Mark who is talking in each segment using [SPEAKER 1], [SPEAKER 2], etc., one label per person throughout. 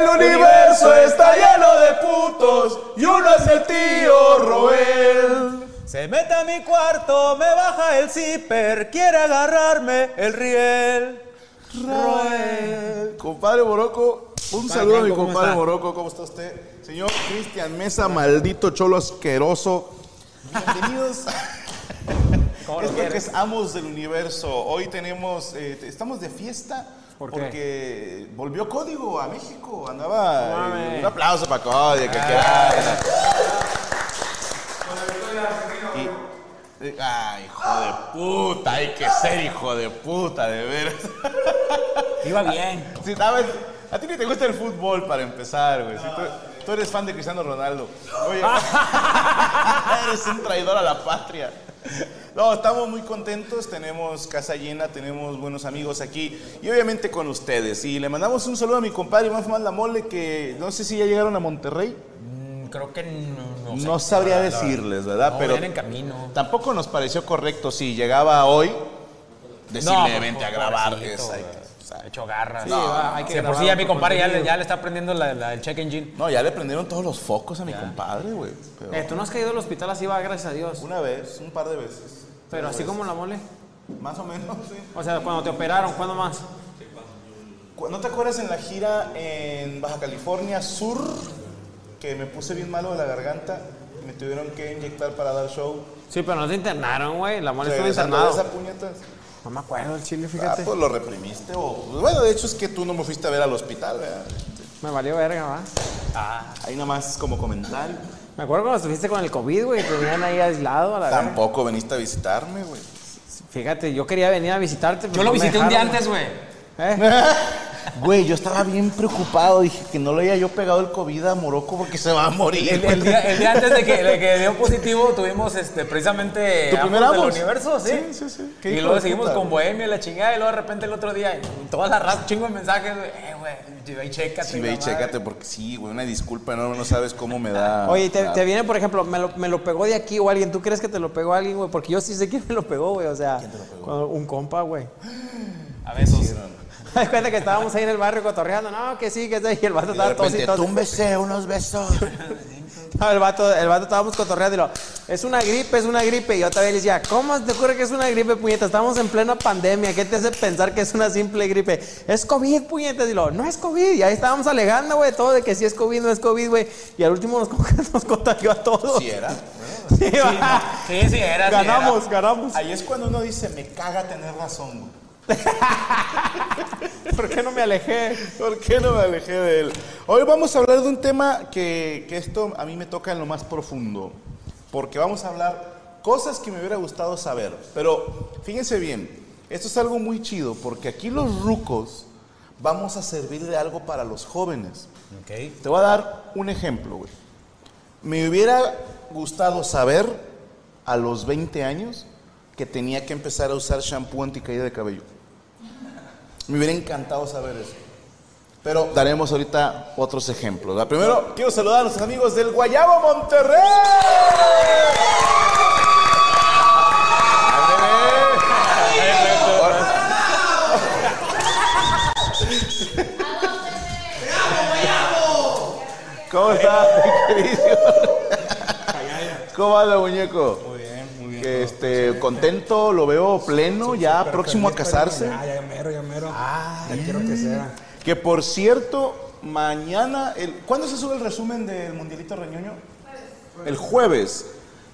[SPEAKER 1] El universo está lleno de putos y uno es el tío Roel. Se mete a mi cuarto, me baja el zipper, quiere agarrarme el riel. Roel. Compadre Moroco, un saludo a mi compadre Moroco, ¿cómo está usted? Señor Cristian Mesa, maldito cholo asqueroso. Bienvenidos. Esto que es Amos del Universo. Hoy tenemos, eh, estamos de fiesta.
[SPEAKER 2] ¿Por qué?
[SPEAKER 1] Porque volvió Código a México. Andaba. eh, un aplauso para Código. que quiera. Y- eh, Ay, hijo de puta, hay que ser hijo de puta, de veras.
[SPEAKER 2] Iba bien.
[SPEAKER 1] Si sabes, a ti ni te gusta el fútbol para empezar, güey. Si tú, tú eres fan de Cristiano Ronaldo. Oye, eres un traidor a la patria. No, estamos muy contentos, tenemos casa llena, tenemos buenos amigos aquí y obviamente con ustedes. Y le mandamos un saludo a mi compadre Iván Fumar La Mole, que no sé si ya llegaron a Monterrey.
[SPEAKER 2] Creo que no, Ah,
[SPEAKER 1] No sabría decirles, ¿verdad?
[SPEAKER 2] No,
[SPEAKER 1] Pero
[SPEAKER 2] vienen en camino.
[SPEAKER 1] Tampoco nos pareció correcto si llegaba hoy decirle
[SPEAKER 2] pues,
[SPEAKER 1] vente a
[SPEAKER 2] pobrecito,
[SPEAKER 1] grabar.
[SPEAKER 2] güey.
[SPEAKER 1] esa- esa-
[SPEAKER 2] Ha hecho garras.
[SPEAKER 1] Sí, va, hay que
[SPEAKER 2] Si de por sí
[SPEAKER 1] grabar
[SPEAKER 2] ya mi
[SPEAKER 1] otro
[SPEAKER 2] compadre ya le,
[SPEAKER 1] contenido.
[SPEAKER 2] ya le está prendiendo la, la- el check engine.
[SPEAKER 1] No, ya le prendieron todos los focos a mi compadre, güey. Pero-
[SPEAKER 3] Eh, tú no has caído al hospital así, va, gracias a Dios.
[SPEAKER 1] Una vez, un par de veces.
[SPEAKER 3] Pero
[SPEAKER 1] pues.
[SPEAKER 3] así como la mole.
[SPEAKER 1] Más o menos, sí.
[SPEAKER 3] O sea, cuando te operaron, ¿cuándo más?
[SPEAKER 1] Cu- ¿No te acuerdas en la gira en Baja California Sur? Que me puse bien malo de la garganta. y Me tuvieron que inyectar para dar show.
[SPEAKER 3] Sí, pero no te internaron, güey. La mole estuvo
[SPEAKER 1] Regresando
[SPEAKER 3] internado.
[SPEAKER 1] de esa puñetas.
[SPEAKER 3] No me acuerdo el chile,
[SPEAKER 1] Ah,
[SPEAKER 3] fíjate.
[SPEAKER 1] pues lo reprimiste o... pues, Bueno, de hecho es que tú no me fuiste a ver al hospital, ¿verdad?
[SPEAKER 3] Me valió verga, va.
[SPEAKER 1] Ahí nada más como comentario.
[SPEAKER 3] Me acuerdo cuando estuviste con el COVID, güey. Te tenían ahí aislado a la verga.
[SPEAKER 1] Tampoco viniste a visitarme, güey.
[SPEAKER 3] Fíjate, yo quería venir a visitarte. pero
[SPEAKER 2] Yo lo
[SPEAKER 3] no me
[SPEAKER 2] visité un día
[SPEAKER 3] dejaron,
[SPEAKER 2] antes, güey.
[SPEAKER 3] ¿Eh?
[SPEAKER 1] Güey, yo estaba bien preocupado. Dije que no le haya yo pegado el COVID a Morocco porque se va a morir.
[SPEAKER 2] El, el día, el día antes de que, de que dio positivo tuvimos este, precisamente
[SPEAKER 1] ¿Tu primer
[SPEAKER 2] Amos
[SPEAKER 1] Amos?
[SPEAKER 2] del universo, ¿sí?
[SPEAKER 1] Sí, sí, sí. Qué
[SPEAKER 2] Y
[SPEAKER 1] hijo
[SPEAKER 2] luego
[SPEAKER 1] de
[SPEAKER 2] seguimos
[SPEAKER 1] puta.
[SPEAKER 2] con Bohemia, la chingada, y luego de repente el otro día, y toda la raza, chingo de mensajes, güey, eh, güey, ve y chécate.
[SPEAKER 1] Sí, ve
[SPEAKER 2] la
[SPEAKER 1] y
[SPEAKER 2] madre.
[SPEAKER 1] chécate porque sí, güey, una disculpa, no, no sabes cómo me da.
[SPEAKER 3] Oye, te,
[SPEAKER 1] Ah,
[SPEAKER 3] te viene, por ejemplo, me lo, me lo pegó de aquí o alguien. ¿Tú crees que te lo pegó alguien, güey? Porque yo sí sé quién me lo pegó, güey. O sea, cuando- un compa, güey.
[SPEAKER 2] A veces.
[SPEAKER 3] Haz cuenta que estábamos ahí en el barrio cotorreando. No, que sí, que sí. Y el vato
[SPEAKER 1] y de
[SPEAKER 3] estaba
[SPEAKER 1] repente,
[SPEAKER 3] tosito.
[SPEAKER 1] tú un beso, unos besos.
[SPEAKER 4] No, el vato, el vato estábamos cotorreando y lo, es una gripe, es una gripe. Y yo otra vez le decía, ¿cómo te ocurre que es una gripe, puñeta? Estamos en plena pandemia, ¿qué te hace pensar que es una simple gripe? Es COVID, puñetas. Y lo, no es COVID. Y ahí estábamos alegando, güey, todo de que si es COVID, no es COVID, güey. Y al último nos, nos contagió a todos.
[SPEAKER 1] Si era.
[SPEAKER 4] Sí, va.
[SPEAKER 2] Sí, sí, era. sí,
[SPEAKER 4] ganamos,
[SPEAKER 2] era.
[SPEAKER 4] ganamos.
[SPEAKER 1] Ahí es cuando uno dice, me caga tener razón, güey.
[SPEAKER 4] ¿Por qué no me alejé?
[SPEAKER 1] ¿Por qué no me alejé de él? Hoy vamos a hablar de un tema que, que esto a mí me toca en lo más profundo, porque vamos a hablar cosas que me hubiera gustado saber, pero fíjense bien, esto es algo muy chido, porque aquí los rucos vamos a servir de algo para los jóvenes.
[SPEAKER 2] Ok.
[SPEAKER 1] Te voy a dar un ejemplo, güey. Me hubiera gustado saber a los 20 años que tenía que empezar a usar shampoo anticaída de cabello. Me hubiera encantado saber eso. Pero daremos ahorita otros ejemplos. La primero, quiero saludar a los amigos del Guayabo Monterrey. ¿Cómo está, querido? ¿Cómo anda, muñeco? Muy bien, muy bien. este, contento, lo veo pleno, ya próximo a casarse.
[SPEAKER 5] Ah, ya mero, ya mero. Ah, ya quiero que sea.
[SPEAKER 1] Que por cierto, mañana. El, ¿Cuándo se sube el resumen del Mundialito Reñoño? El jueves.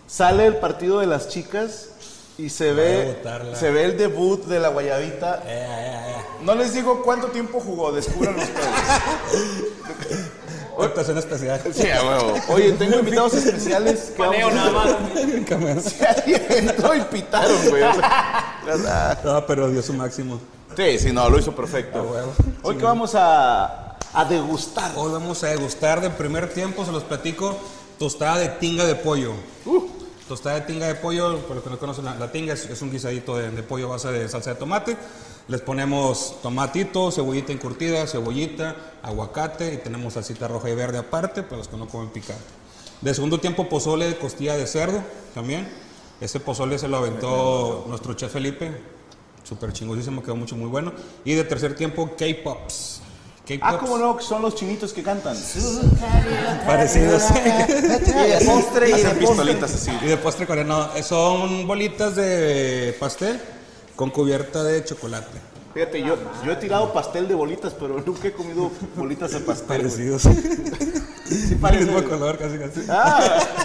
[SPEAKER 1] Sale el partido de las chicas y se ve,
[SPEAKER 5] debutarla.
[SPEAKER 1] se ve el debut de la Guayabita.
[SPEAKER 5] Eh, eh,
[SPEAKER 1] No les digo cuánto tiempo jugó, descubran ustedes.
[SPEAKER 5] eh. Actuación especial.
[SPEAKER 1] Sí, a huevo. Oye, tengo invitados especiales. que
[SPEAKER 2] Paneo
[SPEAKER 1] vamos a-
[SPEAKER 2] nada más.
[SPEAKER 5] Cameo.
[SPEAKER 1] Nadie entró y pitaron, güey. O sea, ya está.
[SPEAKER 5] No, pero dio su máximo.
[SPEAKER 1] Sí, sí, no, lo hizo perfecto.
[SPEAKER 5] A huevo.
[SPEAKER 1] Ah, Hoy que vamos a, a degustar.
[SPEAKER 5] Hoy vamos a degustar de primer tiempo, se los platico, tostada de tinga de pollo. Tostada de tinga de pollo, por los que no conocen, la, la tinga es, es un guisadito de, de pollo a base de salsa de tomate. Les ponemos tomatito, cebollita encurtida, cebollita, aguacate y tenemos salsita roja y verde aparte para los que no comen picante. De segundo tiempo, pozole de costilla de cerdo también. Ese pozole se lo aventó nuestro chef Felipe. Súper chingosísimo, quedó mucho, muy bueno. Y de tercer tiempo, K-Pops.
[SPEAKER 1] Ah,
[SPEAKER 5] K-Pops.
[SPEAKER 1] cómo no, que son los chinitos que cantan.
[SPEAKER 5] Parecidos.
[SPEAKER 1] Y de postre y de pistolitas así.
[SPEAKER 5] y de postre coreano son bolitas de pastel con cubierta de chocolate.
[SPEAKER 1] Fíjate, yo, yo he tirado pastel de bolitas, pero nunca he comido bolitas de pastel. güey.
[SPEAKER 5] Parecidos.
[SPEAKER 1] parece.
[SPEAKER 5] Mismo color, casi casi.
[SPEAKER 2] Ah.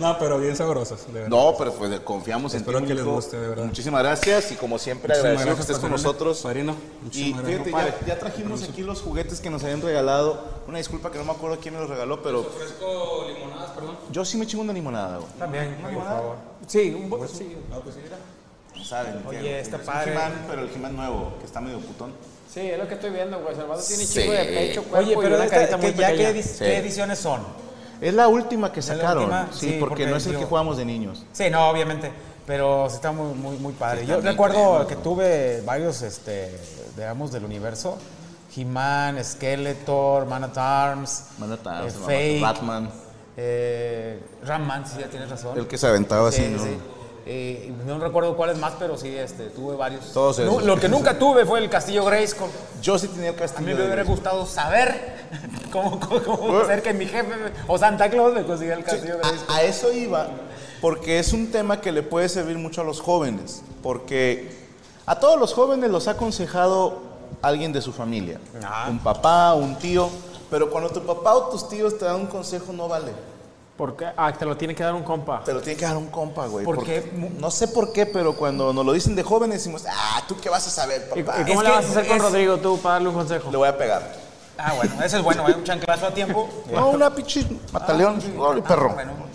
[SPEAKER 5] No, pero bien sabrosas, de verdad.
[SPEAKER 1] No, pero pues confiamos en
[SPEAKER 5] Espero
[SPEAKER 1] ti,
[SPEAKER 5] que les
[SPEAKER 1] Nico.
[SPEAKER 5] guste, de verdad.
[SPEAKER 1] Muchísimas gracias y como siempre
[SPEAKER 5] Muchísimas
[SPEAKER 1] agradecido que estés con
[SPEAKER 5] padrino.
[SPEAKER 1] nosotros.
[SPEAKER 5] Padrino,
[SPEAKER 1] Y
[SPEAKER 5] muchísimas
[SPEAKER 1] fíjate,
[SPEAKER 5] gracias.
[SPEAKER 1] ya, ya trajimos aquí los juguetes que nos habían regalado. Una disculpa que no me acuerdo quién me los regaló, pero. Yo sí me chingo una limonada, güey.
[SPEAKER 2] También, por favor.
[SPEAKER 4] Sí, un bo- sí.
[SPEAKER 1] No saben, entiendo.
[SPEAKER 2] está
[SPEAKER 1] Es un
[SPEAKER 2] padre.
[SPEAKER 1] He-Man, pero el He-Man nuevo, que está medio putón.
[SPEAKER 6] Sí, es lo que estoy viendo, güey. Salvador tiene
[SPEAKER 1] Sí.
[SPEAKER 6] chico de pecho, cuerpo
[SPEAKER 2] Oye, pero
[SPEAKER 6] y una
[SPEAKER 2] esta-
[SPEAKER 6] carita
[SPEAKER 2] que
[SPEAKER 6] muy
[SPEAKER 2] ya
[SPEAKER 6] pequeña.
[SPEAKER 2] qué, edi- qué ediciones son.
[SPEAKER 1] Es la última que
[SPEAKER 2] la
[SPEAKER 1] sacaron.
[SPEAKER 2] última?
[SPEAKER 1] Sí,
[SPEAKER 2] Sí,
[SPEAKER 1] porque,
[SPEAKER 2] porque
[SPEAKER 1] no es el
[SPEAKER 2] digo-
[SPEAKER 1] que jugábamos de niños.
[SPEAKER 2] Sí, no, obviamente. Pero sí está muy, muy, muy padre.
[SPEAKER 1] Sí,
[SPEAKER 2] Yo
[SPEAKER 1] también
[SPEAKER 2] recuerdo
[SPEAKER 1] tenemos,
[SPEAKER 2] que
[SPEAKER 1] ¿no?
[SPEAKER 2] tuve varios, este, digamos, del universo. He-Man, Skeletor, Man at Arms,
[SPEAKER 1] Man at Arms,
[SPEAKER 2] eh,
[SPEAKER 1] Man at-
[SPEAKER 2] Fake,
[SPEAKER 1] Batman.
[SPEAKER 2] eh, Ram-Man, sí, ya tienes razón.
[SPEAKER 1] El que se aventaba
[SPEAKER 2] Sí,
[SPEAKER 1] así, ¿no?
[SPEAKER 2] sí. Eh, no recuerdo cuáles más, pero sí, este, tuve varios.
[SPEAKER 1] Todos
[SPEAKER 2] No,
[SPEAKER 1] esos.
[SPEAKER 2] lo que nunca tuve fue el Castillo Grayskull.
[SPEAKER 1] Yo sí tenía el
[SPEAKER 2] A
[SPEAKER 1] castillo.
[SPEAKER 2] mí
[SPEAKER 1] de
[SPEAKER 2] me hubiera
[SPEAKER 1] Grayskull.
[SPEAKER 2] gustado saber cómo, cómo, cómo hacer que mi jefe me- o Santa Claus me consiguiera el
[SPEAKER 1] Sí, Ah,
[SPEAKER 2] Castillo Grayskull.
[SPEAKER 1] a, a eso iba, porque es un tema que le puede servir mucho a los jóvenes, porque a todos los jóvenes los ha aconsejado alguien de su familia,
[SPEAKER 2] Ah.
[SPEAKER 1] un papá, un tío, pero cuando tu papá o tus tíos te dan un consejo no vale,
[SPEAKER 6] ¿Por qué? Ah, te lo tiene que dar un compa.
[SPEAKER 1] te lo tiene que dar un compa, güey.
[SPEAKER 2] ¿Por
[SPEAKER 1] porque-
[SPEAKER 2] qué? Mu-
[SPEAKER 1] No sé por qué, pero cuando nos lo dicen de jóvenes decimos, ah, ¿tú qué vas a saber,
[SPEAKER 6] ¿Y, y
[SPEAKER 1] papá?
[SPEAKER 6] cómo
[SPEAKER 2] Es
[SPEAKER 6] le
[SPEAKER 2] que
[SPEAKER 6] vas a hacer con
[SPEAKER 2] es-
[SPEAKER 6] Rodrigo tú para darle un consejo?
[SPEAKER 1] Le voy a pegar.
[SPEAKER 2] Ah, bueno, eso es bueno, ¿eh? un chanclazo a tiempo.
[SPEAKER 1] No, una pinche mataleón, Ay,
[SPEAKER 2] Ah,
[SPEAKER 1] perro.
[SPEAKER 2] bueno.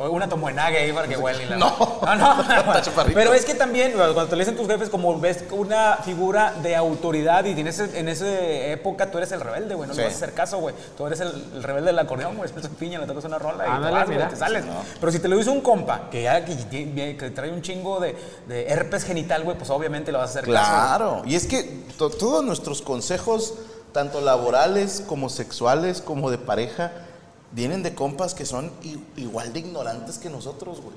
[SPEAKER 2] O Una tomuenague ahí para que huele. y La... No, no, no.
[SPEAKER 1] chaparrito.
[SPEAKER 2] Pero es que también, bueno, cuando te le dicen tus jefes, como ves una figura de autoridad y tienes en esa época tú eres el rebelde, güey, no
[SPEAKER 1] Sí.
[SPEAKER 2] le vas a hacer caso, güey. Tú eres el, el rebelde del acordeón, güey, después piña, le tocas una rola y te,
[SPEAKER 6] Ándale,
[SPEAKER 2] vas, güey,
[SPEAKER 6] mira.
[SPEAKER 2] te sales. Pero si te lo dice un compa, que ya que, que- que trae un chingo de, de herpes genital, güey, pues obviamente le vas a hacer caso. güey.
[SPEAKER 1] Claro, y es que to- todos nuestros consejos, tanto laborales como sexuales, como de pareja, vienen de compas que son i- igual de ignorantes que nosotros, güey,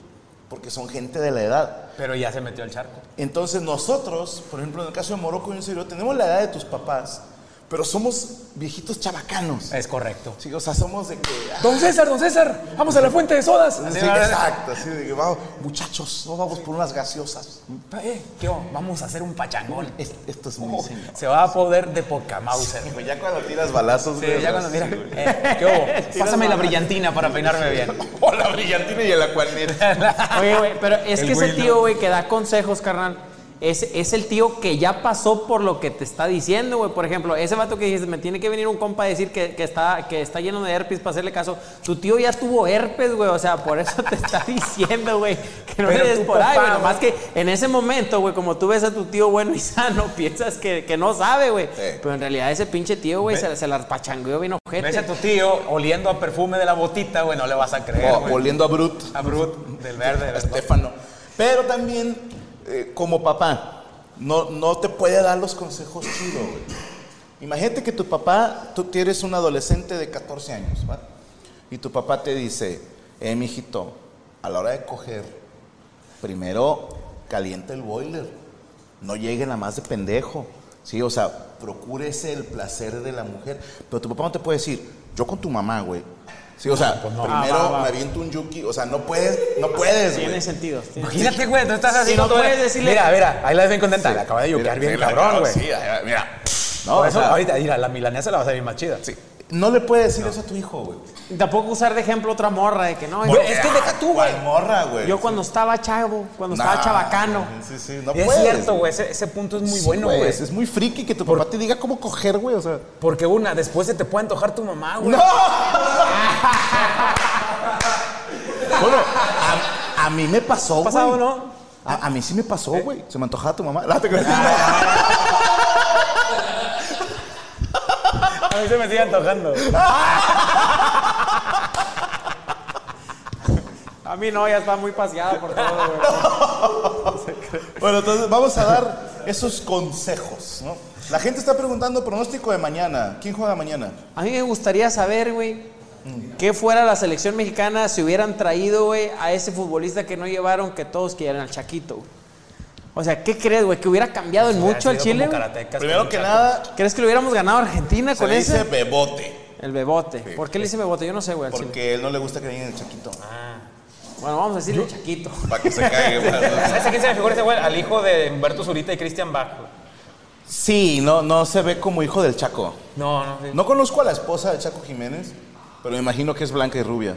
[SPEAKER 1] porque son gente de la edad.
[SPEAKER 2] Pero ya se metió al charco.
[SPEAKER 1] Entonces nosotros, por ejemplo, en el caso de Morocco y en serio, tenemos la edad de tus papás, Pero somos viejitos chabacanos.
[SPEAKER 2] Es correcto.
[SPEAKER 1] Sí, o sea, somos de que. ah,
[SPEAKER 2] Don César, don César, vamos a la fuente de sodas.
[SPEAKER 1] sí, exacto, así de que vamos, muchachos, no vamos por unas gaseosas.
[SPEAKER 2] Eh, ¿qué va? Vamos a hacer un pachangón.
[SPEAKER 1] Es- esto es muy señor.
[SPEAKER 2] Se va a poder de poca Mauser.
[SPEAKER 1] Güey, Ya cuando tiras balazos,
[SPEAKER 2] Sí,
[SPEAKER 1] güey, o
[SPEAKER 2] ya
[SPEAKER 1] sea,
[SPEAKER 2] cuando mira,
[SPEAKER 1] sí, güey.
[SPEAKER 2] eh, ¿qué hubo? Pásame la brillantina para peinarme bien.
[SPEAKER 1] O la brillantina y el acuaneta.
[SPEAKER 3] Oye, güey, pero es
[SPEAKER 6] El
[SPEAKER 3] que ese
[SPEAKER 6] güey, ¿no?
[SPEAKER 3] tío, güey, que da consejos, carnal. Es, es el tío que ya pasó por lo que te está diciendo, güey. Por ejemplo, ese vato que dices, me tiene que venir un compa a decir que, que está, que está lleno de herpes para hacerle caso. Tu tío ya tuvo herpes, güey. O sea, por eso te está diciendo, güey, que no
[SPEAKER 2] Pero
[SPEAKER 3] le des
[SPEAKER 2] tu
[SPEAKER 3] por ahí,
[SPEAKER 2] papá,
[SPEAKER 3] güey.
[SPEAKER 2] güey.
[SPEAKER 3] Nomás que en ese momento, güey, como tú ves a tu tío bueno y sano, piensas que, que no sabe, güey. Pero en realidad ese pinche tío, güey, se, se la pachangueó bien ojete.
[SPEAKER 2] Ves a tu tío oliendo a perfume de la botita, güey, no le vas a creer.
[SPEAKER 1] O
[SPEAKER 2] Eh, güey.
[SPEAKER 1] volviendo a Brut.
[SPEAKER 2] A Brut, del verde. del
[SPEAKER 1] a Estefano. Pero también, eh, como papá, no, no te puede dar los consejos chidos, güey. Imagínate que tu papá, tú tienes un adolescente de 14 años, ¿va? Y tu papá te dice, eh, mijito, a la hora de coger, primero calienta el boiler. No llegue nada más de pendejo. Sí, o sea, procúrese el placer de la mujer. Pero tu papá no te puede decir, yo con tu mamá, güey. Sí, o sea, primero me aviento un yuki. O sea, no puedes, no puedes, güey.
[SPEAKER 3] Tiene sentido. tiene-
[SPEAKER 2] Imagínate, güey, tú estás
[SPEAKER 3] Si
[SPEAKER 2] así.
[SPEAKER 3] no puedes decirle-
[SPEAKER 2] Mira, mira, ahí la ves bien contenta.
[SPEAKER 1] Sí,
[SPEAKER 2] la acaba de yuquear
[SPEAKER 1] mira, sí,
[SPEAKER 2] bien
[SPEAKER 1] la
[SPEAKER 2] cabrón,
[SPEAKER 1] acaba-
[SPEAKER 2] güey.
[SPEAKER 1] Sí, ahí va, mira. No,
[SPEAKER 2] No,
[SPEAKER 1] o
[SPEAKER 2] eso
[SPEAKER 1] sea,
[SPEAKER 2] ahorita, mira, la milanesa la vas a ver más chida.
[SPEAKER 1] sí. No le puedes decir eso a tu hijo, güey.
[SPEAKER 3] Y Tampoco usar de ejemplo otra morra de que no,
[SPEAKER 1] Porque,
[SPEAKER 3] es que deja tú, güey.
[SPEAKER 1] ¿cuál morra, güey.
[SPEAKER 3] Yo cuando estaba chavo, cuando
[SPEAKER 1] Nah,
[SPEAKER 3] estaba chabacano.
[SPEAKER 1] Sí, sí, no
[SPEAKER 2] es
[SPEAKER 1] puedes.
[SPEAKER 2] cierto, güey, ese, ese punto es muy
[SPEAKER 1] Sí,
[SPEAKER 2] bueno, güey.
[SPEAKER 1] Es es muy friki que tu papá te diga cómo coger, güey. O sea.
[SPEAKER 2] Porque una, después se te puede antojar tu mamá, güey.
[SPEAKER 1] Bueno, a, a mí me pasó, güey.
[SPEAKER 2] pasado, no?
[SPEAKER 1] A, a mí sí me pasó, güey. Se me antojaba tu mamá. No, te creas.
[SPEAKER 2] A mí se me sigue antojando.
[SPEAKER 3] A mí no, ya está muy paseado por todo, güey.
[SPEAKER 1] Bueno, entonces vamos a dar esos consejos, ¿no? La gente está preguntando pronóstico de mañana. ¿Quién juega mañana?
[SPEAKER 3] A mí me gustaría saber, güey, qué fuera la selección mexicana si hubieran traído, güey, a ese futbolista que no llevaron, que todos querían al Chaquito, güey. O sea, ¿qué crees, güey? ¿Que hubiera cambiado en mucho al Chile? güey?
[SPEAKER 1] Primero que nada,
[SPEAKER 3] ¿Crees que lo hubiéramos ganado a Argentina
[SPEAKER 1] se
[SPEAKER 3] con
[SPEAKER 1] le
[SPEAKER 3] ese?
[SPEAKER 1] dice bebote.
[SPEAKER 3] El bebote. ¿Por qué le dice bebote? Yo no sé, güey, al Chile.
[SPEAKER 1] Porque él no le gusta que le digan el chaquito.
[SPEAKER 3] Bueno, vamos a decirle Chaquito.
[SPEAKER 1] Para que se caiga.
[SPEAKER 2] ¿Sabes a quién se me figura ese güey? Al hijo de Humberto Zurita y Cristian Bach. güey.
[SPEAKER 1] Sí, no, no se ve como hijo del Chaco.
[SPEAKER 2] No, no. sí.
[SPEAKER 1] No conozco a la esposa de Chaco Jiménez, pero me imagino que es blanca y rubia.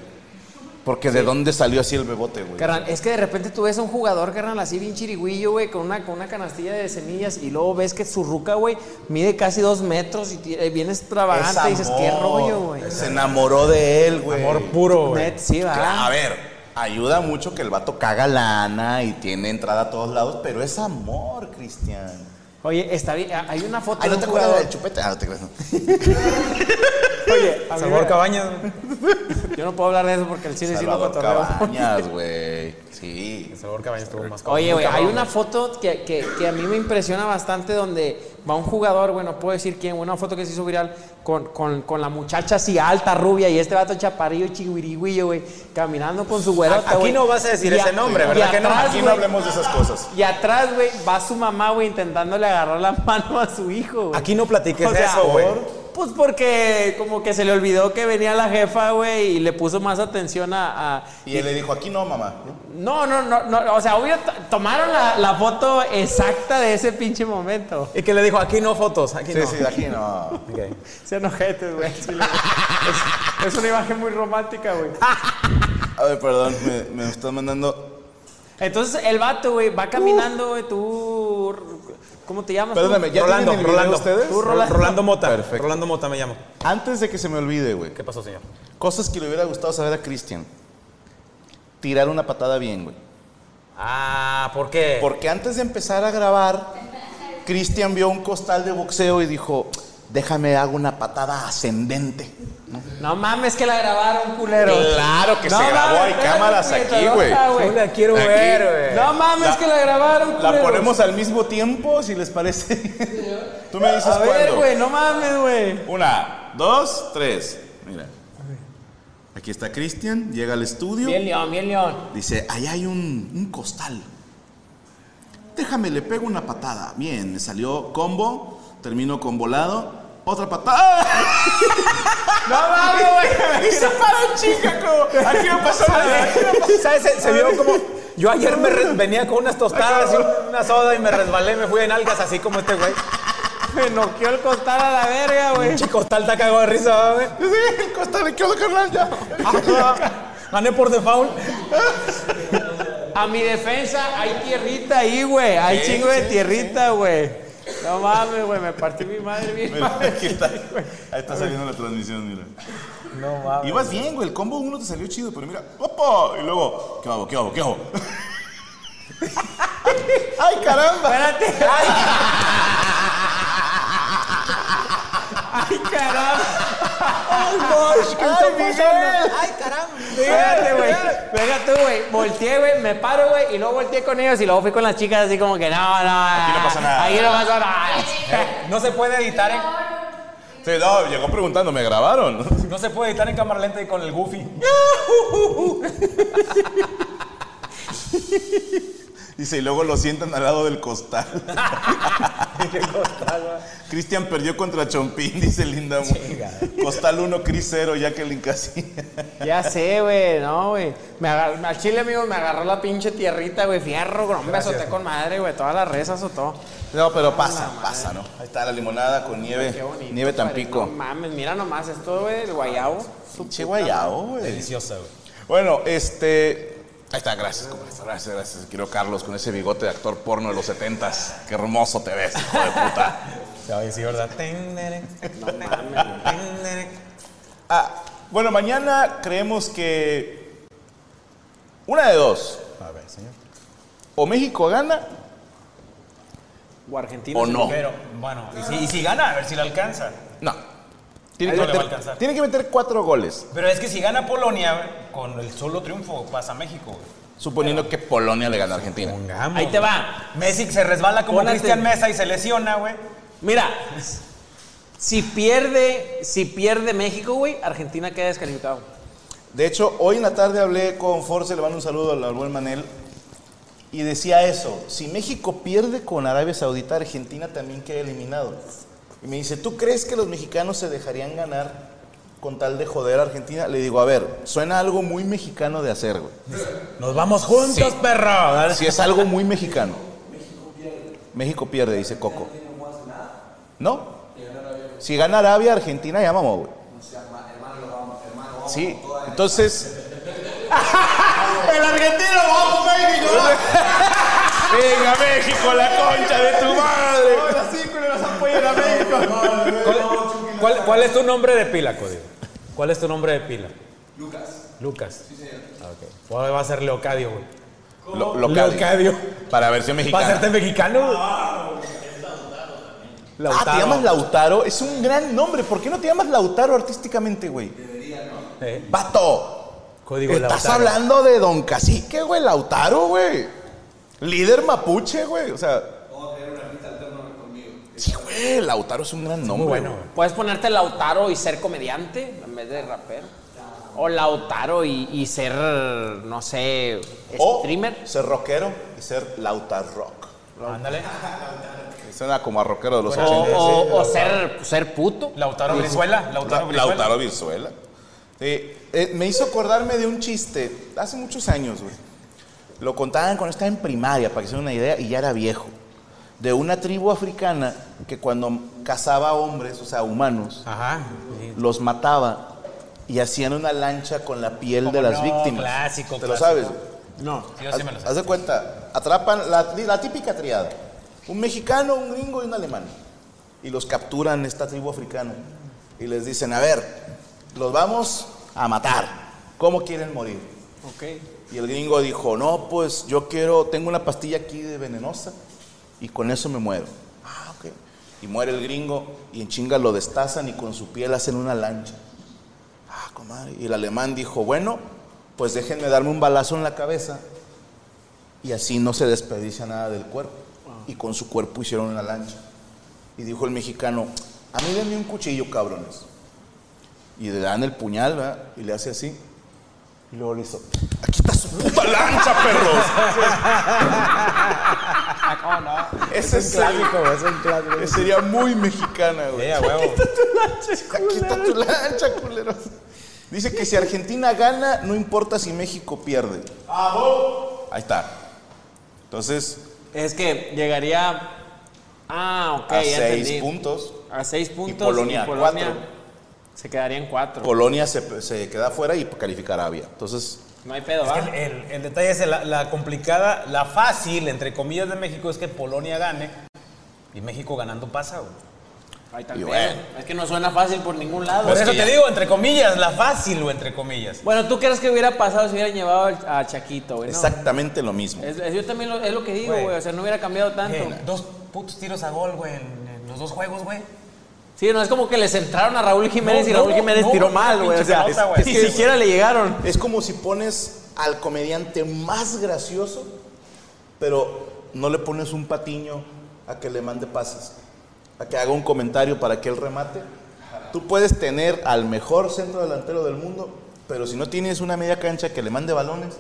[SPEAKER 1] Porque de dónde salió así el bebote, güey.
[SPEAKER 3] Carnal, es que de repente tú ves a un jugador, carnal, así bien chirigüillo, güey, con una, con una canastilla de semillas y luego ves que su ruca, güey, mide casi dos metros y ti- eh, bien
[SPEAKER 1] Es
[SPEAKER 3] extravagante y dices,
[SPEAKER 1] amor.
[SPEAKER 3] qué rollo, güey.
[SPEAKER 1] Se enamoró de él, güey.
[SPEAKER 2] Amor puro, güey.
[SPEAKER 3] Net, sí, va.
[SPEAKER 1] Cla- A ver, ayuda mucho que el vato caga lana y tiene entrada a todos lados, pero es amor, Cristian.
[SPEAKER 3] Oye, está bien, ah, hay una foto
[SPEAKER 1] Ay, ¿no
[SPEAKER 3] de un
[SPEAKER 1] te acuerdas
[SPEAKER 3] jugador.
[SPEAKER 1] del chupete? Ah, no te creas. no.
[SPEAKER 3] Oye, a mí
[SPEAKER 2] Sabor
[SPEAKER 3] me-
[SPEAKER 2] Cabañas.
[SPEAKER 3] yo no puedo hablar de eso porque el cine sí lo
[SPEAKER 1] Salvador
[SPEAKER 3] cotorreo.
[SPEAKER 1] Cabañas, güey. Sí.
[SPEAKER 2] Sabor Cabañas tuvo más
[SPEAKER 3] Oye, güey, hay una foto que, que- que a mí me impresiona bastante donde va un jugador, güey, no puedo decir quién, una foto que se hizo viral con, con- con la muchacha así alta, rubia, y este vato chaparillo, chihuirigüillo, güey, caminando con su güerota,
[SPEAKER 2] Aquí
[SPEAKER 3] güey.
[SPEAKER 2] no vas a decir
[SPEAKER 3] Y
[SPEAKER 2] ese
[SPEAKER 3] a-
[SPEAKER 2] nombre,
[SPEAKER 3] y
[SPEAKER 2] ¿verdad que no?
[SPEAKER 3] atrás,
[SPEAKER 1] Aquí no
[SPEAKER 3] güey,
[SPEAKER 1] hablemos de esas cosas.
[SPEAKER 3] Y atrás, güey, va su mamá, güey, intentándole agarrar la mano a su hijo, güey.
[SPEAKER 2] Aquí no platiques
[SPEAKER 3] O sea,
[SPEAKER 2] eso, güey.
[SPEAKER 3] Pues porque como que se le olvidó que venía la jefa, güey, y le puso más atención a- a
[SPEAKER 1] Y él le dijo, aquí no, mamá. ¿no?
[SPEAKER 3] no, no, no, no, o sea, obvio, t- tomaron la, la foto exacta de ese pinche momento.
[SPEAKER 2] Y que le dijo, aquí no fotos, aquí
[SPEAKER 1] Sí,
[SPEAKER 2] no.
[SPEAKER 1] sí, aquí no.
[SPEAKER 2] Ok.
[SPEAKER 3] Se enojete, güey. sí, la- es, es una imagen muy romántica, güey.
[SPEAKER 1] A ver, perdón, me, me están mandando.
[SPEAKER 3] Entonces el vato, güey, va caminando, güey, tú... ¿Cómo te llamas? tú?
[SPEAKER 1] Perdóname, ¿ya
[SPEAKER 2] Rolando,
[SPEAKER 1] tienen el video
[SPEAKER 2] Rolando.
[SPEAKER 1] ustedes?
[SPEAKER 2] Tú, Rolando. Rolando Mota.
[SPEAKER 1] Perfecto.
[SPEAKER 2] Rolando Mota me llamo.
[SPEAKER 1] Antes de que se me olvide, güey.
[SPEAKER 2] ¿Qué pasó, señor?
[SPEAKER 1] Cosas que le hubiera gustado saber a Cristian. Tirar una patada bien, güey.
[SPEAKER 2] Ah, ¿por qué?
[SPEAKER 1] Porque antes de empezar a grabar, Cristian vio un costal de boxeo y dijo, déjame hago una patada ascendente.
[SPEAKER 3] No mames que la grabaron, culero.
[SPEAKER 1] Claro que
[SPEAKER 3] No
[SPEAKER 1] se grabó,
[SPEAKER 3] mames,
[SPEAKER 1] hay
[SPEAKER 3] espérate,
[SPEAKER 1] cámaras aquí, güey.
[SPEAKER 3] puñetadota,
[SPEAKER 2] No la quiero
[SPEAKER 1] Aquí.
[SPEAKER 2] ver, güey.
[SPEAKER 3] No mames
[SPEAKER 1] La-
[SPEAKER 3] que la grabaron, culero.
[SPEAKER 1] La ponemos al mismo tiempo, si les parece. Tú me dices
[SPEAKER 3] A ver,
[SPEAKER 1] cuándo.
[SPEAKER 3] güey, no mames, güey.
[SPEAKER 1] Una, dos, tres. Mira. Aquí está Cristian, llega al estudio.
[SPEAKER 3] Bien león, bien león.
[SPEAKER 1] Dice, ahí hay un, un costal. Déjame, le pego una patada. Bien, me salió combo, termino con volado Otra patada.
[SPEAKER 3] No mames, güey.
[SPEAKER 1] Y se paró chica, como. Aquí no pasó nada.
[SPEAKER 2] ¿Sabes? Se, se vio como. Yo ayer me re- venía con unas tostadas y una soda y me resbalé, me fui en algas así como este güey.
[SPEAKER 3] Me noqueó el costal a la verga, güey.
[SPEAKER 2] Chico, tal te cagó de risa, güey.
[SPEAKER 1] Yo sé, el costal, ¿qué onda, carnal? Ya. Ah,
[SPEAKER 2] Gané por default.
[SPEAKER 3] A mi defensa hay tierrita ahí, güey. Hay chingo de tierrita, güey. No mames, güey. Me partí mi madre bien.
[SPEAKER 1] Mira,
[SPEAKER 3] madre.
[SPEAKER 1] aquí está. Ahí está saliendo la transmisión, mira.
[SPEAKER 2] No mames.
[SPEAKER 1] Ibas bien, güey. El combo uno te salió chido, pero mira. ¡Opa! Y luego, ¿qué hago? ¿Qué hago? ¿Qué hago? ¡Ay, caramba!
[SPEAKER 3] Espérate. Ay, Ay, caramba. Ay, Bosch, ¿qué está pasando? Ay, caramba. Espérate, güey. Venga tú, güey. Volteé, güey. Me paro, güey. Y luego volteé con ellos. Y luego fui con las chicas así como que no, no. Aquí
[SPEAKER 1] no pasa nada.
[SPEAKER 3] Aquí no pasa nada.
[SPEAKER 2] Eh, No se puede editar en,
[SPEAKER 1] Sí, no, llegó preguntando, ¿me grabaron?
[SPEAKER 2] no se puede editar en cámara lenta y con el goofy.
[SPEAKER 1] Dice, y luego lo sientan al lado del costal.
[SPEAKER 2] Qué costal, güey.
[SPEAKER 1] Cristian perdió contra Chompín, dice Linda. Moore. Costal 1, Cris 0, Jacqueline Casilla.
[SPEAKER 3] Ya sé, güey, no, güey. Me agarró, al chile, amigo, me agarró la pinche tierrita, güey, fierro, güey, me azoté con madre, güey, todas las redes azotó.
[SPEAKER 1] No, pero pasa, pasa, ¿no? Ahí está la limonada con nieve.
[SPEAKER 3] Qué bonito.
[SPEAKER 1] Nieve
[SPEAKER 3] padre. No
[SPEAKER 1] Tampico.
[SPEAKER 3] mames, mira nomás esto, güey, el guayabo. Su
[SPEAKER 1] Che
[SPEAKER 3] puta
[SPEAKER 1] guayao, güey.
[SPEAKER 2] Deliciosa, güey.
[SPEAKER 1] Bueno, este. Ahí está, gracias, compadre. Gracias, gracias. Quiero Carlos con ese bigote de actor porno de los 70s. Qué hermoso te ves, hijo de puta.
[SPEAKER 2] Se va a decir, ¿verdad?
[SPEAKER 1] Ah, bueno, mañana creemos que. Una de dos.
[SPEAKER 2] A ver, señor.
[SPEAKER 1] O México gana
[SPEAKER 3] madre. O argentino.
[SPEAKER 1] o no.
[SPEAKER 2] Pero, bueno, y si, y si gana, a ver si le alcanza.
[SPEAKER 1] No. Tiene
[SPEAKER 2] Ahí
[SPEAKER 1] que,
[SPEAKER 2] no le va a
[SPEAKER 1] meter,
[SPEAKER 2] alcanzar.
[SPEAKER 1] tiene que meter cuatro goles.
[SPEAKER 2] Pero es que si gana Polonia, güey, con el solo triunfo pasa a México, güey.
[SPEAKER 1] Suponiendo que Polonia le gana a Argentina.
[SPEAKER 2] Ahí te va. Messi se resbala como
[SPEAKER 3] Pónate.
[SPEAKER 2] Cristian Mesa y se lesiona, güey.
[SPEAKER 3] Mira, si pierde, si pierde México, güey, Argentina queda descalificado.
[SPEAKER 1] De hecho, hoy en la tarde hablé con Force, le mando un saludo al al buen Manel, y decía eso, si México pierde con Arabia Saudita, Argentina también queda eliminado. Y me dice, ¿tú crees que los mexicanos se dejarían ganar con tal de joder a Argentina? Le digo, a ver, suena algo muy mexicano de hacer, güey.
[SPEAKER 2] Nos vamos juntos, perro.
[SPEAKER 1] Si es algo muy mexicano. México pierde, dice Coco. ¿No? Si gana Arabia, Argentina ya mamó, güey. Sí, entonces. ¡El argentino vamos, México! ¡Venga, México, la concha de tu madre! Ahora sí, nos apoyan a México.
[SPEAKER 2] ¿Cuál, cuál, cuál es tu nombre de pila, Cody? ¿Cuál es tu nombre de pila? Lucas. Lucas. Sí, señor. Ok. Ahora va a ser Leocadio, güey.
[SPEAKER 1] Lo, local.
[SPEAKER 2] Leocadio.
[SPEAKER 1] Para versión
[SPEAKER 2] ¿Para
[SPEAKER 1] mexicana.
[SPEAKER 2] hacerte mexicano? güey.
[SPEAKER 1] Ah, te llamas Lautaro. Es un gran nombre. ¿Por qué no te llamas Lautaro artísticamente, güey?
[SPEAKER 2] Eh,
[SPEAKER 1] ¡Vato!
[SPEAKER 2] Código
[SPEAKER 1] Estás
[SPEAKER 2] Lautaro.
[SPEAKER 1] hablando de Don Cacique, güey, Lautaro, güey. Líder mapuche, güey. O sea. Sí, güey, Lautaro es un gran nombre.
[SPEAKER 2] bueno,
[SPEAKER 1] güey.
[SPEAKER 3] Puedes ponerte Lautaro y ser comediante en vez de rapero. O Lautaro y, y ser, no sé,
[SPEAKER 1] O
[SPEAKER 3] streamer.
[SPEAKER 1] ser rockero y ser Lautar Rock.
[SPEAKER 2] Ándale.
[SPEAKER 1] Suena como a rockero de los
[SPEAKER 3] O,
[SPEAKER 1] 80.
[SPEAKER 3] o- o ser, ser puto. Pues,
[SPEAKER 2] Lautaro Brizuela.
[SPEAKER 1] Lautaro,
[SPEAKER 2] Lautaro Brizuela.
[SPEAKER 1] Lautaro Virzuela. Sí, eh, me hizo acordarme de un chiste hace muchos años, güey. Lo contaban cuando estaba en primaria, para que se den una idea, y ya era viejo. De una tribu africana que cuando cazaba hombres, o sea, humanos,
[SPEAKER 2] Ajá.
[SPEAKER 1] los mataba y hacían una lancha con la piel de
[SPEAKER 2] ¿Cómo
[SPEAKER 1] las
[SPEAKER 2] no?
[SPEAKER 1] víctimas.
[SPEAKER 2] Clásico,
[SPEAKER 1] ¿Te lo
[SPEAKER 2] clásico.
[SPEAKER 1] sabes? Ah,
[SPEAKER 3] No.
[SPEAKER 2] Sí, yo sí me lo sé.
[SPEAKER 1] Haz de cuenta, atrapan la, la típica triada. Un mexicano, un gringo y un alemán. Y los capturan esta tribu africana. Y les dicen, a ver, los vamos a matar. ¿Cómo quieren morir?
[SPEAKER 3] Ok.
[SPEAKER 1] Y el gringo dijo, no, pues yo quiero, tengo una pastilla aquí de venenosa y con eso me muero. Ah, ok. Y muere el gringo y en chinga lo destazan y con su piel hacen una lancha. Ah, comadre. Y el alemán dijo, bueno, pues déjenme darme un balazo en la cabeza y así no se desperdicia nada del cuerpo. Y con su cuerpo hicieron una lancha. Y dijo el mexicano, a mí denme un cuchillo, cabrones. Y le dan el puñal, ¿verdad? Y le hace así. Y luego le hizo, aquí está su puta lancha, perros.
[SPEAKER 3] Ah, ¿cómo no?
[SPEAKER 1] Ese es clásico, es un clásico. Sería muy mexicana, güey.
[SPEAKER 2] Sí, a huevo.
[SPEAKER 1] Aquí está tu lancha, culeros. Dice que si Argentina gana, no importa si México pierde. Ahí está. Entonces,
[SPEAKER 3] Es que llegaría. Ah, ok,
[SPEAKER 1] a
[SPEAKER 3] ya
[SPEAKER 1] seis
[SPEAKER 3] entendí.
[SPEAKER 1] puntos,
[SPEAKER 3] A seis puntos.
[SPEAKER 1] Polonia a cuatro.
[SPEAKER 3] Se quedaría en cuatro.
[SPEAKER 1] Polonia se, se queda fuera y califica Arabia. Entonces,
[SPEAKER 3] no hay pedo,
[SPEAKER 2] Es que
[SPEAKER 3] ¿va?
[SPEAKER 2] el, el- el detalle es la, la complicada, la fácil, entre comillas, de México es que Polonia gane y México ganando pasa, güey.
[SPEAKER 3] Ahí está el
[SPEAKER 1] Y
[SPEAKER 3] pedo.
[SPEAKER 1] bueno.
[SPEAKER 3] Es que no suena fácil por ningún lado.
[SPEAKER 2] Por eso
[SPEAKER 3] Es que
[SPEAKER 2] te
[SPEAKER 3] ya-
[SPEAKER 2] digo, entre comillas, la fácil, güey, entre comillas.
[SPEAKER 3] Bueno, ¿tú crees que hubiera pasado si hubieran llevado al- a Chaquito, güey? no?
[SPEAKER 1] exactamente lo mismo.
[SPEAKER 3] Es, es- yo también lo, es lo que digo,
[SPEAKER 2] Güey.
[SPEAKER 3] güey. O sea, no hubiera cambiado tanto.
[SPEAKER 2] Eh, dos putos tiros a gol, güey, en, en los dos juegos, güey.
[SPEAKER 3] Sí, no es como que le centraron a Raúl Jiménez
[SPEAKER 2] No,
[SPEAKER 3] y Raúl
[SPEAKER 2] no,
[SPEAKER 3] Jiménez
[SPEAKER 2] no,
[SPEAKER 3] tiró
[SPEAKER 2] no,
[SPEAKER 3] mal,
[SPEAKER 2] no,
[SPEAKER 3] güey. O
[SPEAKER 2] pinche
[SPEAKER 3] sea,
[SPEAKER 2] pelota, güey.
[SPEAKER 3] ni
[SPEAKER 2] Es que-
[SPEAKER 3] siquiera le llegaron.
[SPEAKER 1] Es como si pones al comediante más gracioso, pero no le pones un patiño a que le mande pases, a que haga un comentario para que él remate. Tú puedes tener al mejor centro delantero del mundo, pero si no tienes una media cancha que le mande balones.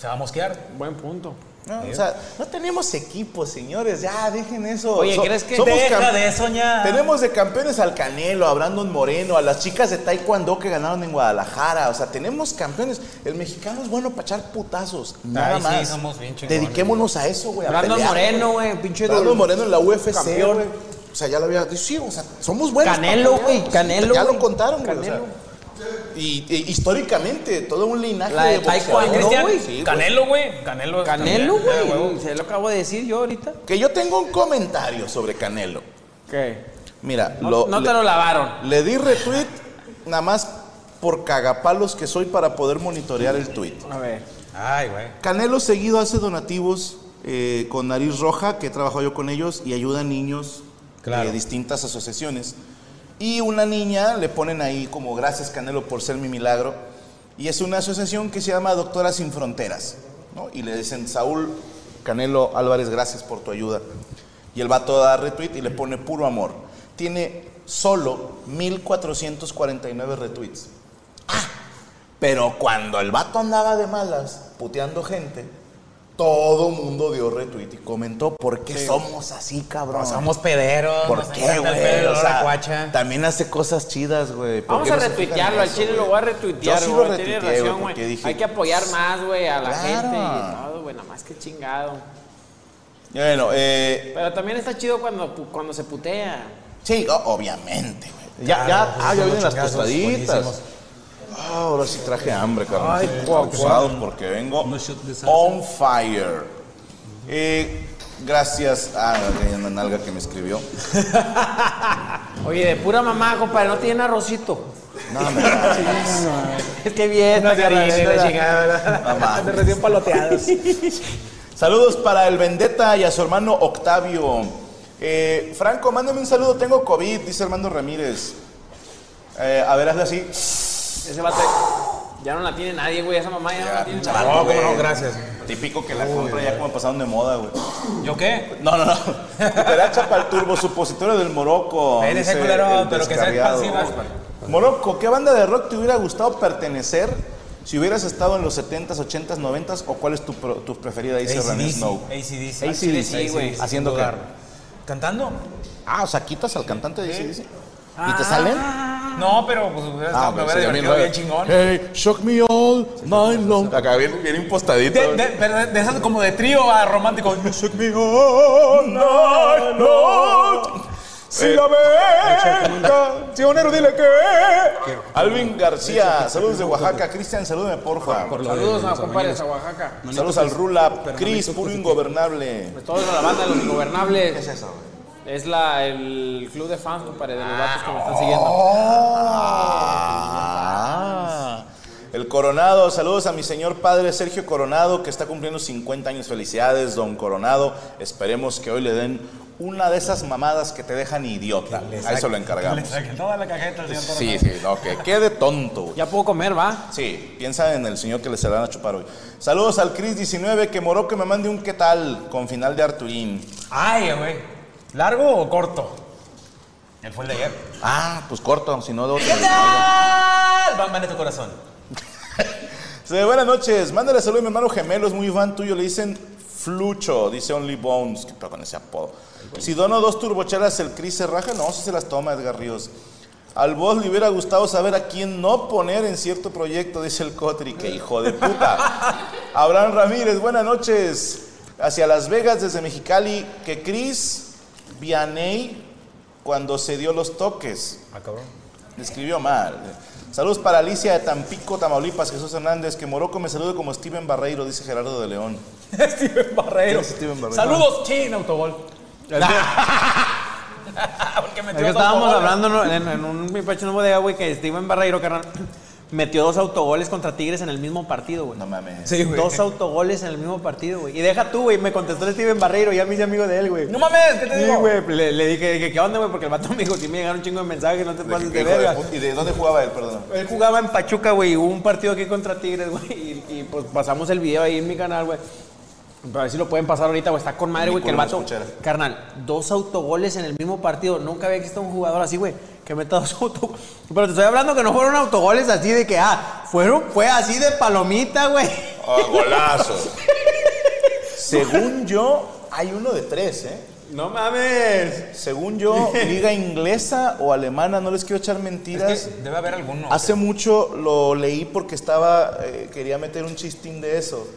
[SPEAKER 2] Se va a mosquear.
[SPEAKER 3] Buen punto.
[SPEAKER 1] No,
[SPEAKER 3] ¿Eh?
[SPEAKER 1] o sea, no tenemos equipo, señores. Ya, dejen eso.
[SPEAKER 3] Oye, ¿crees que
[SPEAKER 2] deja
[SPEAKER 1] cam-
[SPEAKER 2] de soñar?
[SPEAKER 1] Tenemos de campeones al Canelo, a Brandon Moreno, a las chicas de Taekwondo que ganaron en Guadalajara. O sea, tenemos campeones. El mexicano es bueno para echar putazos. Nada
[SPEAKER 2] Ay, sí,
[SPEAKER 1] más.
[SPEAKER 2] somos bien chingones,
[SPEAKER 1] Dediquémonos a eso, güey. a
[SPEAKER 3] Brandon
[SPEAKER 1] pelear,
[SPEAKER 3] Moreno,
[SPEAKER 1] güey.
[SPEAKER 3] güey. Pinche
[SPEAKER 1] Brandon Moreno en la UFC,
[SPEAKER 3] Campeón.
[SPEAKER 1] güey. O sea, ya lo había dicho. Sí, o sea, somos buenos. para
[SPEAKER 3] Canelo,
[SPEAKER 1] pelear,
[SPEAKER 3] güey,
[SPEAKER 1] sí,
[SPEAKER 3] Canelo,
[SPEAKER 1] Ya lo
[SPEAKER 3] güey.
[SPEAKER 1] contaron, güey. o sea.
[SPEAKER 3] Canelo.
[SPEAKER 1] y, y históricamente, todo un linaje
[SPEAKER 3] La de
[SPEAKER 1] boxeadores.
[SPEAKER 3] Taekwondo,
[SPEAKER 1] Sí,
[SPEAKER 3] güey.
[SPEAKER 1] güey.
[SPEAKER 2] Canelo, güey. Canelo. es
[SPEAKER 3] Canelo,
[SPEAKER 2] también,
[SPEAKER 3] güey.
[SPEAKER 2] ya, huevo.
[SPEAKER 3] Se lo acabo de decir yo ahorita.
[SPEAKER 1] Que yo tengo un comentario sobre Canelo.
[SPEAKER 3] ¿Qué?
[SPEAKER 1] Mira,
[SPEAKER 3] No,
[SPEAKER 1] lo-
[SPEAKER 3] no
[SPEAKER 1] le-
[SPEAKER 3] te lo lavaron.
[SPEAKER 1] Le di retweet nada más por cagapalos que soy para poder monitorear el tweet.
[SPEAKER 3] A ver.
[SPEAKER 2] Ay, güey.
[SPEAKER 1] Canelo seguido hace donativos eh, con Nariz Roja, que he trabajado yo con ellos, y ayuda a niños
[SPEAKER 2] Claro.
[SPEAKER 1] de distintas asociaciones. Y una niña le ponen ahí como gracias Canelo por ser mi milagro. Y es una asociación que se llama Doctoras Sin Fronteras. ¿no? Y le dicen, Saúl Canelo Álvarez, gracias por tu ayuda. Y el vato da retweet y le pone puro amor. Tiene solo 1449 retweets. Ah, Pero cuando el vato andaba de malas, puteando gente, todo mundo dio retweet y comentó, ¿por qué somos así, cabrón?
[SPEAKER 2] No, somos pederos.
[SPEAKER 1] ¿Por
[SPEAKER 2] nos
[SPEAKER 1] qué,
[SPEAKER 2] encanta el
[SPEAKER 1] güey?
[SPEAKER 2] pedo,
[SPEAKER 1] O
[SPEAKER 2] la
[SPEAKER 1] sea,
[SPEAKER 2] cuacha.
[SPEAKER 1] también hace cosas chidas, güey. ¿Por
[SPEAKER 3] Vamos
[SPEAKER 1] qué
[SPEAKER 3] a
[SPEAKER 1] no se fijan en
[SPEAKER 3] retuitearlo, al
[SPEAKER 1] eso,
[SPEAKER 3] chile lo
[SPEAKER 1] güey?
[SPEAKER 3] voy a retuitear,
[SPEAKER 1] Yo sí
[SPEAKER 3] güey,
[SPEAKER 1] lo
[SPEAKER 3] tiene
[SPEAKER 1] retuiteé, güey,
[SPEAKER 3] razón, güey.
[SPEAKER 1] porque dije...
[SPEAKER 3] Hay que apoyar más, güey, a la
[SPEAKER 1] Claro.
[SPEAKER 3] gente y todo, güey, nada más que chingado.
[SPEAKER 1] Bueno, eh,
[SPEAKER 3] Pero también está chido cuando, pu- cuando se putea.
[SPEAKER 1] sí, o- obviamente, güey. Ya,
[SPEAKER 2] Claro,
[SPEAKER 1] ya,
[SPEAKER 2] pues
[SPEAKER 1] ah, ya
[SPEAKER 2] son
[SPEAKER 1] vienen las
[SPEAKER 2] chingazos
[SPEAKER 1] tostaditas.
[SPEAKER 2] buenísimos.
[SPEAKER 1] Ah, ahora sí traje hambre, cabrón.
[SPEAKER 2] Ay,
[SPEAKER 1] Sí,
[SPEAKER 2] guau,
[SPEAKER 1] abusados
[SPEAKER 5] guau.
[SPEAKER 1] porque vengo
[SPEAKER 5] No shot de salsa.
[SPEAKER 1] on fire. Eh, gracias a la nalga que me escribió.
[SPEAKER 3] Oye, de pura mamá, compadre, no tiene arrocito.
[SPEAKER 1] No, me da-
[SPEAKER 3] Es que bien,
[SPEAKER 2] No, ya,
[SPEAKER 3] Margarita,
[SPEAKER 2] la
[SPEAKER 3] y la
[SPEAKER 2] neta.
[SPEAKER 3] chingada, ¿verdad?
[SPEAKER 1] no mames.
[SPEAKER 2] Recién paloteados.
[SPEAKER 1] Saludos para el Vendetta y a su hermano Octavio. Eh, Franco, mándame un saludo, tengo COVID, dice Armando Ramírez. Eh, a ver, hazle así.
[SPEAKER 3] Ese vato ya no la tiene nadie, güey, esa mamá ya, no la tiene nadie.
[SPEAKER 2] No, cómo no, gracias.
[SPEAKER 1] Típico que la compra ya como pasaron de moda, güey.
[SPEAKER 2] ¿Yo qué?
[SPEAKER 1] No, no, no. Cucaracha chapal turbo, supositorio del Morocco.
[SPEAKER 2] Eres
[SPEAKER 1] dice
[SPEAKER 2] el culero,
[SPEAKER 1] el
[SPEAKER 2] pero que sea
[SPEAKER 1] descarriado.
[SPEAKER 2] expansiva.
[SPEAKER 1] Morocco, ¿qué banda de rock te hubiera gustado pertenecer si hubieras estado en los 70s, 80s, 90s? ¿O cuál es tu, pro- tu preferida? Dice René Snow.
[SPEAKER 2] ACDC.
[SPEAKER 1] AC/DC, güey. ¿Haciendo
[SPEAKER 2] sin
[SPEAKER 1] qué?
[SPEAKER 2] dudar. ¿Cantando?
[SPEAKER 1] Ah, o sea, quitas al cantante de AC/DC. ¿Y te
[SPEAKER 2] Ah.
[SPEAKER 1] salen?
[SPEAKER 2] No, pero pues
[SPEAKER 1] Ah,
[SPEAKER 2] me
[SPEAKER 1] pero
[SPEAKER 2] hubiera
[SPEAKER 1] sería
[SPEAKER 2] divertido bien
[SPEAKER 1] bien
[SPEAKER 2] chingón.
[SPEAKER 1] Hey, shock me all night long. Acá bien, bien impostadito.
[SPEAKER 2] De, de, pero de- de esas como de trío a romántico.
[SPEAKER 1] Shock me all night long. Si la ves, cancionero, dile que. Alvin García, saludos de Oaxaca. Cristian, salúdame, porfa.
[SPEAKER 3] Saludos a compadres a Oaxaca. Pues
[SPEAKER 1] Saludos al Rula, Cris, puro ingobernable.
[SPEAKER 3] Todos a la banda de los ingobernables. ¿Qué es eso, güey? Ah. Es la, el club de fans, compadre, de los vatos que me están siguiendo.
[SPEAKER 1] Ah. El Coronado, saludos a mi señor padre Sergio Coronado, que está cumpliendo 50 años. Felicidades, don Coronado. Esperemos que hoy le den una de esas mamadas que te dejan idiota. A eso lo encargamos.
[SPEAKER 2] Toda la cajeta al señor
[SPEAKER 1] Sí, sí, no, que quede tonto. güey.
[SPEAKER 3] Ya puedo comer, ¿va?
[SPEAKER 1] Sí, piensa en el señor que le se la van a chupar hoy. Saludos al Cris19, que moró que me mande un qué tal con final de Arturín.
[SPEAKER 2] Ay, güey. ¿Largo o corto? Él fue el de ayer.
[SPEAKER 1] Ah, pues corto, si no de otro.
[SPEAKER 2] tal? Van, van de tu corazón.
[SPEAKER 1] Sí, buenas noches. Mándale saludos a mi hermano gemelo, es muy fan tuyo. Le dicen Flucho, dice Only Bones, que pero con ese apodo. Si dono dos turbochelas, el Cris se raja. No, si se las toma Edgar Ríos. Al vos le hubiera gustado saber a quién no poner en cierto proyecto, dice el Cotri, que hijo de puta. Abraham Ramírez, buenas noches. Hacia Las Vegas desde Mexicali, que Cris Vianey, cuando se dio los toques,
[SPEAKER 2] Ah, cabrón.
[SPEAKER 1] me escribió mal. Saludos para Alicia de Tampico, Tamaulipas, Jesús Hernández, que Morocco me salude como Steven Barreiro, dice Gerardo de León.
[SPEAKER 2] Steven Barreiro.
[SPEAKER 1] ¿Quién es Steven Barreiro?
[SPEAKER 2] Saludos, chin, autogol. Ah, Porque
[SPEAKER 3] Es
[SPEAKER 2] metió
[SPEAKER 3] que
[SPEAKER 2] dos
[SPEAKER 3] estábamos
[SPEAKER 2] autogoles.
[SPEAKER 3] hablando ¿no? en, en un pipacho en bodega, güey, que Steven Barreiro, carnal, metió dos autogoles contra Tigres en el mismo partido, güey.
[SPEAKER 1] No mames.
[SPEAKER 2] Sí, güey.
[SPEAKER 3] Dos autogoles en el mismo partido, güey. Y deja tú, güey, me contestó el Steven Barreiro, ya me hice amigo de él, güey.
[SPEAKER 2] No mames, ¿qué te
[SPEAKER 3] Sí,
[SPEAKER 2] digo?
[SPEAKER 3] güey, le, le dije, dije, ¿qué onda, güey? Porque el vato me dijo, sí me llegaron un chingo de mensajes, no te
[SPEAKER 1] De que-
[SPEAKER 3] pases
[SPEAKER 1] que
[SPEAKER 3] de
[SPEAKER 1] hijo de
[SPEAKER 3] verga.
[SPEAKER 1] pu- ¿Y de dónde jugaba él, perdón?
[SPEAKER 3] Él jugaba en Pachuca, güey, y hubo un partido aquí contra Tigres, güey, y, y, pues pasamos el video ahí en mi canal, güey. Pero a ver si lo pueden pasar ahorita, güey, está con madre,
[SPEAKER 1] Mi
[SPEAKER 3] güey, que el
[SPEAKER 1] culo me
[SPEAKER 3] vato...
[SPEAKER 1] escuchara.
[SPEAKER 3] Carnal, dos autogoles en el mismo partido. Nunca había visto un jugador así, güey, que meta dos autogoles. Pero te estoy hablando que no fueron autogoles así de que, ah, fueron, fue así de palomita, güey.
[SPEAKER 1] Ah, golazo. Según yo, hay uno de tres, ¿eh?
[SPEAKER 3] No mames.
[SPEAKER 1] Según yo, liga inglesa o alemana, no les quiero echar mentiras.
[SPEAKER 2] Es que debe haber alguno.
[SPEAKER 1] Hace mucho lo leí porque estaba, eh, quería meter un chistín de eso.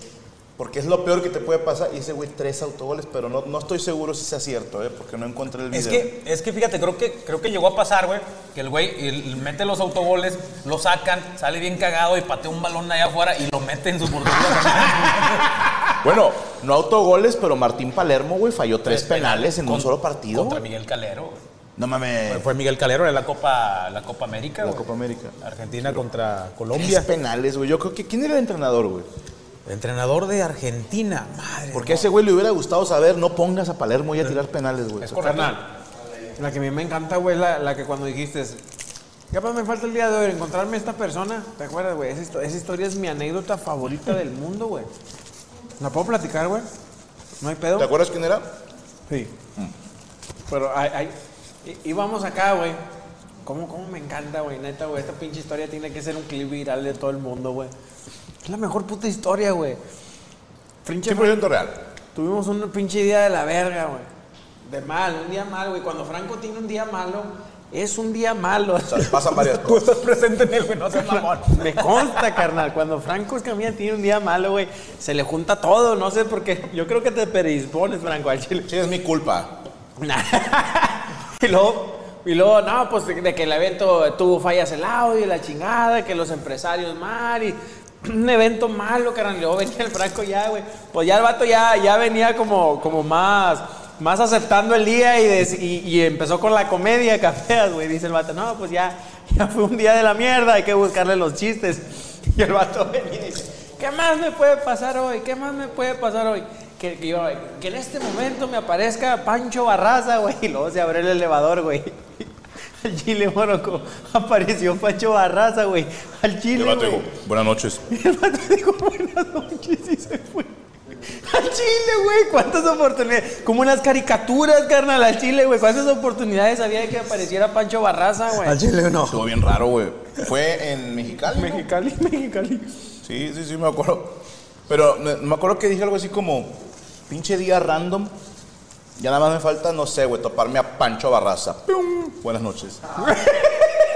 [SPEAKER 1] Porque es lo peor que te puede pasar. Y ese güey, tres autogoles, pero no, no estoy seguro si sea cierto, ¿eh? Porque no encontré el video.
[SPEAKER 2] Es que, es que fíjate, creo que, creo que llegó a pasar, güey, que el güey el- mete los autogoles, lo sacan, sale bien cagado y patea un balón allá afuera y lo mete en su portería. ah.
[SPEAKER 1] Bueno, no autogoles, pero Martín Palermo, güey, falló tres penales en
[SPEAKER 2] Con-
[SPEAKER 1] un solo partido.
[SPEAKER 2] Contra
[SPEAKER 1] güey.
[SPEAKER 2] Miguel Calero. güey.
[SPEAKER 1] No mames.
[SPEAKER 2] Eh, Fue Miguel Calero en la Copa, la Copa América.
[SPEAKER 1] La
[SPEAKER 2] güey.
[SPEAKER 1] Copa América.
[SPEAKER 2] Argentina contra
[SPEAKER 1] Tres
[SPEAKER 2] Colombia.
[SPEAKER 1] penales, güey. Yo creo que. ¿Quién era el entrenador, güey?
[SPEAKER 2] Entrenador de Argentina, madre.
[SPEAKER 1] Porque a ese güey le hubiera gustado saber, no pongas a Palermo y a tirar penales, güey.
[SPEAKER 2] Es correcto.
[SPEAKER 3] La que a mí me encanta, güey, la, la que cuando dijiste, capaz me falta el día de hoy encontrarme esta persona. ¿Te acuerdas, güey? Esa, histo- esa historia es mi anécdota favorita del mundo, güey. ¿La puedo platicar, güey? No hay pedo.
[SPEAKER 1] ¿Te acuerdas quién era?
[SPEAKER 3] Sí. Pero ahí íbamos acá, güey. ¿Cómo, ¿Cómo me encanta, güey? Neta, güey. Esta pinche historia tiene que ser un clip viral de todo el mundo, güey. Es la mejor puta historia, güey. Pinche-
[SPEAKER 1] 100% real.
[SPEAKER 3] Tuvimos un pinche día de la verga, güey. De mal, un día mal, güey. Cuando Franco tiene un día malo, es un día malo.
[SPEAKER 1] O sea, pasan varias
[SPEAKER 3] Pues,
[SPEAKER 1] cosas.
[SPEAKER 2] Estás presente en el güey, no seas mamón.
[SPEAKER 3] Me consta, carnal. Cuando Franco Escamilla tiene un día malo, güey, se le junta todo. No sé por qué. Yo creo que te predispones, Franco, al chile.
[SPEAKER 1] Sí, es mi culpa.
[SPEAKER 3] Nah. y luego, y luego, no, pues de que el evento tuvo fallas el audio y la chingada, que los empresarios mal y un evento malo, carnal. Y luego venía el Franco ya, güey. Pues ya el vato ya, ya venía como, como más, más aceptando el día y, des- y, y empezó con la comedia, cafeas, güey. Dice el vato, no, pues ya, ya fue un día de la mierda, hay que buscarle los chistes. Y el vato venía y dice, ¿qué más me puede pasar hoy? ¿Qué más me puede pasar hoy? Que, que yo- que en este momento me aparezca Pancho Barraza, güey. Y luego se abre el elevador, güey. Al chile, Mónaco. Apareció Pancho Barraza, güey. Al chile, güey.
[SPEAKER 1] buenas noches.
[SPEAKER 3] El vato dijo buenas noches y se fue. Al chile, güey. ¿Cuántas oportunidades? Como unas caricaturas, carnal. Al chile, güey. ¿Cuántas oportunidades había de que apareciera Pancho Barraza, güey?
[SPEAKER 1] chile no. Estuvo bien raro, güey. Fue en Mexicali. ¿no?
[SPEAKER 3] Mexicali, Mexicali.
[SPEAKER 1] Sí, sí, sí, me acuerdo. Pero me, me acuerdo que dije algo así como, pinche día random. Ya nada más me falta, no sé, güey, toparme a Pancho Barraza. ¡Pium! Buenas noches.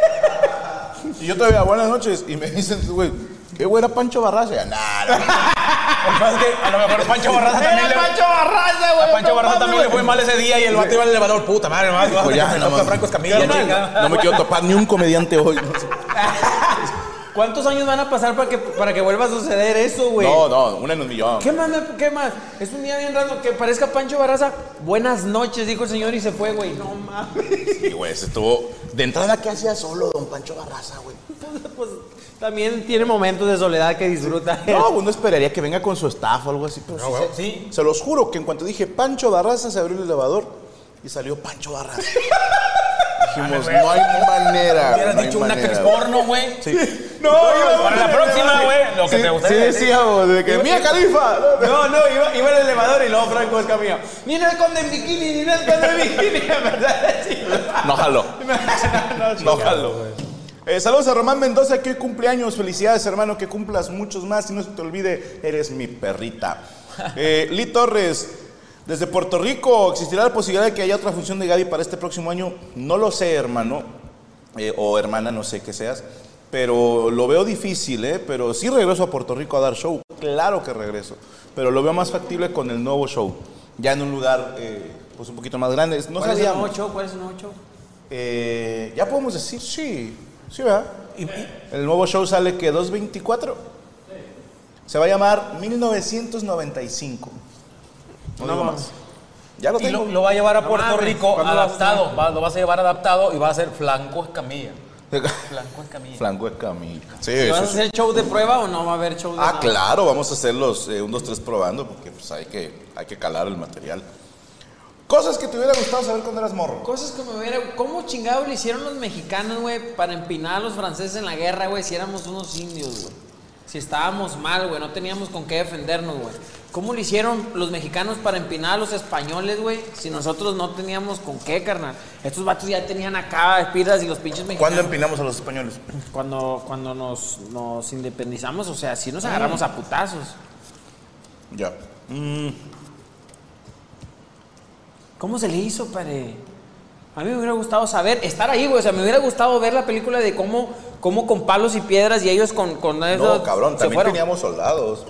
[SPEAKER 1] y yo todavía, buenas noches. Y me dicen, güey, ¿qué güey era Pancho Barraza? Y yo, nah, no,
[SPEAKER 2] a lo mejor Pancho Barraza también le,
[SPEAKER 3] Pancho Barraza, güey.
[SPEAKER 2] a Pancho
[SPEAKER 3] no mames,
[SPEAKER 2] Barraza también le fue mal ese día y el vato iba al elevador. Puta madre, madre.
[SPEAKER 1] Pues ya,
[SPEAKER 2] me
[SPEAKER 1] no
[SPEAKER 2] toca
[SPEAKER 1] mames.
[SPEAKER 2] Franco Escamilla,
[SPEAKER 1] Carnal,
[SPEAKER 2] chinga.
[SPEAKER 1] no me quiero topar ni un comediante hoy.
[SPEAKER 3] ¿Cuántos años van a pasar para que, para que vuelva a suceder eso, güey?
[SPEAKER 1] No, no, una en un millón.
[SPEAKER 3] ¿Qué más? me- ¿Qué más? Es un día bien raro que parezca Pancho Barraza. Buenas noches, dijo el señor y se fue, güey. No mames.
[SPEAKER 1] Sí, güey, se Pues, estuvo... De entrada, ¿qué hacía solo don Pancho Barraza, güey?
[SPEAKER 3] Pues también tiene momentos de soledad que disfruta.
[SPEAKER 1] No, uno esperaría que venga con su staff o algo así. Pero sí,
[SPEAKER 2] güey,
[SPEAKER 1] se,
[SPEAKER 2] sí.
[SPEAKER 1] se los juro que en cuanto dije Pancho Barraza, se abrió el elevador y salió Pancho Barraza. Dijimos, no hay manera.
[SPEAKER 2] Ah, Hubieras
[SPEAKER 1] no hay
[SPEAKER 2] dicho una
[SPEAKER 1] manera,
[SPEAKER 2] actriz
[SPEAKER 1] güey".
[SPEAKER 2] porno, güey.
[SPEAKER 1] Sí.
[SPEAKER 3] No,
[SPEAKER 2] Para la próxima, güey, lo que
[SPEAKER 1] Sí,
[SPEAKER 2] te guste.
[SPEAKER 1] sí decíamos, de que Mía Califa.
[SPEAKER 3] No, no, iba, iba al elevador y luego Franco es camino. Ni en el conde en bikini, ni en el conde en bikini, en verdad. sí.
[SPEAKER 1] No jaló. No jaló. Eh, saludos a Román Mendoza, que hoy cumpleaños. Felicidades, hermano, que cumplas muchos más y no se te olvide, eres mi perrita. Eh, Lee Torres, desde Puerto Rico, ¿existirá la posibilidad de que haya otra función de Gaby para este próximo año? No lo sé, hermano, eh, o hermana, no sé qué seas, pero lo veo difícil, ¿eh? Pero sí regreso a Puerto Rico a dar show, claro que regreso, pero lo veo más factible con el nuevo show, ya en un lugar eh, pues un poquito más grande. No
[SPEAKER 3] ¿Cuál es el
[SPEAKER 1] sabíamos.
[SPEAKER 3] nuevo show? ¿Cuál es el nuevo show?
[SPEAKER 1] Eh, ya podemos decir, sí, sí, ¿verdad? Y- y el nuevo show sale que 224. Se va a llamar 1995. No, digo más. Ya lo
[SPEAKER 2] Y
[SPEAKER 1] tengo.
[SPEAKER 2] lo, lo va a llevar a Puerto
[SPEAKER 3] mames,
[SPEAKER 2] Rico
[SPEAKER 3] ¿cuándo vas a
[SPEAKER 2] adaptado. Va- lo vas a llevar adaptado y va a ser flanco escamilla. Flanco escamilla.
[SPEAKER 1] Flanco de camino. Sí,
[SPEAKER 3] ¿Y
[SPEAKER 1] sí,
[SPEAKER 3] ¿Vas a
[SPEAKER 1] sí.
[SPEAKER 3] hacer show de prueba o no va a haber show de
[SPEAKER 1] Ah,
[SPEAKER 3] nada?
[SPEAKER 1] claro, vamos a hacer los eh, un, dos, tres probando porque pues, hay, que, hay que calar el material. Cosas que te hubiera gustado saber cuando eras morro.
[SPEAKER 3] Cosas que me hubiera. ¿Cómo chingados le hicieron los mexicanos, güey, para empinar a los franceses en la guerra, güey, si éramos unos indios, güey? Si estábamos mal, güey, no teníamos con qué defendernos, güey. ¿Cómo le hicieron los mexicanos para empinar a los españoles, güey, si nosotros no teníamos con qué, carnal? Estos vatos ya tenían acá espiras y los pinches mexicanos.
[SPEAKER 1] ¿Cuándo empinamos a los españoles?
[SPEAKER 3] Cuando, cuando nos, nos independizamos, o sea, sí nos agarramos a putazos.
[SPEAKER 1] Ya.
[SPEAKER 3] ¿Cómo se le hizo, padre? A mí me hubiera gustado saber, estar ahí, güey. O sea, me hubiera gustado ver la película de cómo, cómo con palos y piedras y ellos con, con eso.
[SPEAKER 1] No, cabrón,
[SPEAKER 3] se
[SPEAKER 1] también
[SPEAKER 3] fueron.
[SPEAKER 1] teníamos soldados.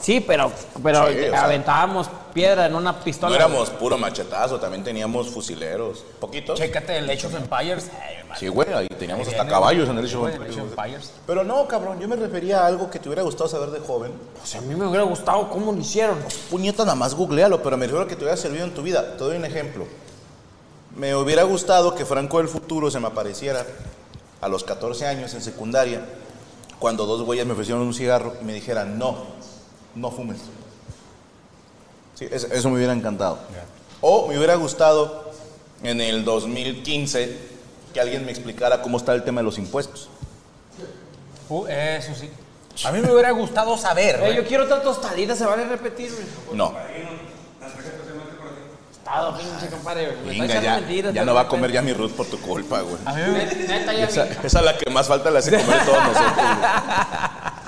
[SPEAKER 3] Sí, pero, pero
[SPEAKER 1] Sí, o sea.
[SPEAKER 3] aventábamos piedra en una
[SPEAKER 1] No
[SPEAKER 3] pistola.
[SPEAKER 1] éramos puro machetazo, también teníamos fusileros. ¿Poquitos?
[SPEAKER 2] Chécate el Age of Empires. Ay, madre.
[SPEAKER 1] Sí, güey, ahí teníamos hasta
[SPEAKER 2] Viene,
[SPEAKER 1] caballos en el
[SPEAKER 2] güey,
[SPEAKER 1] show.
[SPEAKER 2] el Age of Empires.
[SPEAKER 1] Pero no, cabrón, yo me refería a algo que te hubiera gustado saber de joven.
[SPEAKER 3] O sea, a mí me hubiera gustado cómo lo hicieron.
[SPEAKER 1] Puñeta, nada más googlealo, pero me refiero a que te hubiera servido en tu vida. Te doy un ejemplo. Me hubiera gustado que Franco del Futuro se me apareciera a los 14 años en secundaria, cuando dos güeyes me ofrecieron un cigarro y me dijeran, no, no fumes. Sí, es- eso me hubiera encantado. O me hubiera gustado en el 2015 que alguien me explicara cómo está el tema de los impuestos.
[SPEAKER 2] Uh, eso sí. A mí me hubiera gustado saber.
[SPEAKER 3] Eh,
[SPEAKER 2] güey.
[SPEAKER 3] yo quiero otra tostadita, se vale repetir, güey.
[SPEAKER 1] No.
[SPEAKER 3] Tostado, pinche compadre, güey. Me
[SPEAKER 2] Pues,
[SPEAKER 3] está
[SPEAKER 1] Venga,
[SPEAKER 3] echando
[SPEAKER 1] ya,
[SPEAKER 3] mentiras,
[SPEAKER 1] ya
[SPEAKER 3] de
[SPEAKER 1] no va a
[SPEAKER 3] repente.
[SPEAKER 1] comer ya mi Ruth por tu culpa, güey.
[SPEAKER 2] A mí me-
[SPEAKER 3] Neta, ya
[SPEAKER 1] Esa,
[SPEAKER 3] vi.
[SPEAKER 1] esa es la que más falta le hace comer a todos nosotros.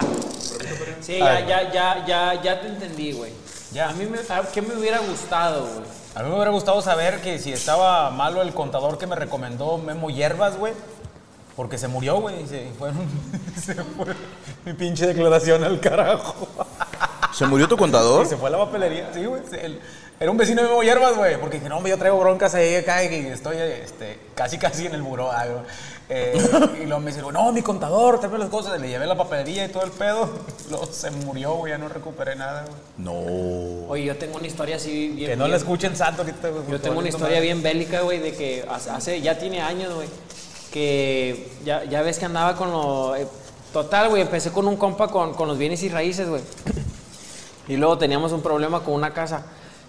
[SPEAKER 1] güey.
[SPEAKER 3] Sí, ya, ya, ya, ya, ya te entendí, güey.
[SPEAKER 2] Ya.
[SPEAKER 3] A mí me, a- ¿qué me hubiera gustado, güey?
[SPEAKER 2] A mí me hubiera gustado saber que si estaba malo el contador que me recomendó Memo Hierbas, güey. Porque se murió, güey. y Se, fueron- se fue mi pinche declaración al carajo.
[SPEAKER 1] ¿Se murió tu
[SPEAKER 2] Y
[SPEAKER 1] contador?
[SPEAKER 2] se fue a la papelería. Sí, güey. se- el- Era un vecino de Memo Hierbas, güey. Porque dije, no, hombre, yo traigo broncas ahí acá y estoy este, casi, casi en el buró. ah, güey. Eh, y luego me dice, no, mi contador, tráeme las cosas. Le llevé a la papelería y todo el pedo. Luego se murió, güey. Ya no recuperé nada, güey.
[SPEAKER 1] No.
[SPEAKER 3] Oye, yo tengo una historia así bien.
[SPEAKER 2] Que no
[SPEAKER 3] bien-
[SPEAKER 2] la escuchen santo ahorita, güey.
[SPEAKER 3] Yo
[SPEAKER 2] porque
[SPEAKER 3] tengo una
[SPEAKER 2] ahorita
[SPEAKER 3] historia
[SPEAKER 2] no-
[SPEAKER 3] bien bélica, güey, de que hace, hace- ya tiene años, güey, que ya, ya ves que andaba con lo... eh, total, güey, empecé con un compa con, con los bienes y raíces, güey. Y luego teníamos un problema con una casa.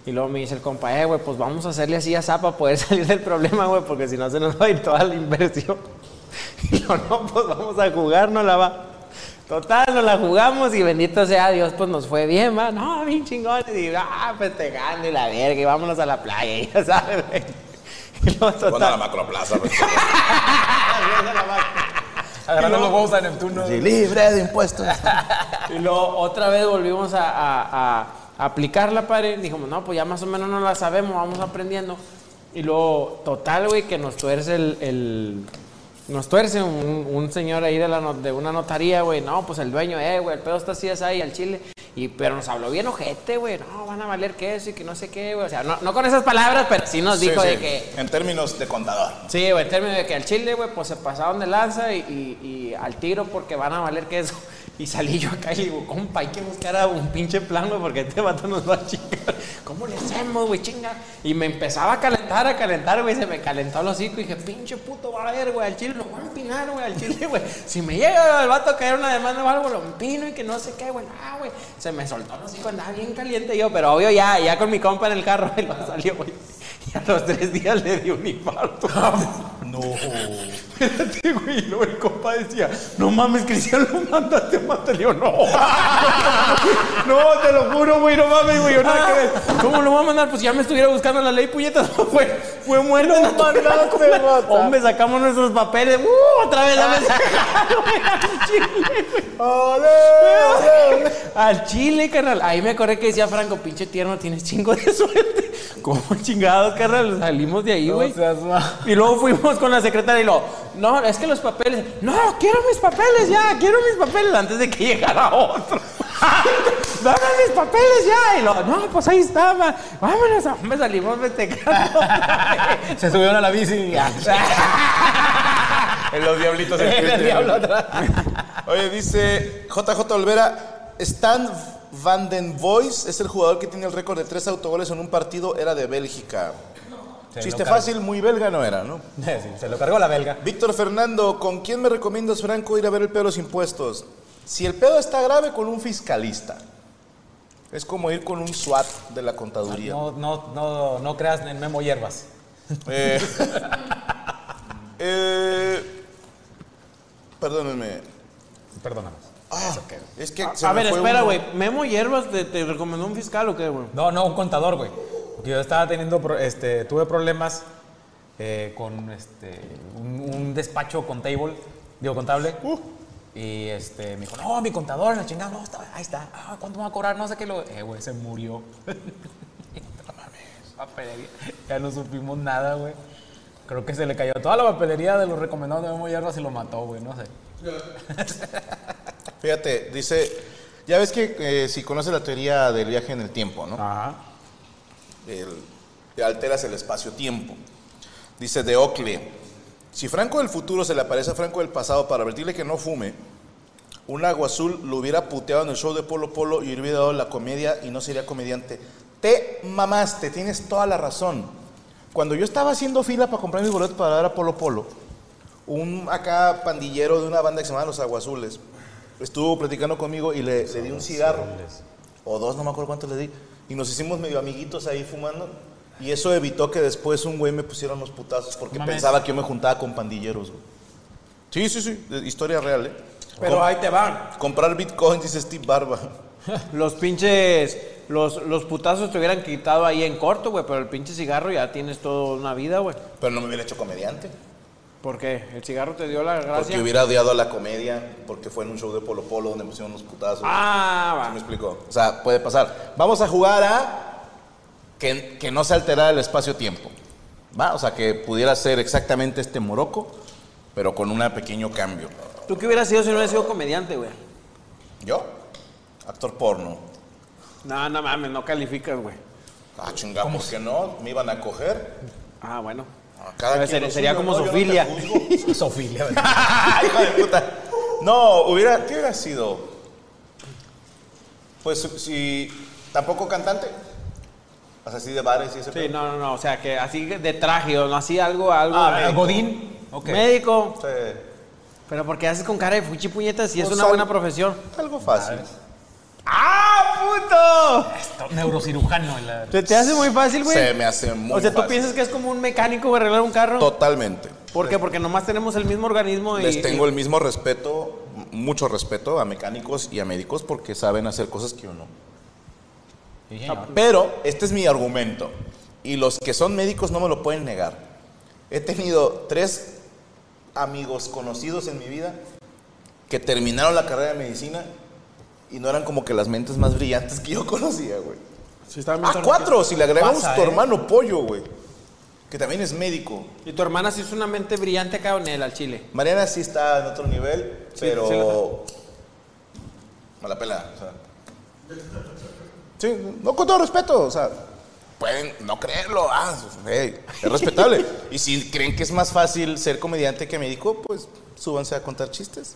[SPEAKER 3] Y luego me dice el compa, eh, güey, pues vamos a hacerle así a Zapa para poder salir del problema, güey, porque si no se nos va a ir toda la inversión. Y yo, no, pues vamos a jugar, no la va. Total, nos la jugamos y bendito sea Dios, pues nos fue bien, va. No, bien chingones. Y ah, festejando y la verga, y vámonos a la playa, y ya sabes, güey. Y luego,
[SPEAKER 1] Cuando a la
[SPEAKER 3] total,
[SPEAKER 1] macroplaza. güey.
[SPEAKER 2] Agarrando los huevos a Neptuno.
[SPEAKER 1] Sí, libre de impuestos.
[SPEAKER 3] Y luego otra vez volvimos a, a- a- a aplicarla, padre. Dijimos, no, pues ya más o menos no la sabemos, vamos aprendiendo. Y luego, total, güey, que nos tuerce el. el- nos tuerce un, un señor ahí de, la no- de una notaría, güey. No, pues el dueño, eh, güey, el pedo está así, es ahí, al chile. Y, pero nos habló bien ojete, güey. No, van a valer queso y que no sé qué, güey. O sea, no, no con esas palabras, pero sí nos dijo
[SPEAKER 1] Sí,
[SPEAKER 3] de
[SPEAKER 1] sí,
[SPEAKER 3] que.
[SPEAKER 1] En términos de contador.
[SPEAKER 3] Sí, güey, en términos de que al Chile, güey, pues se pasaron de lanza y, y- y al tiro porque van a valer queso. Y salí yo acá y digo, compa, hay que buscar a un pinche plan, güey, porque este vato nos va a chingar. ¿Cómo le hacemos, güey, chinga? Y me empezaba a calentar, a calentar, güey, se me calentó los hocico y dije, pinche puto, va a ver, güey, al Chile lo voy a empinar, güey, al Chile, güey. Si me llega el vato a caer una demanda o algo, lo empino y que no sé qué, güey, ah, güey. Se me soltó los hocico, andaba bien caliente yo, pero obvio ya, ya con mi compa en el carro, él salió, güey. Y a los tres días le di un infarto.
[SPEAKER 1] No. No.
[SPEAKER 2] Espérate, güey. Y luego el compa decía, no mames, Cristian, lo mandaste a matar. Le digo, no. no, te lo juro, güey, no mames, güey. Yo nada que ver.
[SPEAKER 3] ¿Cómo lo voy a mandar? Pues ya me estuviera buscando la ley, puñetas. Fue, fue muerto.
[SPEAKER 7] Lo mandaste, mata.
[SPEAKER 3] Hombre, sacamos nuestros papeles. ¡Uh! Otra vez la me sacaron, güey, al chile, güey. Al chile, carnal. Ahí me acordé que decía Franco, pinche tierno, tienes chingo de suerte. ¿Cómo chingados, carnal? Salimos de ahí, güey. Y luego fuimos con la secretaria y lo, no, es que los papeles, no, quiero mis papeles ya, quiero mis papeles antes de que llegara otro. Dame mis papeles ya. Y lo, no, pues ahí estaba. Vámonos, hombre, salimos festejando.
[SPEAKER 2] Se subieron a la bici.
[SPEAKER 1] En los diablitos. en Twitter. Oye, dice JJ Olvera, Stan Van Den Voice es el jugador que tiene el récord de tres autogoles en un partido, era de Bélgica. Chiste fácil, muy belga no era, ¿no?
[SPEAKER 2] Sí, se lo cargó la belga.
[SPEAKER 1] Víctor Fernando, ¿con quién me recomiendas, Franco, ir a ver el pedo de los impuestos? Si el pedo está grave, con un fiscalista. Es como ir con un SWAT de la contaduría.
[SPEAKER 2] No, no, no, no creas en Memo Hierbas.
[SPEAKER 1] Eh, eh, perdónenme.
[SPEAKER 2] Perdóname.
[SPEAKER 1] Es que se
[SPEAKER 3] A
[SPEAKER 1] me
[SPEAKER 3] ver,
[SPEAKER 1] fue
[SPEAKER 3] espera,
[SPEAKER 1] uno.
[SPEAKER 3] güey. ¿Memo Hierbas te, te recomendó un fiscal o qué, güey?
[SPEAKER 2] No, no, un contador, güey. Porque yo estaba teniendo, pro- este, tuve problemas eh, con este, un, un despacho contable, digo contable. Y este, me dijo, no, mi contador, la chingada, no, está- ahí está. Ah, ¿Cuánto me va a cobrar? No sé qué lo. Eh, güey, se murió. No mames, papelería. Ya no supimos nada, güey. Creo que se le cayó toda la papelería de los recomendados de Memo Hierbas y lo mató, güey, no sé.
[SPEAKER 1] Fíjate, dice, ya ves que eh, si conoces la teoría del viaje en el tiempo, ¿no?
[SPEAKER 2] Ajá.
[SPEAKER 1] el- te alteras el espacio-tiemcle. Dice de Ocle, si Franco del futuro se le aparece a Franco del pasado para advertirle que no fume, un agua azul lo hubiera puteado en el show de Polo Polo y hubiera dado la comedia y no sería comediante. Te mamaste, tienes toda la razón. Cuando yo estaba haciendo fila para comprar mis boletos para dar a Polo Polo, un acá pandillero de una banda que se llama Los Aguazules estuvo platicando conmigo y le, le di un cigarro o dos, no me acuerdo cuánto le di. Y nos hicimos medio amiguitos ahí fumando. Y eso evitó que después un güey me pusiera unos putazos porque
[SPEAKER 2] Mames.
[SPEAKER 1] pensaba que yo me juntaba con pandilleros, güey. Sí, sí, sí, de- historia real, ¿eh?
[SPEAKER 3] Pero
[SPEAKER 1] Com-
[SPEAKER 3] ahí te van.
[SPEAKER 1] Comprar bitcoins, dice Steve Barba.
[SPEAKER 3] Los pinches. Los, los putazos te hubieran quitado ahí en corto, güey. Pero el pinche cigarro ya tienes toda una vida, güey.
[SPEAKER 1] Pero no me hubiera hecho comediante.
[SPEAKER 3] ¿Por qué? El cigarro te dio la
[SPEAKER 1] Porque
[SPEAKER 3] gracia.
[SPEAKER 1] hubiera odiado a la comedia, porque fue en un show de Polo Polo donde me pusieron unos putazos. ¿Sí
[SPEAKER 3] Ah,
[SPEAKER 1] me
[SPEAKER 3] va.
[SPEAKER 1] explico? O sea, puede pasar. Vamos a jugar a que, que no se alterara el espacio-tiempo. ¿Va? O sea, que pudiera ser exactamente este moroco, pero con un pequeño cambio.
[SPEAKER 3] ¿Tú qué hubieras sido si no hubieras sido comediante, güey?
[SPEAKER 1] ¿Yo? Actor porno.
[SPEAKER 3] No, no mames, no calificas, güey.
[SPEAKER 1] Ah, chinga, ¿por qué no? ¿Me iban a coger?
[SPEAKER 3] Ah, bueno.
[SPEAKER 1] Ah, cada
[SPEAKER 3] Pero
[SPEAKER 1] quien
[SPEAKER 3] sería-
[SPEAKER 1] lo
[SPEAKER 3] sería
[SPEAKER 1] suyo,
[SPEAKER 3] como
[SPEAKER 1] ¿no? Yo no te
[SPEAKER 3] Sofilia.
[SPEAKER 1] juzgo.
[SPEAKER 2] Sofía, ¿verdad?
[SPEAKER 1] Ah, hijo de puta. No, hubiera, ¿qué hubiera sido? Pues si tampoco cantante. O sea, así de bares y ese
[SPEAKER 3] Sí,
[SPEAKER 1] pedo.
[SPEAKER 3] no, no, no. O sea, que así de traje o no, así algo, algo.
[SPEAKER 2] Ah,
[SPEAKER 3] eh,
[SPEAKER 2] Godín. Ok.
[SPEAKER 3] Médico.
[SPEAKER 1] Sí.
[SPEAKER 3] Pero porque haces con cara de fuchi puñetas si es
[SPEAKER 1] O
[SPEAKER 3] una
[SPEAKER 1] sal-
[SPEAKER 3] buena profesión.
[SPEAKER 1] Algo fácil.
[SPEAKER 3] ¡Ah, puto!
[SPEAKER 2] Neurocirujano. la-
[SPEAKER 3] ¿Te, te hace muy fácil, güey?
[SPEAKER 1] Se me hace muy
[SPEAKER 3] O sea, ¿tú
[SPEAKER 1] fácil.
[SPEAKER 3] piensas que es como un mecánico güey, arreglar un carro?
[SPEAKER 1] Totalmente.
[SPEAKER 3] ¿Por qué? Porque nomás tenemos el mismo organismo y...
[SPEAKER 1] Les tengo el mismo respeto, m- mucho respeto a mecánicos y a médicos porque saben hacer cosas que uno.
[SPEAKER 2] Sí, señor.
[SPEAKER 1] Pero este es mi argumento. Y los que son médicos no me lo pueden negar. He tenido tres amigos conocidos en mi vida que terminaron la carrera de medicina y no eran como que las mentes más brillantes que yo conocía, güey.
[SPEAKER 3] Sí, está bien
[SPEAKER 1] Ah,
[SPEAKER 3] torpe.
[SPEAKER 1] cuatro, si le agregamos
[SPEAKER 2] Pasa,
[SPEAKER 1] tu
[SPEAKER 2] ¿eh?
[SPEAKER 1] hermano pollo, güey. Que también es médico.
[SPEAKER 3] Y tu hermana sí es una mente brillante acá en el al chile.
[SPEAKER 1] Mariana sí está en otro nivel,
[SPEAKER 3] Sí, sí
[SPEAKER 1] pero.
[SPEAKER 3] lo
[SPEAKER 1] me la pela, o sea. Sí, no con todo respeto, o sea. Pueden no creerlo, ah, hey, es respetable. y si creen que es más fácil ser comediante que médico, pues súbanse a contar chistes.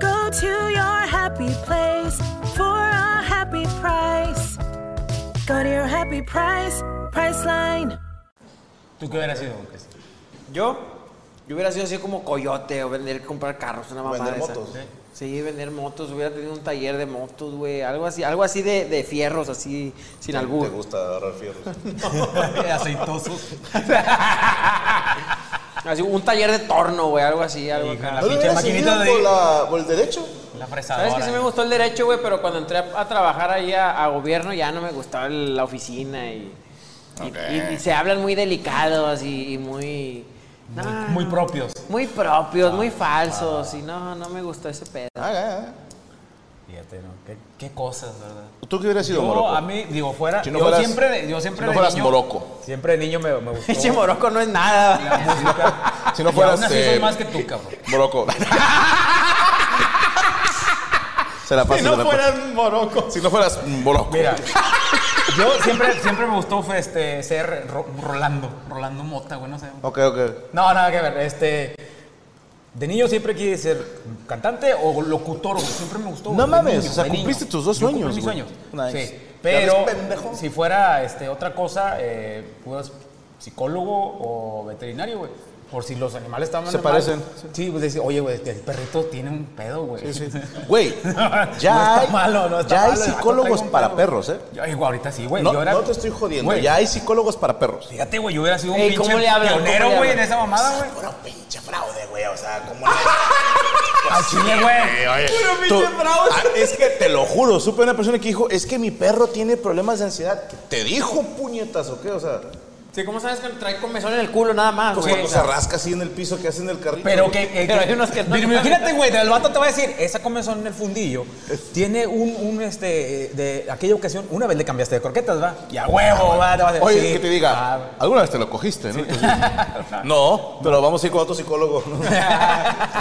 [SPEAKER 8] Go to your happy place for a happy price. Go to your happy price, Priceline.
[SPEAKER 2] ¿Tú qué hubieras sido? Lucas?
[SPEAKER 3] Yo, yo hubiera sido así como coyote o vender, comprar carros, una mamada.
[SPEAKER 1] Vender
[SPEAKER 3] de esas.
[SPEAKER 1] motos, ¿sí?
[SPEAKER 3] Sí, vender motos. Hubiera tenido un taller de motos, güey. Algo así, algo así de, de fierros, así, sin
[SPEAKER 1] ¿Te
[SPEAKER 3] albur.
[SPEAKER 1] gusta agarrar fierros?
[SPEAKER 2] Aceitosos.
[SPEAKER 3] Así, un taller de torno, güey, algo así, algo
[SPEAKER 2] Hija,
[SPEAKER 3] acá.
[SPEAKER 2] la
[SPEAKER 1] ¿No le
[SPEAKER 2] pinche
[SPEAKER 1] hubieras
[SPEAKER 2] maquinita
[SPEAKER 1] seguido
[SPEAKER 2] de.
[SPEAKER 1] por, la, por el derecho?
[SPEAKER 2] La fresadora.
[SPEAKER 3] Sabes que sí me gustó el derecho, güey, pero cuando entré a, a trabajar ahí a, a gobierno ya no me gustaba el- la oficina y, y-
[SPEAKER 1] Ok.
[SPEAKER 3] y- y se hablan muy delicados y, y muy... no,
[SPEAKER 2] Muy propios.
[SPEAKER 3] muy propios, muy falsos y no, no me gustó ese pedo.
[SPEAKER 1] Ah, ah,
[SPEAKER 2] Fíjate, ¿no? Qué, qué cosas, ¿verdad?
[SPEAKER 1] ah. ¿Tú qué hubieras sido,
[SPEAKER 2] Yo,
[SPEAKER 1] Moroco?
[SPEAKER 2] a mí, digo, fuera.
[SPEAKER 1] Si no
[SPEAKER 2] yo,
[SPEAKER 1] fueras-
[SPEAKER 2] siempre, de- yo siempre.
[SPEAKER 1] si no
[SPEAKER 2] de
[SPEAKER 1] fueras
[SPEAKER 2] niño-
[SPEAKER 1] Moroco.
[SPEAKER 2] Siempre de niño me, me gustó.
[SPEAKER 3] Pinche moroco no es nada.
[SPEAKER 2] La música.
[SPEAKER 1] Si no
[SPEAKER 2] Y
[SPEAKER 1] fueras,
[SPEAKER 2] aún así
[SPEAKER 1] eh,
[SPEAKER 2] soy más que tú, cabrón.
[SPEAKER 1] Moroco. se la pasa.
[SPEAKER 2] Si no
[SPEAKER 1] se la pasa.
[SPEAKER 2] fueras Moroco.
[SPEAKER 1] Si no fueras Moroco.
[SPEAKER 2] Mira, yo siempre, siempre me gustó fue, este, ser Ro- Rolando. Rolando Mota, güey, no sé.
[SPEAKER 1] Ok, ok.
[SPEAKER 2] No, nada que ver. Este. De niño siempre quise ser cantante o locutor, güey. Siempre me gustó.
[SPEAKER 1] No
[SPEAKER 2] güey, de
[SPEAKER 1] mames,
[SPEAKER 2] niño,
[SPEAKER 1] o sea,
[SPEAKER 2] de niño.
[SPEAKER 1] cumpliste tus dos
[SPEAKER 2] Yo cumplí
[SPEAKER 1] sueños,
[SPEAKER 2] mis
[SPEAKER 1] güey.
[SPEAKER 2] sueños.
[SPEAKER 1] Nice.
[SPEAKER 2] Sí.
[SPEAKER 1] ¿Ya
[SPEAKER 2] Pero
[SPEAKER 1] ves, pendejo?
[SPEAKER 2] si fuera este, otra cosa, eh, pues, psicólogo o veterinario, güey. Por si los animales estaban
[SPEAKER 1] Se
[SPEAKER 2] mal.
[SPEAKER 1] parecen.
[SPEAKER 2] Sí, pues decir, oye, güey, el perrito tiene un pedo, güey.
[SPEAKER 1] Sí, sí. Güey, ya
[SPEAKER 2] No está
[SPEAKER 1] hay,
[SPEAKER 2] malo, no está
[SPEAKER 1] ya hay
[SPEAKER 2] malo, el gato
[SPEAKER 1] psicólogos
[SPEAKER 2] trae un
[SPEAKER 1] para
[SPEAKER 2] perro.
[SPEAKER 1] perros, ¿eh?
[SPEAKER 2] Yo, igual, ahorita sí, güey.
[SPEAKER 1] No,
[SPEAKER 2] yo era-
[SPEAKER 1] no te estoy jodiendo.
[SPEAKER 2] Güey,
[SPEAKER 1] Ya hay psicólogos para perros.
[SPEAKER 2] Fíjate, güey, yo hubiera sido un
[SPEAKER 3] Ey,
[SPEAKER 2] pinche
[SPEAKER 3] ¿cómo le hablan?
[SPEAKER 2] pionero,
[SPEAKER 3] ¿Cómo le
[SPEAKER 2] güey, en
[SPEAKER 3] hablan?
[SPEAKER 2] esa mamada, güey.
[SPEAKER 1] Puro pinche fraude, güey. O sea, ¿cómo le
[SPEAKER 2] Al chile, güey.
[SPEAKER 1] Eh, Tú- Ah, es que te lo juro, supe una persona que dijo, es que mi perro tiene problemas de ansiedad. ¿Qué ¿Te dijo puñetas o qué? O sea,
[SPEAKER 3] Sí, ¿cómo sabes que trae comezón en el culo nada más,
[SPEAKER 1] pues
[SPEAKER 3] güey?
[SPEAKER 1] cuando se rasca así en el piso que hacen el carrito.
[SPEAKER 2] Pero que. eh, que-
[SPEAKER 3] Pero hay unos que no.
[SPEAKER 2] Pero imagínate, güey, el vato te va a decir, esa comezón en el fundillo tiene un, un este, eh, de aquella ocasión, una vez le cambiaste de croquetas, va. Y a huevo, va, te va a decir.
[SPEAKER 1] Ah, Oye,
[SPEAKER 2] sí.
[SPEAKER 1] que te diga,
[SPEAKER 2] Ah,
[SPEAKER 1] alguna vez te lo cogiste, ¿no? Entonces, no, pero vamos a ir con otro psicólogo.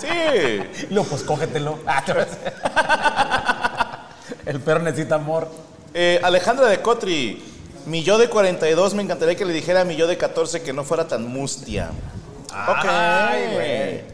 [SPEAKER 1] sí.
[SPEAKER 2] lo, pues cógetelo. Ah, te va a decir. el perro necesita amor.
[SPEAKER 1] Eh, Alejandra de Cotri, mi yo de 42, me encantaría que le dijera a mi yo de 14 que no fuera tan mustia.
[SPEAKER 2] Ay, güey.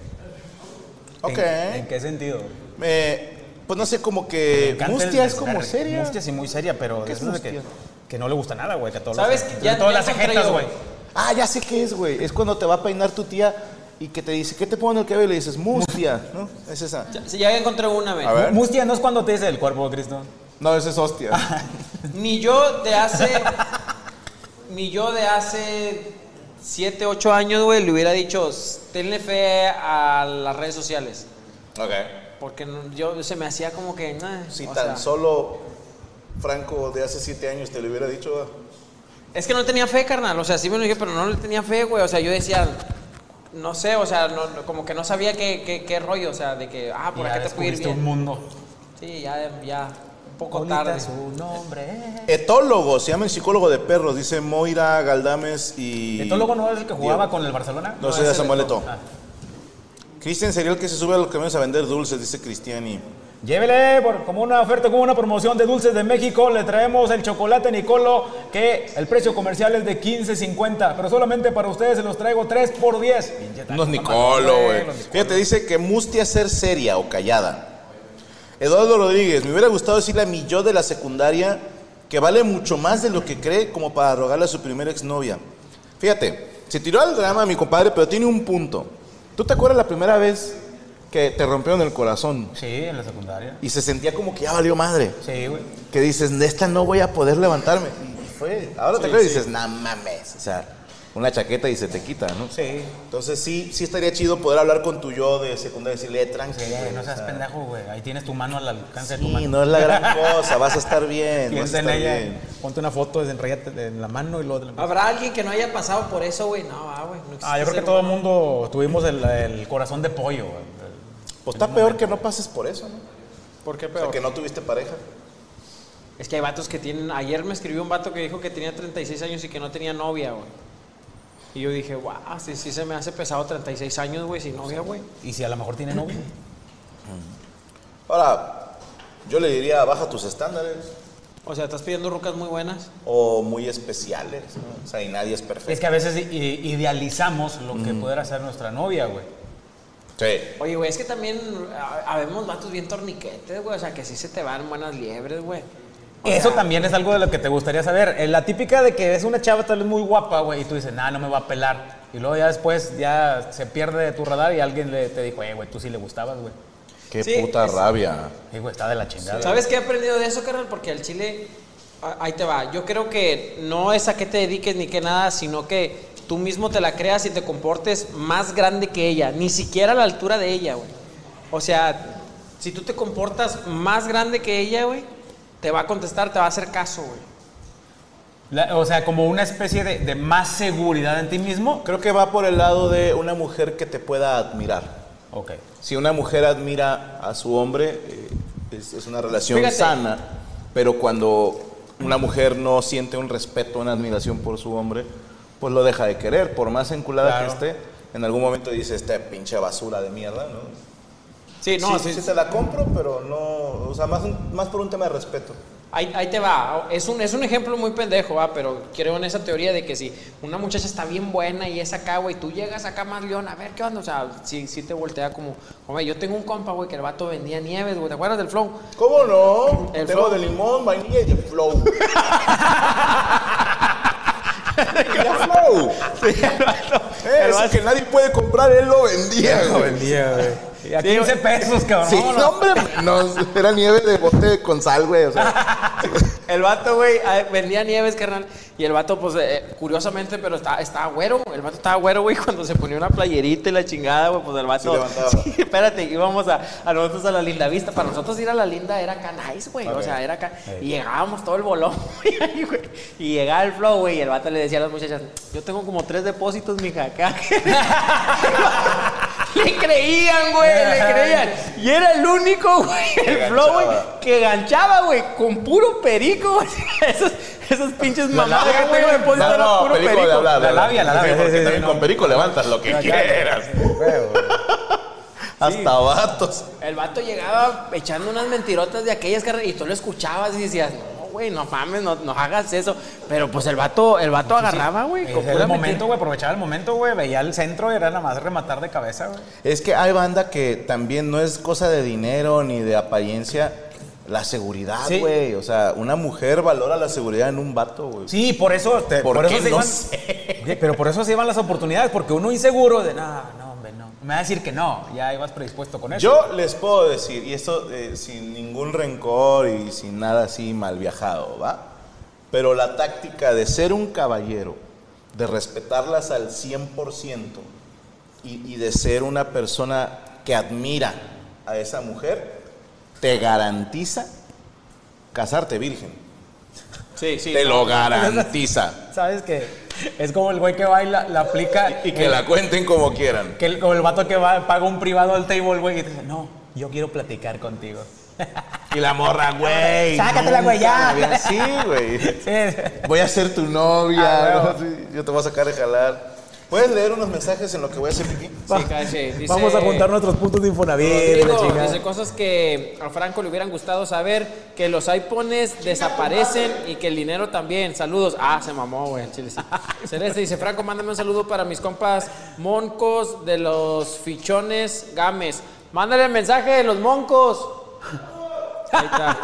[SPEAKER 1] Ok.
[SPEAKER 2] ¿En, en qué sentido?
[SPEAKER 1] Eh, pues no sé, como
[SPEAKER 2] Me
[SPEAKER 1] que
[SPEAKER 2] encanta
[SPEAKER 1] mustia
[SPEAKER 2] el-
[SPEAKER 1] es como
[SPEAKER 2] la-
[SPEAKER 1] seria.
[SPEAKER 2] Mustia sí, muy seria, pero
[SPEAKER 1] ¿Qué es
[SPEAKER 2] es de que,
[SPEAKER 1] mustia?
[SPEAKER 2] que no le gusta nada, güey, que a todos los-
[SPEAKER 3] ¿Sabes? que Ya,
[SPEAKER 2] todas
[SPEAKER 3] ya
[SPEAKER 2] las
[SPEAKER 3] encontré
[SPEAKER 2] cejetas,
[SPEAKER 3] yo.
[SPEAKER 2] güey.
[SPEAKER 1] Ah, ya sé qué es, güey. Es cuando te va a peinar tu tía y que te dice, ¿qué te pongo en el cabello? Y le dices, mustia, ¿no? Es esa.
[SPEAKER 3] Sí, ya encontré una, güey.
[SPEAKER 1] A ver.
[SPEAKER 2] Mustia no es cuando te dice el cuerpo, Cristo.
[SPEAKER 1] No, esa es hostia.
[SPEAKER 3] Mi yo de hace. mi yo de hace 7, 8 años, güey, le hubiera dicho: tenle fe a las redes sociales.
[SPEAKER 1] ok.
[SPEAKER 3] Porque no- yo se me hacía como que. "Nah",
[SPEAKER 1] Si
[SPEAKER 3] o
[SPEAKER 1] tan
[SPEAKER 3] sea,
[SPEAKER 1] solo Franco de hace siete años te lo hubiera dicho.
[SPEAKER 3] Es que no tenía fe, carnal. O sea, sí me lo dije, pero no le tenía fe, güey. O sea, yo decía. No sé, o sea, no- no- como que no sabía qué, qué, qué rollo, o sea, de que, ah, por
[SPEAKER 2] Ya
[SPEAKER 3] acá te puedo ir
[SPEAKER 2] descubriste un
[SPEAKER 3] bien.
[SPEAKER 2] mundo.
[SPEAKER 3] Sí, ya, ya, un poco
[SPEAKER 2] Bonita
[SPEAKER 3] tarde.
[SPEAKER 2] su nombre.
[SPEAKER 1] Etólogo, se llama el psicólogo de perros, dice Moira Galdames y.
[SPEAKER 2] ¿Etólogo no es el que jugaba
[SPEAKER 1] Diego.
[SPEAKER 2] con el Barcelona?
[SPEAKER 1] No, ese era
[SPEAKER 2] es el
[SPEAKER 1] Samuel
[SPEAKER 2] Eto'o.
[SPEAKER 1] Eto'o.
[SPEAKER 2] Ah.
[SPEAKER 1] Ah. Cristian sería el que se sube a los camiones a vender dulces, dice Cristiani.
[SPEAKER 2] Llévele por- como una oferta, como una promoción de dulces de México. Le traemos el chocolate Nicolo, que el precio comercial es de 15.50. Pero solamente para ustedes se los traigo 3 por 10.
[SPEAKER 1] Unos Nicolo, güey.
[SPEAKER 2] los Nicolo.
[SPEAKER 1] Fíjate, dice que mustia es ser seria o callada. Eduardo Rodríguez, me hubiera gustado decirle a mi yo de la secundaria que vale mucho más de lo que cree como para rogarle a su primera exnovia. Fíjate, se tiró al drama mi compadre, pero tiene un punto. ¿Tú te acuerdas la primera vez que te rompieron el corazón
[SPEAKER 2] Sí, en la secundaria.
[SPEAKER 1] y se sentía como que ya valió madre?
[SPEAKER 2] Sí, güey.
[SPEAKER 1] Que dices, de esta no voy a poder levantarme. Y fue. Ahora te acuerdas y dices, nah mames. O sea, una chaqueta y se te quita, ¿no?
[SPEAKER 2] Sí.
[SPEAKER 1] Entonces sí, sí estaría chido poder hablar con tu yo de secundaria y decirle, tranquilo.
[SPEAKER 2] Sí, no seas pendejo, güey. Ahí tienes tu mano al alcance de tu
[SPEAKER 1] Sí,
[SPEAKER 2] mano.
[SPEAKER 1] no es la gran cosa, vas a estar bien, vas a
[SPEAKER 2] Piensa en
[SPEAKER 1] estar
[SPEAKER 2] ella.
[SPEAKER 1] bien.
[SPEAKER 2] Ponte una foto, desenrayate en la mano y luego te la
[SPEAKER 3] ¿Habrá alguien que no haya pasado por eso, güey? No, ah, güey. no
[SPEAKER 2] Ah,
[SPEAKER 3] existe
[SPEAKER 2] yo creo que
[SPEAKER 3] ser
[SPEAKER 2] todo el
[SPEAKER 3] humano.
[SPEAKER 2] mundo tuvimos el, el corazón de pollo, güey.
[SPEAKER 1] Pues está peor que no pases por eso, ¿no?
[SPEAKER 3] ¿Por qué
[SPEAKER 1] O sea,
[SPEAKER 3] peor?
[SPEAKER 1] que no tuviste pareja.
[SPEAKER 3] Es que hay vatos que tienen. Ayer me escribió un vato que dijo que tenía 36 años y que no tenía novia, güey. Y yo dije, guau, sí, sí se me hace pesado 36 años, güey, sin novia, güey.
[SPEAKER 2] Y si a lo mejor tiene novio.
[SPEAKER 1] Ahora, yo le diría, baja tus estándares.
[SPEAKER 9] O sea, estás pidiendo rucas muy buenas.
[SPEAKER 1] O muy especiales. ¿no? O sea, y nadie es perfecto.
[SPEAKER 2] Es que a veces i- i- idealizamos lo que pudiera ser nuestra novia, güey.
[SPEAKER 1] Sí.
[SPEAKER 3] Oye, güey, es que también ah, habemos vatos bien torniquetes, güey. O sea, que sí se te van buenas liebres, güey. O
[SPEAKER 2] Eso
[SPEAKER 3] sea,
[SPEAKER 2] también es algo de lo que te gustaría saber. Eh, La típica de que es una chava tal vez muy guapa, güey, y tú dices, nah, no me va a pelar. Y luego ya después ya se pierde de tu radar y alguien le, te dijo, eh, güey, tú sí le gustabas, güey.
[SPEAKER 1] Qué
[SPEAKER 3] Sí,
[SPEAKER 1] puta
[SPEAKER 3] es-
[SPEAKER 1] rabia.
[SPEAKER 2] Y, güey, está de la chingada.
[SPEAKER 3] ¿Sabes qué he aprendido de eso, carnal? Porque al chile, a- ahí te va. Yo creo que no es a qué te dediques ni qué nada, sino que tú mismo te la creas y te comportes más grande que ella, ni siquiera a la altura de ella, güey. O sea, si tú te comportas más grande que ella, güey, te va a contestar, te va a hacer caso, güey.
[SPEAKER 2] La- o sea, como una especie de, de más seguridad en ti mismo.
[SPEAKER 1] Creo que va por el lado de una mujer que te pueda admirar.
[SPEAKER 2] Ok.
[SPEAKER 1] Si una mujer admira a su hombre, eh, es, es una relación
[SPEAKER 3] Fíjate.
[SPEAKER 1] sana, pero cuando una mujer no siente un respeto, una admiración por su hombre, pues lo deja de querer, por más enculada
[SPEAKER 2] Claro.
[SPEAKER 1] que esté. En algún momento dice, esta pinche basura de mierda, ¿no?
[SPEAKER 3] Sí, no, sí,
[SPEAKER 1] sí, sí te la compro, pero no, o sea, más, un- más por un tema de respeto.
[SPEAKER 3] Ahí, ahí te va. Es un, es un ejemplo muy pendejo, ¿va? pero creo en esa teoría de que si una muchacha está bien buena y es acá, güey, tú llegas acá más león, a ver qué onda. O sea, sí, sí te voltea como, hombre, yo tengo un compa, güey, que el vato vendía nieves, güey, ¿te acuerdas del flow?
[SPEAKER 1] ¿Cómo no?
[SPEAKER 3] El
[SPEAKER 1] Tengo
[SPEAKER 3] flow.
[SPEAKER 1] de limón, vainilla y de flow. Y de flow. Eh, eso que nadie puede comprar, él lo vendía, güey.
[SPEAKER 2] Y a 15 pesos, cabrón.
[SPEAKER 1] Sí,
[SPEAKER 2] vámonos.
[SPEAKER 1] no, hombre, menos. Era nieve de bote con sal, güey. O sea,
[SPEAKER 3] El vato, güey, ah, vendía nieves, carnal. Y el vato, pues, eh, curiosamente, pero está- estaba güero. El vato estaba güero, güey, cuando se ponía una playerita y la chingada, güey, pues el vato.
[SPEAKER 1] Sí, levantaba.
[SPEAKER 3] Sí, espérate, íbamos a, a nosotros a la linda vista. Para nosotros ir a la linda era acá nice, güey. O
[SPEAKER 1] Ok.
[SPEAKER 3] sea, era acá. Y llegábamos todo el bolón, güey, ahí, güey. Y llegaba el flow, güey, y el vato le decía a las muchachas: Yo tengo como tres depósitos, mija, acá. Le creían, güey, le creían. Y era el único, güey, el flow, güey, que ganchaba, güey, con puro perico. güey. Esos, esos pinches mamadas que tengo
[SPEAKER 2] Pues
[SPEAKER 3] de depósito
[SPEAKER 1] no,
[SPEAKER 3] eran
[SPEAKER 1] no,
[SPEAKER 3] puro
[SPEAKER 1] perico
[SPEAKER 3] perico.
[SPEAKER 1] de hablar, de
[SPEAKER 2] La
[SPEAKER 1] hablar.
[SPEAKER 2] labia, la
[SPEAKER 1] Sí,
[SPEAKER 2] labia,
[SPEAKER 1] porque
[SPEAKER 2] sí, sí,
[SPEAKER 1] también
[SPEAKER 2] no.
[SPEAKER 1] con perico levantas lo que quieras. Hasta vatos.
[SPEAKER 3] El vato llegaba echando unas mentirotas de aquellas carreras y tú lo escuchabas y decías, no, güey, no mames, no, no hagas eso. Pero pues el vato, el vato agarraba, güey, con pura
[SPEAKER 2] Era el momento,
[SPEAKER 3] mentira.
[SPEAKER 2] güey, aprovechaba el momento, güey, veía el centro y era nada más rematar de cabeza, güey.
[SPEAKER 1] Es que hay banda que también no es cosa de dinero ni de apariencia. La seguridad,
[SPEAKER 2] Sí.
[SPEAKER 1] güey. O sea, una mujer valora la seguridad en un vato, güey.
[SPEAKER 2] Sí, por eso, te-
[SPEAKER 1] ¿Por
[SPEAKER 2] por,
[SPEAKER 1] qué?
[SPEAKER 2] eso se
[SPEAKER 1] No
[SPEAKER 2] iban,
[SPEAKER 1] sé.
[SPEAKER 2] Sí, pero por eso se iban las oportunidades, porque uno inseguro de, no, no, hombre, no. Me va a decir que no, ya ibas predispuesto con eso.
[SPEAKER 1] Yo les puedo decir, y esto eh, sin ningún rencor y sin nada así mal viajado, ¿va? Pero la táctica de ser un caballero, de respetarlas al 100% y, y de ser una persona que admira a esa mujer, te garantiza casarte virgen.
[SPEAKER 3] Sí, sí.
[SPEAKER 1] Te lo garantiza.
[SPEAKER 2] ¿Sabes que Es como el güey que baila, la aplica.
[SPEAKER 1] Y que la cuenten como quieran.
[SPEAKER 2] que el, como el vato que va, paga un privado al table, güey, y te dice, no, yo quiero platicar contigo.
[SPEAKER 1] Y la morra, güey.
[SPEAKER 2] Sácatela, güey,
[SPEAKER 1] nunca
[SPEAKER 2] ya.
[SPEAKER 1] la vi así, güey.
[SPEAKER 2] Sí.
[SPEAKER 1] Voy a ser tu novia.
[SPEAKER 2] Ah,
[SPEAKER 1] sí, Yo te voy a sacar de jalar. ¿Puedes leer unos mensajes en lo que voy a hacer aquí?
[SPEAKER 3] Sí, sí, dice-
[SPEAKER 2] nuestros puntos de Infonavit,
[SPEAKER 3] Rodrigo dice cosas que a Franco le hubieran gustado saber, que los iPones desaparecen y que el dinero también. Saludos. Ah, se mamó, güey, al chile sí. Celeste dice, Franco, mándame un saludo para mis compas moncos de los fichones Games. Mándale el mensaje de los moncos. Ahí está.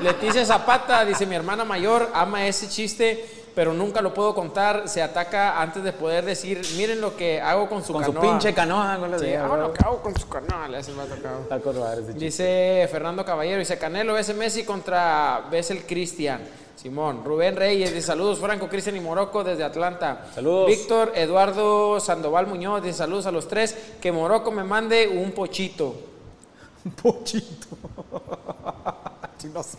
[SPEAKER 3] Leticia Zapata dice, mi hermana mayor ama ese chiste, pero nunca lo puedo contar. Se ataca antes de poder decir, miren lo que hago con su
[SPEAKER 2] Con su
[SPEAKER 3] canoa".
[SPEAKER 2] pinche canoa, con la
[SPEAKER 3] Sí,
[SPEAKER 2] de-
[SPEAKER 3] hago lo que hago con su canoa, le hace el vato acá. Dice Fernando Caballero, dice Canelo ese Messi contra ves el Cristian. Simón, Rubén Reyes, dice saludos Franco, Cristian y Morocco desde Atlanta. Saludos. Víctor Eduardo Sandoval Muñoz, dice saludos a los tres, que Morocco me mande un pochito.
[SPEAKER 2] Pochito. Sí, no sé.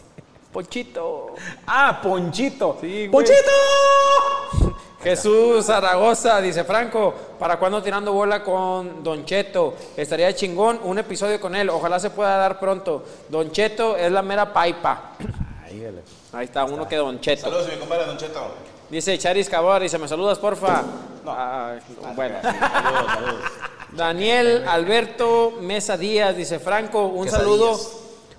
[SPEAKER 3] Pochito.
[SPEAKER 2] Ah, Ponchito.
[SPEAKER 3] Sí, güey.
[SPEAKER 2] ¡Ponchito!
[SPEAKER 3] Jesús Zaragoza, dice Franco, ¿para cuándo tirando bola con Don Cheto? Estaría chingón un episodio con él, ojalá se pueda dar pronto. Don Cheto es la mera paipa. Ahí está, uno que Don Cheto.
[SPEAKER 1] Saludos, mi compadre Don Cheto.
[SPEAKER 3] Dice Charis Cabar, dice, ¿me saludas, porfa? Ah, bueno. Daniel Alberto Mesa Díaz, dice, Franco, un saludo.
[SPEAKER 1] Quesadillas.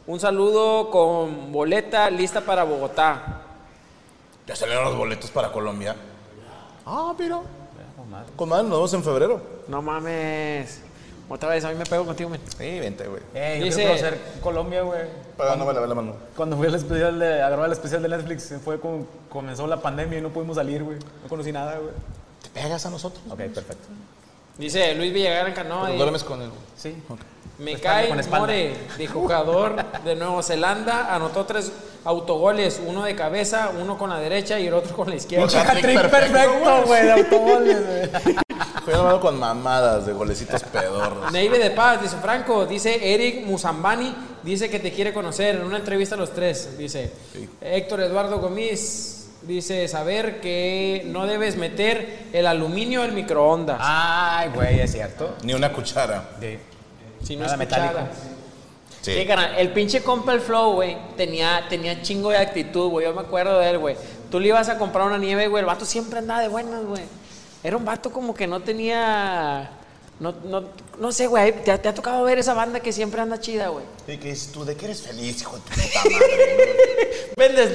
[SPEAKER 6] Un saludo con boleta lista para Bogotá.
[SPEAKER 1] Ya salieron los boletos para Colombia. Ah, mira. Con madre, nos vemos en febrero.
[SPEAKER 6] No mames. Otra vez, a mí me pego contigo, men.
[SPEAKER 1] Sí, vente, güey.
[SPEAKER 2] Eh, yo
[SPEAKER 6] Dice-
[SPEAKER 2] quiero conocer Colombia, güey.
[SPEAKER 1] Pero no me la ve la mano.
[SPEAKER 2] Cuando fui al especial de, a grabar el especial de Netflix, fue cuando comenzó la pandemia y no pudimos salir, güey. No conocí nada, güey.
[SPEAKER 1] ¿Te pegas a nosotros?
[SPEAKER 2] Ok, perfecto.
[SPEAKER 6] Dice Luis Villagrán Canoa.
[SPEAKER 1] Pero
[SPEAKER 6] y-
[SPEAKER 1] duermes con él.
[SPEAKER 2] Sí.
[SPEAKER 6] Me
[SPEAKER 2] Espalda
[SPEAKER 6] cae
[SPEAKER 2] con espalda.
[SPEAKER 6] More, de jugador de Nueva Zelanda, anotó tres autogoles, uno de cabeza, uno con la derecha y el otro con la izquierda.
[SPEAKER 2] Trick perfecto, güey, de autoboles, güey.
[SPEAKER 1] Fui hablando con mamadas de golecitos pedorros.
[SPEAKER 6] Neive de Paz, dice Franco, dice Eric Musambani, dice que te quiere conocer en una entrevista a los tres, dice Héctor Eduardo Gomis, dice saber que no debes meter el aluminio al microondas,
[SPEAKER 2] Ay, güey, es cierto.
[SPEAKER 1] Ni una cuchara.
[SPEAKER 6] si no es
[SPEAKER 2] nada metálico.
[SPEAKER 6] metálico.
[SPEAKER 1] Sí.
[SPEAKER 3] Sí, carnal, el pinche compa el Flow, güey, tenía, tenía chingo de actitud, güey. Yo me acuerdo de él, güey. Tú le ibas a comprar una nieve, güey. El vato siempre andaba de buenas, güey. Era un vato como que no tenía. No, no, no sé, güey. Te, te ha tocado ver esa banda que siempre anda chida, güey.
[SPEAKER 1] ¿Y qué dices tú? ¿De qué eres feliz, hijo de tu puta madre?
[SPEAKER 3] Vendes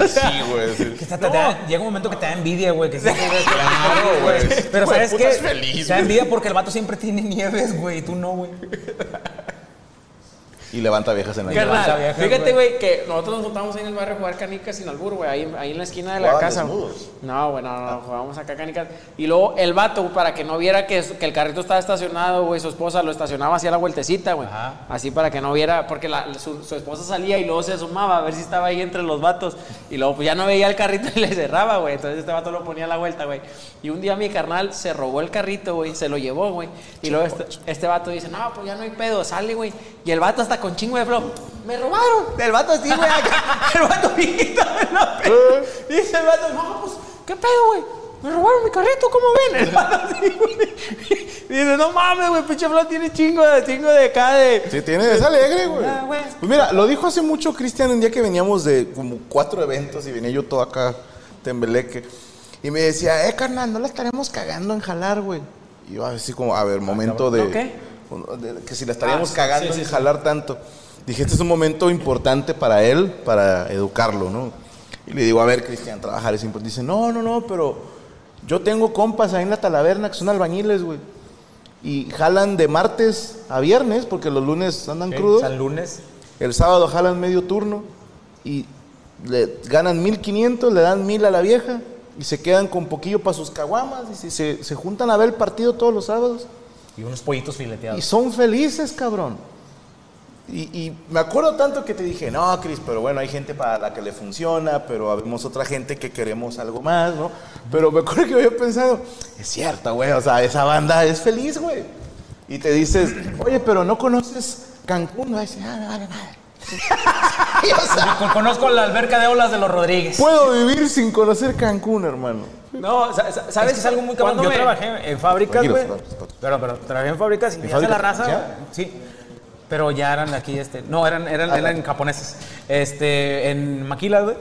[SPEAKER 3] o sea.
[SPEAKER 1] Sí, güey. sí.
[SPEAKER 2] Te- te da- llega un momento que te da envidia, güey. Que siempre ves-
[SPEAKER 1] Claro, güey.
[SPEAKER 2] Pero
[SPEAKER 1] Hijo de
[SPEAKER 2] sabes
[SPEAKER 1] puta
[SPEAKER 2] qué?
[SPEAKER 1] es feliz,
[SPEAKER 2] te da
[SPEAKER 1] güey.
[SPEAKER 2] envidia porque el vato siempre tiene nieves, güey, y tú no, güey.
[SPEAKER 1] Y levanta viejas en la
[SPEAKER 2] Carnal,
[SPEAKER 1] cara.
[SPEAKER 2] levanta
[SPEAKER 3] Carnal,
[SPEAKER 2] vieja,
[SPEAKER 3] fíjate,
[SPEAKER 2] güey.
[SPEAKER 3] güey, que nosotros nos juntamos ahí en el barrio a jugar canicas sin albur, güey, ahí, ahí en la esquina de la
[SPEAKER 1] ¿Jugaban
[SPEAKER 3] casa.
[SPEAKER 1] desnudos?
[SPEAKER 3] No, güey, no, no, no, jugábamos acá canicas. Y luego el vato, para que no viera que, que el carrito estaba estacionado, güey, su esposa lo estacionaba así a la vueltecita, güey. Así para que no viera, porque la- su, su esposa salía y luego se asomaba a ver si estaba ahí entre los vatos. Y luego pues, ya no veía el carrito y le cerraba, güey. Entonces este vato lo ponía a la vuelta, güey. Y un día mi carnal se robó el carrito, güey, se lo llevó, güey. Y luego este, este vato dice, no, pues ya no hay pedo, sale, güey. Y el vato hasta con chingo de flow, me robaron.
[SPEAKER 6] El vato sí, güey,
[SPEAKER 3] El vato bien quitado en la peda. Dice el vato, no, pues, ¿qué pedo, güey? Me robaron mi carrito, ¿cómo ven? El vato así, güey. Dice, no mames, güey, pinche Flo tiene chingo de, chingo de acá de...
[SPEAKER 1] Sí, tiene, es alegre, güey.
[SPEAKER 3] Ah, güey.
[SPEAKER 1] Pues mira, lo dijo hace mucho Cristian un día que veníamos de como cuatro eventos y venía yo todo acá, tembeleque. Y me decía, eh, carnal, no la estaremos cagando en jalar, güey. Y yo así como, a ver, momento de,
[SPEAKER 3] ¿no qué?
[SPEAKER 1] uno- de- Que si la estaríamos cagando en jalar tanto. Dije, este es un momento importante para él, para educarlo, ¿no? Y le digo, a ver, Cristian, trabajar es importante. Dice, no, no, no, pero yo tengo compas ahí en la talaverna que son albañiles, güey. Y jalan de martes a viernes, porque los lunes andan crudos.
[SPEAKER 2] San lunes.
[SPEAKER 1] El sábado jalan medio turno y le ganan 1500, le dan 1000 a la vieja y se quedan con poquillo para sus caguamas y se, se- se juntan a ver el partido todos los sábados
[SPEAKER 2] Y unos pollitos
[SPEAKER 1] y
[SPEAKER 2] fileteados.
[SPEAKER 1] son felices, cabrón. Y, y me acuerdo tanto que te dije, no, Cris, pero bueno, hay gente para la que le funciona, pero habemos otra gente que queremos algo más, ¿no? Pero me acuerdo que yo había pensado, es cierto, güey, o sea, esa banda es feliz, güey. Y te dices, oye, pero no conoces Cancún, no, dice, ah, me vale madre. Y, o sea,
[SPEAKER 2] Con- Conozco la alberca de olas de los Rodríguez.
[SPEAKER 1] Puedo vivir sin conocer Cancún, hermano.
[SPEAKER 2] No, sa- sa- ¿sabes?
[SPEAKER 6] Es que
[SPEAKER 2] Es algo muy cabrón.
[SPEAKER 6] cuando
[SPEAKER 2] Yo
[SPEAKER 6] me-
[SPEAKER 2] trabajé en fábricas, güey.
[SPEAKER 1] Tranquilos, tranquilos.
[SPEAKER 2] Pero, pero trabajé en fábricas y
[SPEAKER 1] ¿En
[SPEAKER 2] ya se la
[SPEAKER 1] fábricas?
[SPEAKER 2] raza.
[SPEAKER 1] ¿Ya?
[SPEAKER 2] Sí. Pero ya eran aquí, este. No, eran, eran,
[SPEAKER 1] Ah,
[SPEAKER 2] eran japoneses. Este, en Maquila, güey.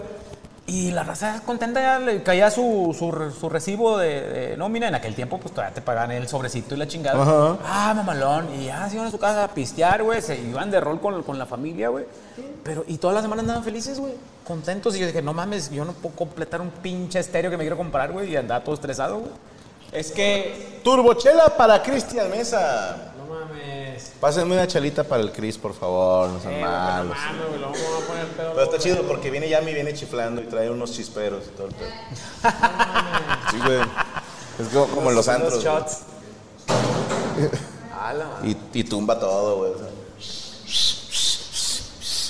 [SPEAKER 2] Y la raza contenta, ya le caía su, su, re- su recibo de, de nómina. En aquel tiempo, pues todavía te pagaban el sobrecito y la chingada.
[SPEAKER 1] Ajá.
[SPEAKER 2] Ah, mamalón. Y ya se iban a su casa a pistear, güey. Se iban de rol con, con la familia, güey. Pero, y todas las semanas andaban felices, güey. Contentos. Y yo dije, no mames, yo no puedo completar un pinche estéreo que me quiero comprar, güey. Y andaba todo estresado, güey.
[SPEAKER 6] Es que,
[SPEAKER 1] Turbochela para Cristian Mesa.
[SPEAKER 6] no mames.
[SPEAKER 1] Pásenme una chelita para el Cris, por favor, no sean
[SPEAKER 6] Eh, güey, pero no
[SPEAKER 1] malos.
[SPEAKER 6] mames, güey, luego me voy a poner pedo.
[SPEAKER 1] Pero está chido porque viene Yami y viene chiflando y trae unos chisperos y todo el pedo. Sí, güey. Es como, como en los antros. güey. Y, y tumba todo, güey. o sea.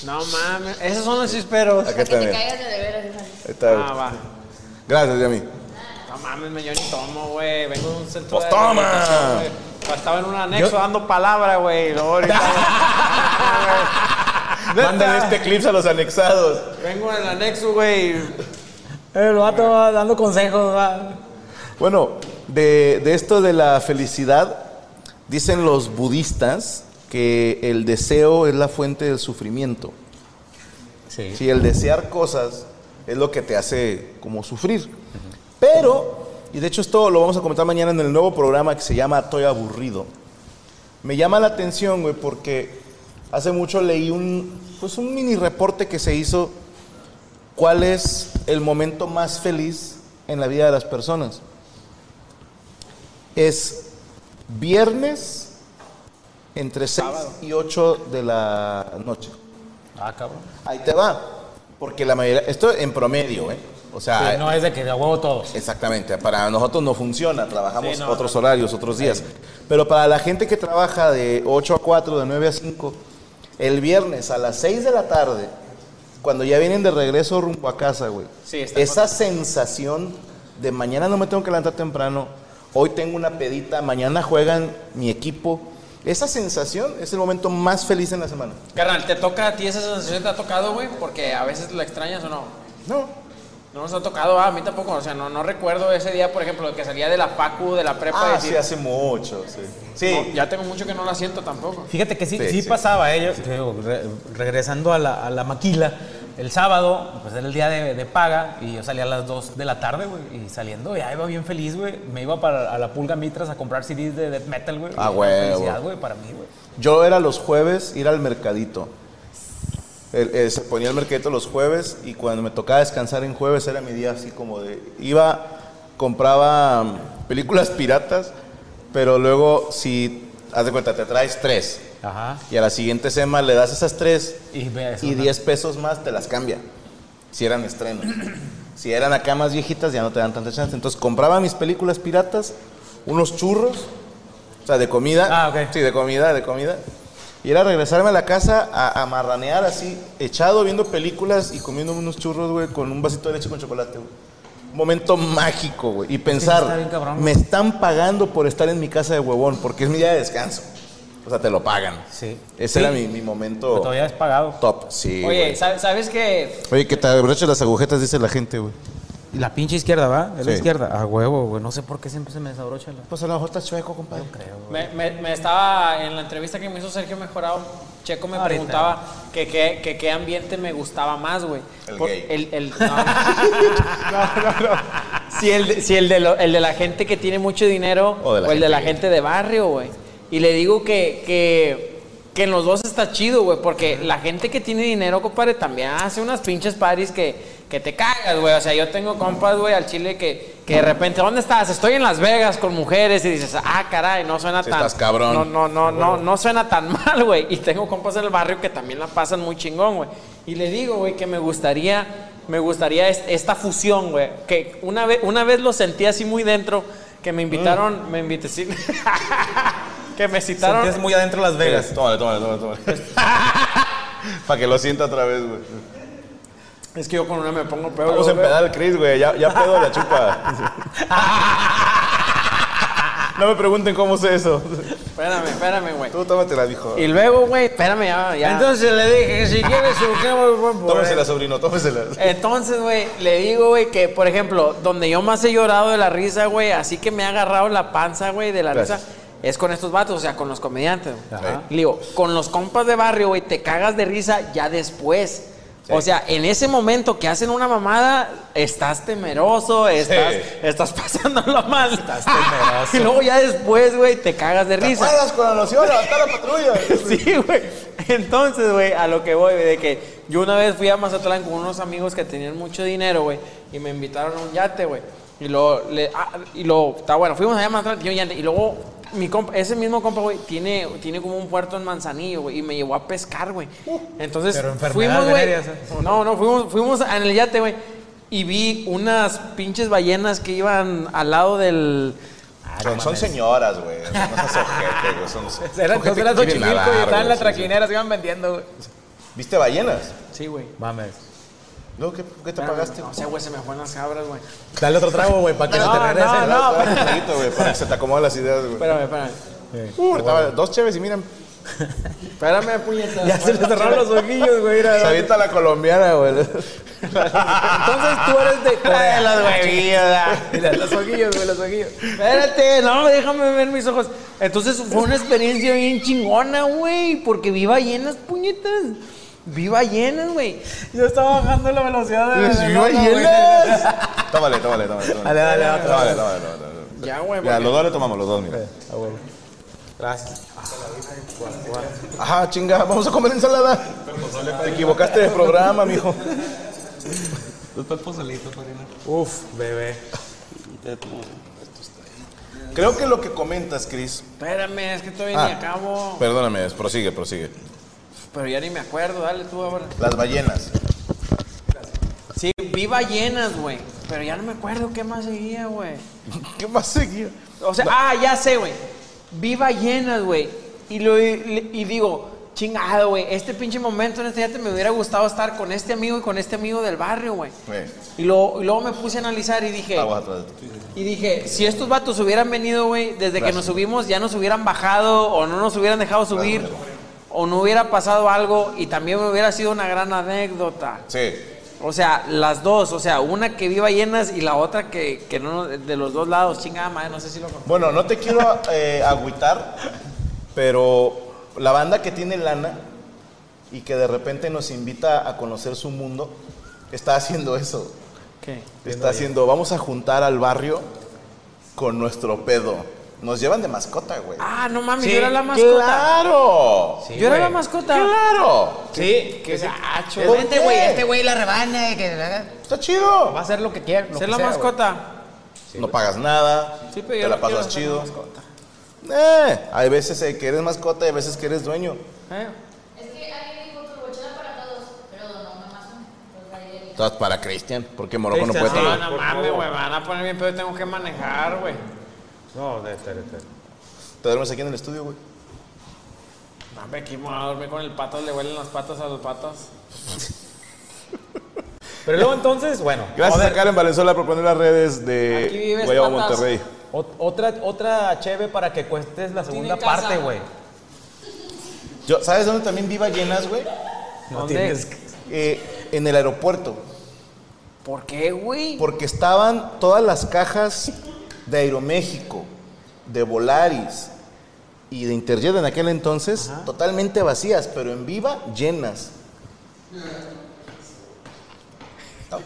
[SPEAKER 6] No mames, esos son los chisperos.
[SPEAKER 1] Acá está, mira. Ahí está, güey.
[SPEAKER 6] Ah, va.
[SPEAKER 1] Gracias, Yami.
[SPEAKER 6] No mames, me- yo ni tomo, güey. Vengo de un centro
[SPEAKER 1] Pues
[SPEAKER 6] de
[SPEAKER 1] toma.
[SPEAKER 6] rehabilitación, güey. Estaba en un anexo dando palabra, güey. y luego ahorita-
[SPEAKER 1] Manden este clip a los anexados.
[SPEAKER 6] Vengo en el anexo, güey.
[SPEAKER 2] Eh, El vato va dando consejos, va.
[SPEAKER 1] Bueno, de, de esto de la felicidad, dicen los budistas que el deseo es la fuente del sufrimiento.
[SPEAKER 2] Sí.
[SPEAKER 1] Si el desear cosas es lo que te hace como sufrir. Pero, y de hecho esto lo vamos a comentar mañana en el nuevo programa que se llama Estoy aburrido. Me llama la atención, güey, porque hace mucho leí un, pues un mini reporte que se hizo, cuál es el momento más feliz en la vida de las personas. Es viernes entre 6 y 8 de la noche.
[SPEAKER 2] Ah, cabrón.
[SPEAKER 1] Ahí te va. Porque la mayoría, esto en promedio, ¿eh? O sea,
[SPEAKER 2] Sí, no es de que de a huevo todos.
[SPEAKER 1] Exactamente, para nosotros no funciona, trabajamos
[SPEAKER 2] Sí, no,
[SPEAKER 1] otros horarios, otros días. Pero para la gente que trabaja de 8 a 4, de 9 a 5, el viernes a las 6 de la tarde, cuando ya vienen de regreso rumbo a casa, güey,
[SPEAKER 3] Sí, está
[SPEAKER 1] esa sensación de mañana no me tengo que levantar temprano, hoy tengo una pedita, mañana juegan mi equipo, esa sensación es el momento más feliz en la semana.
[SPEAKER 3] Carnal, ¿te toca a ti esa sensación? ¿Te ha tocado, güey? Porque a veces la extrañas o no.
[SPEAKER 1] No.
[SPEAKER 3] No nos ha tocado, ah, a mí tampoco. O sea, no, no recuerdo ese día, por ejemplo, que salía de la PACU, de la prepa. y
[SPEAKER 1] Ah,
[SPEAKER 3] decir,
[SPEAKER 1] sí, hace mucho, sí.
[SPEAKER 3] "No, ya tengo mucho que no la siento tampoco.
[SPEAKER 2] Fíjate que sí,
[SPEAKER 1] Sí,
[SPEAKER 2] sí,
[SPEAKER 1] sí.
[SPEAKER 2] pasaba, eh, ellos regresando a la, a la maquila, el sábado, pues era el día de, de paga, y yo salía a las 2 de la tarde, güey, y saliendo, ya iba bien feliz, güey, me iba para a la Pulga Mitras a comprar CDs de death metal, güey.
[SPEAKER 1] Ah,
[SPEAKER 2] Y
[SPEAKER 1] huevo.
[SPEAKER 2] Felicidad, güey, para mí, güey.
[SPEAKER 1] Yo era los jueves ir al mercadito. El- eh, se ponía el mercadito los jueves y cuando me tocaba descansar en jueves era mi día así como de... Iba, compraba mm, películas piratas, pero luego si, haz de cuenta, te traes tres
[SPEAKER 2] Ajá.
[SPEAKER 1] y a la siguiente semana le das esas tres
[SPEAKER 2] Y, ve, es
[SPEAKER 1] y
[SPEAKER 2] una-
[SPEAKER 1] 10 pesos más te las cambia. Si eran estrenos. si eran acá más viejitas, ya no te dan tanta chance. Entonces compraba mis películas piratas, unos churros, o sea, de comida.
[SPEAKER 2] Ah, ok.
[SPEAKER 1] Sí, de comida, de comida. Y era regresarme a la casa a, a marranear así, echado, viendo películas y comiendo unos churros, güey, con un vasito de leche con chocolate, güey. Un Momento mágico, güey. Y pensar,
[SPEAKER 2] está bien cabrón,
[SPEAKER 1] me están pagando por estar en mi casa de huevón, porque es mi día de descanso. O sea, te lo pagan.
[SPEAKER 2] Sí.
[SPEAKER 1] Ese
[SPEAKER 2] Sí.
[SPEAKER 1] era mi, mi momento.
[SPEAKER 2] Pero todavía es pagado.
[SPEAKER 1] Top, sí.
[SPEAKER 3] Oye,
[SPEAKER 1] Oye,
[SPEAKER 3] ¿sab- ¿sabes qué?
[SPEAKER 1] Oye, que te abroches las agujetas, dice la gente, güey.
[SPEAKER 2] Y La pinche izquierda, ¿va? Es la
[SPEAKER 1] Sí.
[SPEAKER 2] izquierda. A huevo, güey. No sé por qué siempre se me desabrocha la.
[SPEAKER 1] Pues a lo mejor estás chueco, compadre.
[SPEAKER 3] Me, me- me estaba en la entrevista que me hizo Sergio Mejorado, Checo me
[SPEAKER 2] Ahorita.
[SPEAKER 3] preguntaba que qué que, qué ambiente me gustaba más, güey.
[SPEAKER 1] El
[SPEAKER 3] Por-
[SPEAKER 1] gay.
[SPEAKER 3] El, el- no, no. Si el, de- si el, de lo- el de la gente que tiene mucho dinero o,
[SPEAKER 1] O de la
[SPEAKER 3] el de
[SPEAKER 1] gente
[SPEAKER 3] la
[SPEAKER 1] que-
[SPEAKER 3] gente de barrio, güey. Y le digo que, que, que en los dos está chido, güey, porque la gente que tiene dinero, compadre, también hace unas pinches paris que, que te cagas, güey. O sea, yo tengo compas, güey, al chile que, que de repente, ¿dónde estás? Estoy en Las Vegas con mujeres y dices, ah, caray, no suena
[SPEAKER 1] Sí
[SPEAKER 3] tan.
[SPEAKER 1] estás cabrón.
[SPEAKER 3] No, no, no, no, no suena tan mal, güey. Y tengo compas en el barrio que también la pasan muy chingón, güey. Y le digo, güey, que me gustaría, me gustaría es- esta fusión, güey. Que una vez, una vez lo sentí así muy dentro, que me
[SPEAKER 1] Ah.
[SPEAKER 3] invitaron, me invité, sí. que me citaron.
[SPEAKER 2] Sentías muy adentro Las Vegas.
[SPEAKER 1] Tómale, tómale, tómale, tómale. Para que lo sienta otra vez, güey.
[SPEAKER 3] Es que yo con una me pongo peor.
[SPEAKER 1] Vamos a
[SPEAKER 3] güey.
[SPEAKER 1] empedar al Chris, güey. Ya, ya pedo la chupa. no me pregunten cómo sé eso.
[SPEAKER 3] Espérame, espérame, güey.
[SPEAKER 1] Tú tómatela, dijo.
[SPEAKER 3] Y luego, güey, espérame, ya, ya.
[SPEAKER 2] le dije que si quieres su
[SPEAKER 1] Tómesela, sobrino, tómesela.
[SPEAKER 3] Entonces, güey, le digo, güey, que por ejemplo, donde yo más he llorado de la risa, güey, así que me ha agarrado la panza, güey, de la
[SPEAKER 1] Gracias.
[SPEAKER 3] risa, es con estos vatos, o sea, con los comediantes. güey.
[SPEAKER 1] Ajá.
[SPEAKER 3] Le digo, con los compas de barrio, güey, te cagas de risa ya después. O sea, en ese momento que hacen una mamada, estás temeroso, estás, estás pasándolo mal. Estás
[SPEAKER 2] temeroso.
[SPEAKER 3] y luego ya después, güey, te cagas de
[SPEAKER 1] ¿Te
[SPEAKER 3] risa.
[SPEAKER 1] acuerdas con la noción? ¡Hasta la patrulla!
[SPEAKER 3] Sí, güey. Entonces, güey, a lo que voy, güey, de que yo una vez fui a Mazatlán con unos amigos que tenían mucho dinero, güey, y me invitaron a un yate, güey. Y luego, le, ah, y luego, está bueno, fuimos allá a Mazatlán, yo yate, y luego, mi compa, ese mismo compa, güey, tiene, tiene como un puerto en Manzanillo, güey, y me llevó a pescar, güey. Entonces,
[SPEAKER 2] Uh, Pero enfermedad
[SPEAKER 3] fuimos, güey.
[SPEAKER 2] venérea, ¿eh?
[SPEAKER 3] No, no, fuimos, fuimos en el yate, güey, y vi unas pinches ballenas que iban al lado del.
[SPEAKER 1] Son, son señoras, güey. No seas ojete, güey. Son,
[SPEAKER 2] Eran
[SPEAKER 1] ojete
[SPEAKER 2] dos de las
[SPEAKER 1] que
[SPEAKER 2] dos
[SPEAKER 1] quieren
[SPEAKER 2] chiquillos,
[SPEAKER 1] nadar,
[SPEAKER 2] güey, estaban en
[SPEAKER 1] güey,
[SPEAKER 2] la
[SPEAKER 1] sí,
[SPEAKER 2] traquinera, se iban vendiendo, güey.
[SPEAKER 1] sí. ¿Viste ballenas?
[SPEAKER 3] Sí, güey.
[SPEAKER 2] Mames.
[SPEAKER 1] Ah, No, ¿qué, qué te pagaste?
[SPEAKER 3] No sé, güey, se me fueron las cabras, güey.
[SPEAKER 2] Dale otro trago, güey, para que
[SPEAKER 3] No,
[SPEAKER 2] se te
[SPEAKER 3] no,
[SPEAKER 2] regrese.
[SPEAKER 3] Ah, no. Pues,
[SPEAKER 1] Dale, dale un traguito, güey, para que se te acomoden las ideas, güey.
[SPEAKER 3] Espérame, espérame.
[SPEAKER 1] Uh, estaba- dos chéves y miren,
[SPEAKER 3] Espérame, puñetas.
[SPEAKER 2] Ya se le cerraron los ojillos, güey. mira.
[SPEAKER 1] se avienta la colombiana, güey.
[SPEAKER 3] Entonces tú eres de Corea. los
[SPEAKER 2] Mira, los ojillos, güey, los ojillos.
[SPEAKER 3] Espérate, no, déjame ver mis ojos. Entonces fue una experiencia bien chingona, güey, porque vi ballenas, puñetas. Vi ballenas, güey.
[SPEAKER 2] Yo estaba bajando la velocidad de
[SPEAKER 1] Les
[SPEAKER 2] de-
[SPEAKER 1] vio
[SPEAKER 2] no, güey.
[SPEAKER 1] ballenas. Tómale, tómale, tómale. tómale.
[SPEAKER 2] Dale, dale, otro.
[SPEAKER 1] Tómale, tómale, tómale, tómale.
[SPEAKER 3] Ya, güey,
[SPEAKER 1] Ya,
[SPEAKER 3] porque-
[SPEAKER 1] los dos le tomamos, los dos, mira. Gracias. Ajá, chinga, vamos a comer ensalada. Te equivocaste de programa, mijo.
[SPEAKER 5] Después pozolito, Farina.
[SPEAKER 2] Uf, bebé.
[SPEAKER 1] Creo que lo que comentas, Chris.
[SPEAKER 3] Espérame, es que todavía ni
[SPEAKER 1] Ah.
[SPEAKER 3] acabo.
[SPEAKER 1] Perdóname, prosigue, prosigue.
[SPEAKER 3] Pero ya ni me acuerdo, dale tú ahora.
[SPEAKER 1] Las ballenas.
[SPEAKER 3] Sí, vi ballenas, güey. Pero ya no me acuerdo qué más seguía, güey.
[SPEAKER 1] ¿Qué más seguía?
[SPEAKER 3] O sea, ah, ya sé, güey. Vi ballenas, güey. Y, lo- y digo, chingado, güey. Este pinche momento en este yate me hubiera gustado estar con este amigo y con este amigo del barrio, güey.
[SPEAKER 1] Eh,
[SPEAKER 3] Y luego, y luego me puse a analizar y dije,
[SPEAKER 1] aguas atrás de ti.
[SPEAKER 3] y dije, si estos vatos hubieran venido, güey, desde que
[SPEAKER 1] Gracias.
[SPEAKER 3] nos subimos, ya nos hubieran bajado o no nos hubieran dejado subir
[SPEAKER 1] Gracias,
[SPEAKER 3] o no hubiera pasado algo y también me hubiera sido una gran anécdota.
[SPEAKER 1] Sí.
[SPEAKER 3] O sea, las dos, o sea, una que viva llenas y la otra que, que no, de los dos lados, chingada madre, no sé si lo conté.
[SPEAKER 1] Bueno, no te quiero eh, agüitar, pero la banda que tiene lana y que de repente nos invita a conocer su mundo, está haciendo eso. Está haciendo, vamos a juntar al barrio con nuestro pedo. Nos llevan de mascota, güey.
[SPEAKER 3] Ah, no mames,
[SPEAKER 2] Sí,
[SPEAKER 3] yo era la mascota.
[SPEAKER 1] ¡Claro!
[SPEAKER 2] Sí,
[SPEAKER 3] yo era la
[SPEAKER 2] güey.
[SPEAKER 3] mascota.
[SPEAKER 1] ¡Claro!
[SPEAKER 2] Sí,
[SPEAKER 3] Qué
[SPEAKER 2] que sí. Ah,
[SPEAKER 3] gacho.
[SPEAKER 1] ¿Por qué?
[SPEAKER 2] güey la rebana. eh, Que la haga.
[SPEAKER 1] Está chido.
[SPEAKER 2] Va a hacer lo que quiera. lo
[SPEAKER 3] Ser
[SPEAKER 2] que
[SPEAKER 3] la
[SPEAKER 2] sea,
[SPEAKER 3] mascota.
[SPEAKER 1] no pagas nada.
[SPEAKER 3] Sí, pero yo
[SPEAKER 1] te la
[SPEAKER 3] no quiero
[SPEAKER 1] pasas
[SPEAKER 3] ser
[SPEAKER 1] chido.
[SPEAKER 3] la mascota.
[SPEAKER 1] Eh, hay veces eh, que eres mascota y hay veces que eres dueño.
[SPEAKER 3] ¿Eh?
[SPEAKER 1] Todas para Cristian, porque Morocco no
[SPEAKER 2] Cristian,
[SPEAKER 1] puede
[SPEAKER 2] sí.
[SPEAKER 1] tener.
[SPEAKER 3] No, no
[SPEAKER 2] por
[SPEAKER 3] mames,
[SPEAKER 2] favor.
[SPEAKER 3] güey, me van a poner bien, pero tengo que manejar, güey.
[SPEAKER 2] güey. No, de espera, espera.
[SPEAKER 1] Te duermes aquí en el estudio, güey.
[SPEAKER 3] No, hombre, aquí me voy a dormir con el patas, le huelen las patas a los patas.
[SPEAKER 2] Pero luego entonces, bueno.
[SPEAKER 1] Gracias
[SPEAKER 2] a
[SPEAKER 1] a,
[SPEAKER 2] ver,
[SPEAKER 1] Karen Valenzuela por poner las redes
[SPEAKER 3] Aquí
[SPEAKER 1] de
[SPEAKER 3] vives,
[SPEAKER 1] Guayabo
[SPEAKER 3] patas.
[SPEAKER 1] Monterrey.
[SPEAKER 2] ot- otra, otra cheve para que cuentes la segunda
[SPEAKER 3] casa.
[SPEAKER 2] parte, güey.
[SPEAKER 1] Yo, ¿Sabes dónde también vi ballenas, güey?
[SPEAKER 3] ¿Dónde?
[SPEAKER 1] Eh, en el aeropuerto.
[SPEAKER 3] ¿Por qué, güey?
[SPEAKER 1] Porque estaban todas las cajas de Aeroméxico, de Volaris y de Interjet en aquel entonces totalmente vacías, pero en viva llenas. Au.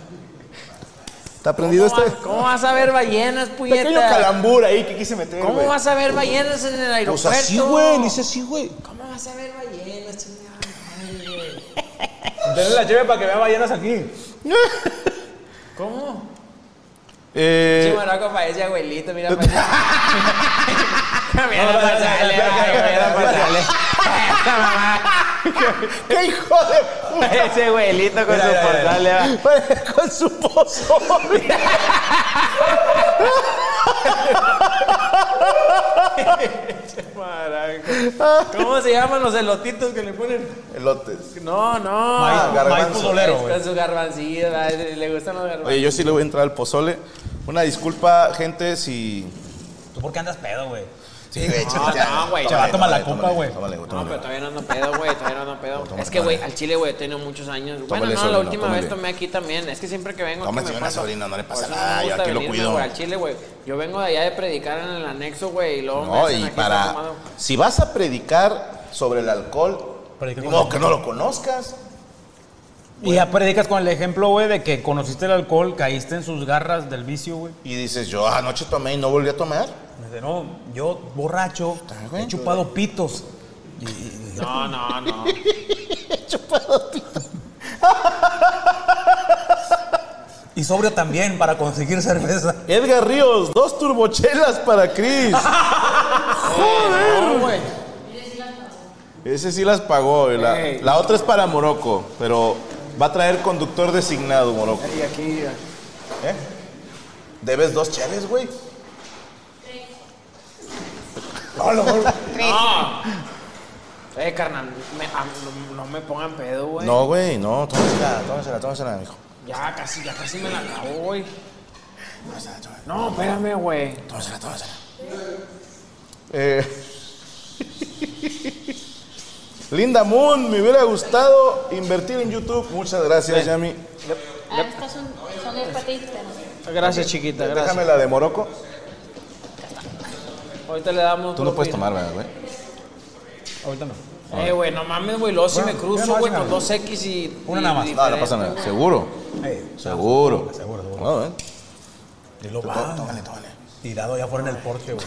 [SPEAKER 1] ¿Está
[SPEAKER 3] ¿Cómo,
[SPEAKER 1] prendido este?
[SPEAKER 3] vas- cómo vas a ver ballenas,
[SPEAKER 1] Pequeño
[SPEAKER 3] puñeta?
[SPEAKER 1] calambur ahí que quise meter,
[SPEAKER 3] ¿Cómo
[SPEAKER 1] güey.
[SPEAKER 3] vas a ver ballenas en el
[SPEAKER 1] Pues
[SPEAKER 3] aeropuerto?
[SPEAKER 1] así, güey, le hice así, güey.
[SPEAKER 3] ¿Cómo vas a ver ballenas, chingada madre, güey?
[SPEAKER 2] Denle la cheve para que vea ballenas aquí.
[SPEAKER 3] ¿Cómo?
[SPEAKER 1] Eh,
[SPEAKER 3] Chimaroco parece abuelito, mira para allá. Mira para allá,
[SPEAKER 2] Dale,
[SPEAKER 3] mira para allá.
[SPEAKER 1] ¡Qué hijo de puta!
[SPEAKER 3] Ese abuelito con
[SPEAKER 2] Mira,
[SPEAKER 3] su
[SPEAKER 2] mira, mira.
[SPEAKER 3] portal le va.
[SPEAKER 1] Con su pozo.
[SPEAKER 3] ¿Cómo se llaman los elotitos que le ponen?
[SPEAKER 1] Elotes.
[SPEAKER 3] No, no.
[SPEAKER 1] Ah, garbanzo.
[SPEAKER 2] Maíz pozolero, güey.
[SPEAKER 3] Con su garbancillo, va, le gustan los garbancillos.
[SPEAKER 1] Oye, yo sí le voy a entrar al pozole. Una disculpa, gente, si.
[SPEAKER 2] ¿Tú por qué andas pedo, güey?
[SPEAKER 1] Sí, güey,
[SPEAKER 3] No, no, güey.
[SPEAKER 1] Chaval,
[SPEAKER 2] Toma la
[SPEAKER 1] tómale,
[SPEAKER 2] copa, güey.
[SPEAKER 1] Tómale, güey,
[SPEAKER 3] No,
[SPEAKER 1] tómale.
[SPEAKER 3] pero todavía no ando pedo, güey, todavía no ando pedo.
[SPEAKER 1] Tómale,
[SPEAKER 3] Es que, güey,
[SPEAKER 1] tómale.
[SPEAKER 3] al chile, güey, he tenido muchos años. Bueno,
[SPEAKER 1] Tómale,
[SPEAKER 3] no, la
[SPEAKER 1] sobrino,
[SPEAKER 3] última
[SPEAKER 1] tómale.
[SPEAKER 3] vez tomé aquí también. Es que siempre que vengo
[SPEAKER 1] Tómese
[SPEAKER 3] aquí me
[SPEAKER 1] una,
[SPEAKER 3] pasa.
[SPEAKER 1] sobrino, no le pasa
[SPEAKER 3] Por eso me
[SPEAKER 1] nada, yo
[SPEAKER 3] gusta
[SPEAKER 1] aquí lo
[SPEAKER 3] venirme,
[SPEAKER 1] cuido.
[SPEAKER 3] güey, al chile, güey. Yo vengo de allá de predicar en el anexo, güey, y luego me
[SPEAKER 1] No,
[SPEAKER 3] hacen
[SPEAKER 1] y
[SPEAKER 3] aquí tomado.
[SPEAKER 1] para. Si vas a predicar sobre el alcohol,
[SPEAKER 2] Predica
[SPEAKER 1] ni
[SPEAKER 2] con
[SPEAKER 1] modo
[SPEAKER 2] el-
[SPEAKER 1] que no lo conozcas.
[SPEAKER 2] Y ya predicas con el ejemplo, güey, de que conociste el alcohol, caíste en sus garras del vicio, güey.
[SPEAKER 1] Y dices, yo anoche tomé y no volví a tomar.
[SPEAKER 2] Me dice, no, yo borracho,
[SPEAKER 1] güey.
[SPEAKER 2] he chupado pitos. Y- y- y-
[SPEAKER 3] No, no, no.
[SPEAKER 2] Y sobrio también para conseguir cerveza.
[SPEAKER 1] Edgar Ríos, dos turbochelas para Chris.
[SPEAKER 3] No, güey.
[SPEAKER 1] Ese sí las pagó. y La,
[SPEAKER 3] Ey.
[SPEAKER 1] la otra es para Morocco, pero va a traer conductor designado, Morocco.
[SPEAKER 3] Y aquí, ya.
[SPEAKER 1] ¿Eh? ¿Debes dos chaves, güey?
[SPEAKER 3] No. Eh, carnal, me- a- no, no me pongan pedo, güey.
[SPEAKER 1] No, güey, no, tómasela, tómasela, tómasela, mijo.
[SPEAKER 3] Ya casi, ya casi me la acabo, güey. No, espérame, güey.
[SPEAKER 1] Tómasela, tómasela. Eh, Linda Moon, me hubiera gustado invertir en YouTube. Muchas gracias, Yami.
[SPEAKER 10] Ah, estas son, son de parte de Instagram.
[SPEAKER 3] Gracias, chiquita, gracias.
[SPEAKER 1] Déjame la de Morocco.
[SPEAKER 3] Ahorita le damos.
[SPEAKER 1] Tú no
[SPEAKER 3] propina.
[SPEAKER 1] puedes tomar, ¿verdad, güey?
[SPEAKER 2] Ahorita no.
[SPEAKER 3] Eh, güey, no mames, güey. Luego si me
[SPEAKER 2] ya
[SPEAKER 3] cruzo,
[SPEAKER 2] más,
[SPEAKER 3] güey,
[SPEAKER 2] ya
[SPEAKER 3] con
[SPEAKER 2] más.
[SPEAKER 3] dos X y.
[SPEAKER 2] Una nada más.
[SPEAKER 3] y
[SPEAKER 1] No, no
[SPEAKER 3] diferente,
[SPEAKER 1] pasa nada.
[SPEAKER 3] güey.
[SPEAKER 1] Seguro, seguro.
[SPEAKER 2] Seguro, seguro.
[SPEAKER 1] No, ¿eh?
[SPEAKER 2] Y lo va. Ah,
[SPEAKER 1] Tómale, tómale.
[SPEAKER 2] Tirado allá afuera en el porche, güey.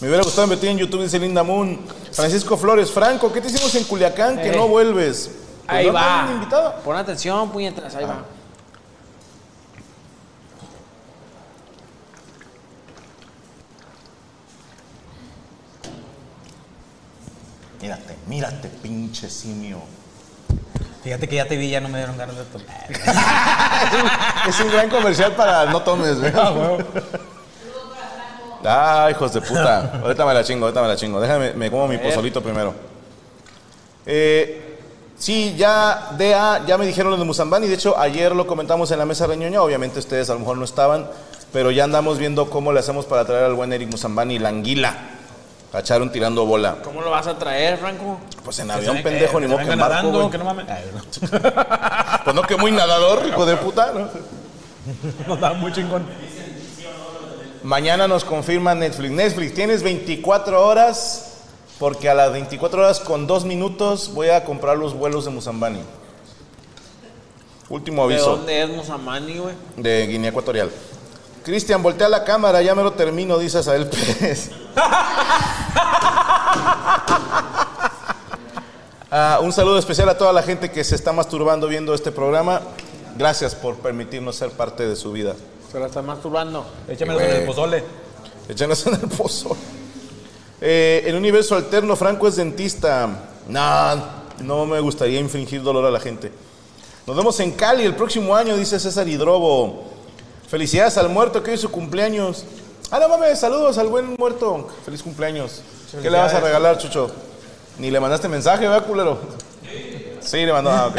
[SPEAKER 1] Me hubiera gustado meter en YouTube, dice Linda Moon. Francisco Flores, Franco, ¿qué te hicimos en Culiacán que
[SPEAKER 3] Eh.
[SPEAKER 1] no vuelves? Pues
[SPEAKER 3] Ahí
[SPEAKER 1] no
[SPEAKER 3] va.
[SPEAKER 1] tengo un invitado.
[SPEAKER 3] Pon atención, puñetas, ahí va.
[SPEAKER 1] Mírate, mírate, pinche simio.
[SPEAKER 2] Fíjate que ya te vi, ya no me dieron ganas de tomar.
[SPEAKER 1] Es un gran comercial para no tomes, ¿verdad? Ah, hijos de puta. Ahorita me la chingo, ahorita me la chingo. Déjame, me como mi
[SPEAKER 11] ver.
[SPEAKER 1] pozolito primero. Eh, sí, ya DA, ya me dijeron los de Musambani. De hecho, ayer lo comentamos en la mesa reñoña. Obviamente ustedes a lo mejor no estaban, pero ya andamos viendo cómo le hacemos para traer al buen Eric Musambani la anguila. Cacharon tirando bola.
[SPEAKER 3] ¿Cómo lo vas a traer, Franco?
[SPEAKER 1] Pues en avión, pendejo, ni modo que en barco, güey.
[SPEAKER 2] que no mames. Ay, no.
[SPEAKER 1] Pues no que muy nadador, hijo de puta. ¿no?
[SPEAKER 2] Nos da muy chingón.
[SPEAKER 1] Mañana nos confirma Netflix. Netflix, tienes 24 horas, porque a las 24 horas con 2 minutos voy a comprar los vuelos de Musambani. Último
[SPEAKER 3] ¿De
[SPEAKER 1] aviso
[SPEAKER 3] dónde es Musamani, güey?
[SPEAKER 1] de, Guinea Ecuatorial. Cristian, voltea la cámara, ya me lo termino, dice Asael Pérez. Ah, un saludo especial a toda la gente que se está masturbando viendo este programa. Gracias por permitirnos ser parte de su vida.
[SPEAKER 3] Se la está masturbando.
[SPEAKER 1] Échamelos en el pozole. Échanos en el pozole. Eh, en universo alterno, Franco es dentista. Nah, no me gustaría infringir dolor a la gente. Nos vemos en Cali el próximo año, dice César Hidrobo. Felicidades al muerto, que hoy es su cumpleaños. Ah, no mames, saludos al buen muerto. Feliz cumpleaños. ¿Qué le vas a
[SPEAKER 2] Felicidades.
[SPEAKER 1] regalar, Chucho? Ni le mandaste mensaje, ¿verdad, culero? Sí, le mandó. Ah, ok.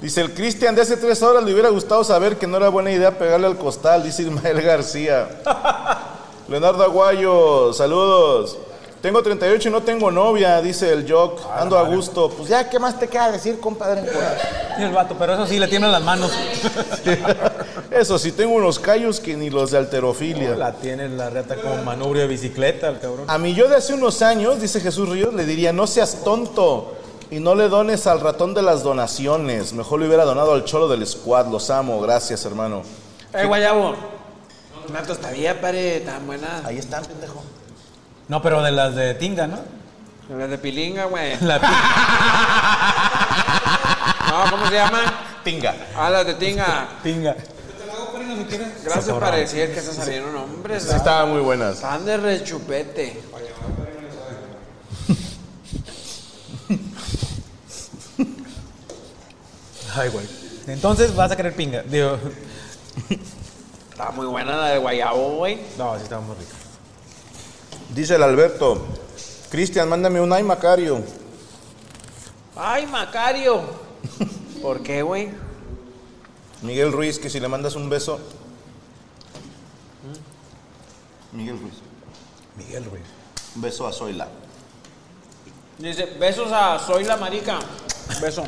[SPEAKER 1] Dice el Cristian, de hace tres horas le hubiera gustado saber que no era buena idea pegarle al costal, dice Ismael García. Leonardo Aguayo, saludos. Tengo 38 y no tengo novia, dice el Jock. Ando a gusto. Pues ya, ¿qué más te queda decir, compadre?
[SPEAKER 2] Y el vato, pero eso sí, le tiemblan las manos.
[SPEAKER 1] Eso sí, tengo unos callos que ni los de alterofilia.
[SPEAKER 2] La tiene la reta como manubrio de bicicleta, el cabrón.
[SPEAKER 1] A mi yo de hace unos años, dice Jesús Ríos, le diría, no seas tonto y no le dones al ratón de las donaciones. Mejor le hubiera donado al cholo del squad. Los amo, gracias, hermano.
[SPEAKER 3] Eh, guayabo. Una tostadilla, pare, tan buena.
[SPEAKER 1] Ahí están, pendejo.
[SPEAKER 2] No, pero de las de tinga, ¿no?
[SPEAKER 3] Las de pilinga, güey.
[SPEAKER 2] La tinga.
[SPEAKER 3] No, ¿cómo se llama?
[SPEAKER 1] Tinga.
[SPEAKER 3] Ah, las de tinga.
[SPEAKER 2] tinga.
[SPEAKER 3] Gracias por decir que se salieron hombres.
[SPEAKER 1] Sí,
[SPEAKER 3] ¿verdad?
[SPEAKER 1] estaban muy buenas.
[SPEAKER 3] Están de rechupete.
[SPEAKER 2] Ay, güey. Entonces vas a querer pinga. Digo,
[SPEAKER 3] Está muy buena la de guayabo, güey.
[SPEAKER 2] no, sí, estaba muy rica.
[SPEAKER 1] Dice el Alberto, Cristian, mándame un ay, Macario.
[SPEAKER 3] Ay, Macario. ¿Por qué, güey?
[SPEAKER 1] Miguel Ruiz, que si le mandas un beso. Miguel Ruiz.
[SPEAKER 2] Miguel Ruiz.
[SPEAKER 1] Un beso a Zoila.
[SPEAKER 3] Dice, besos a Soy la Marica. Beso.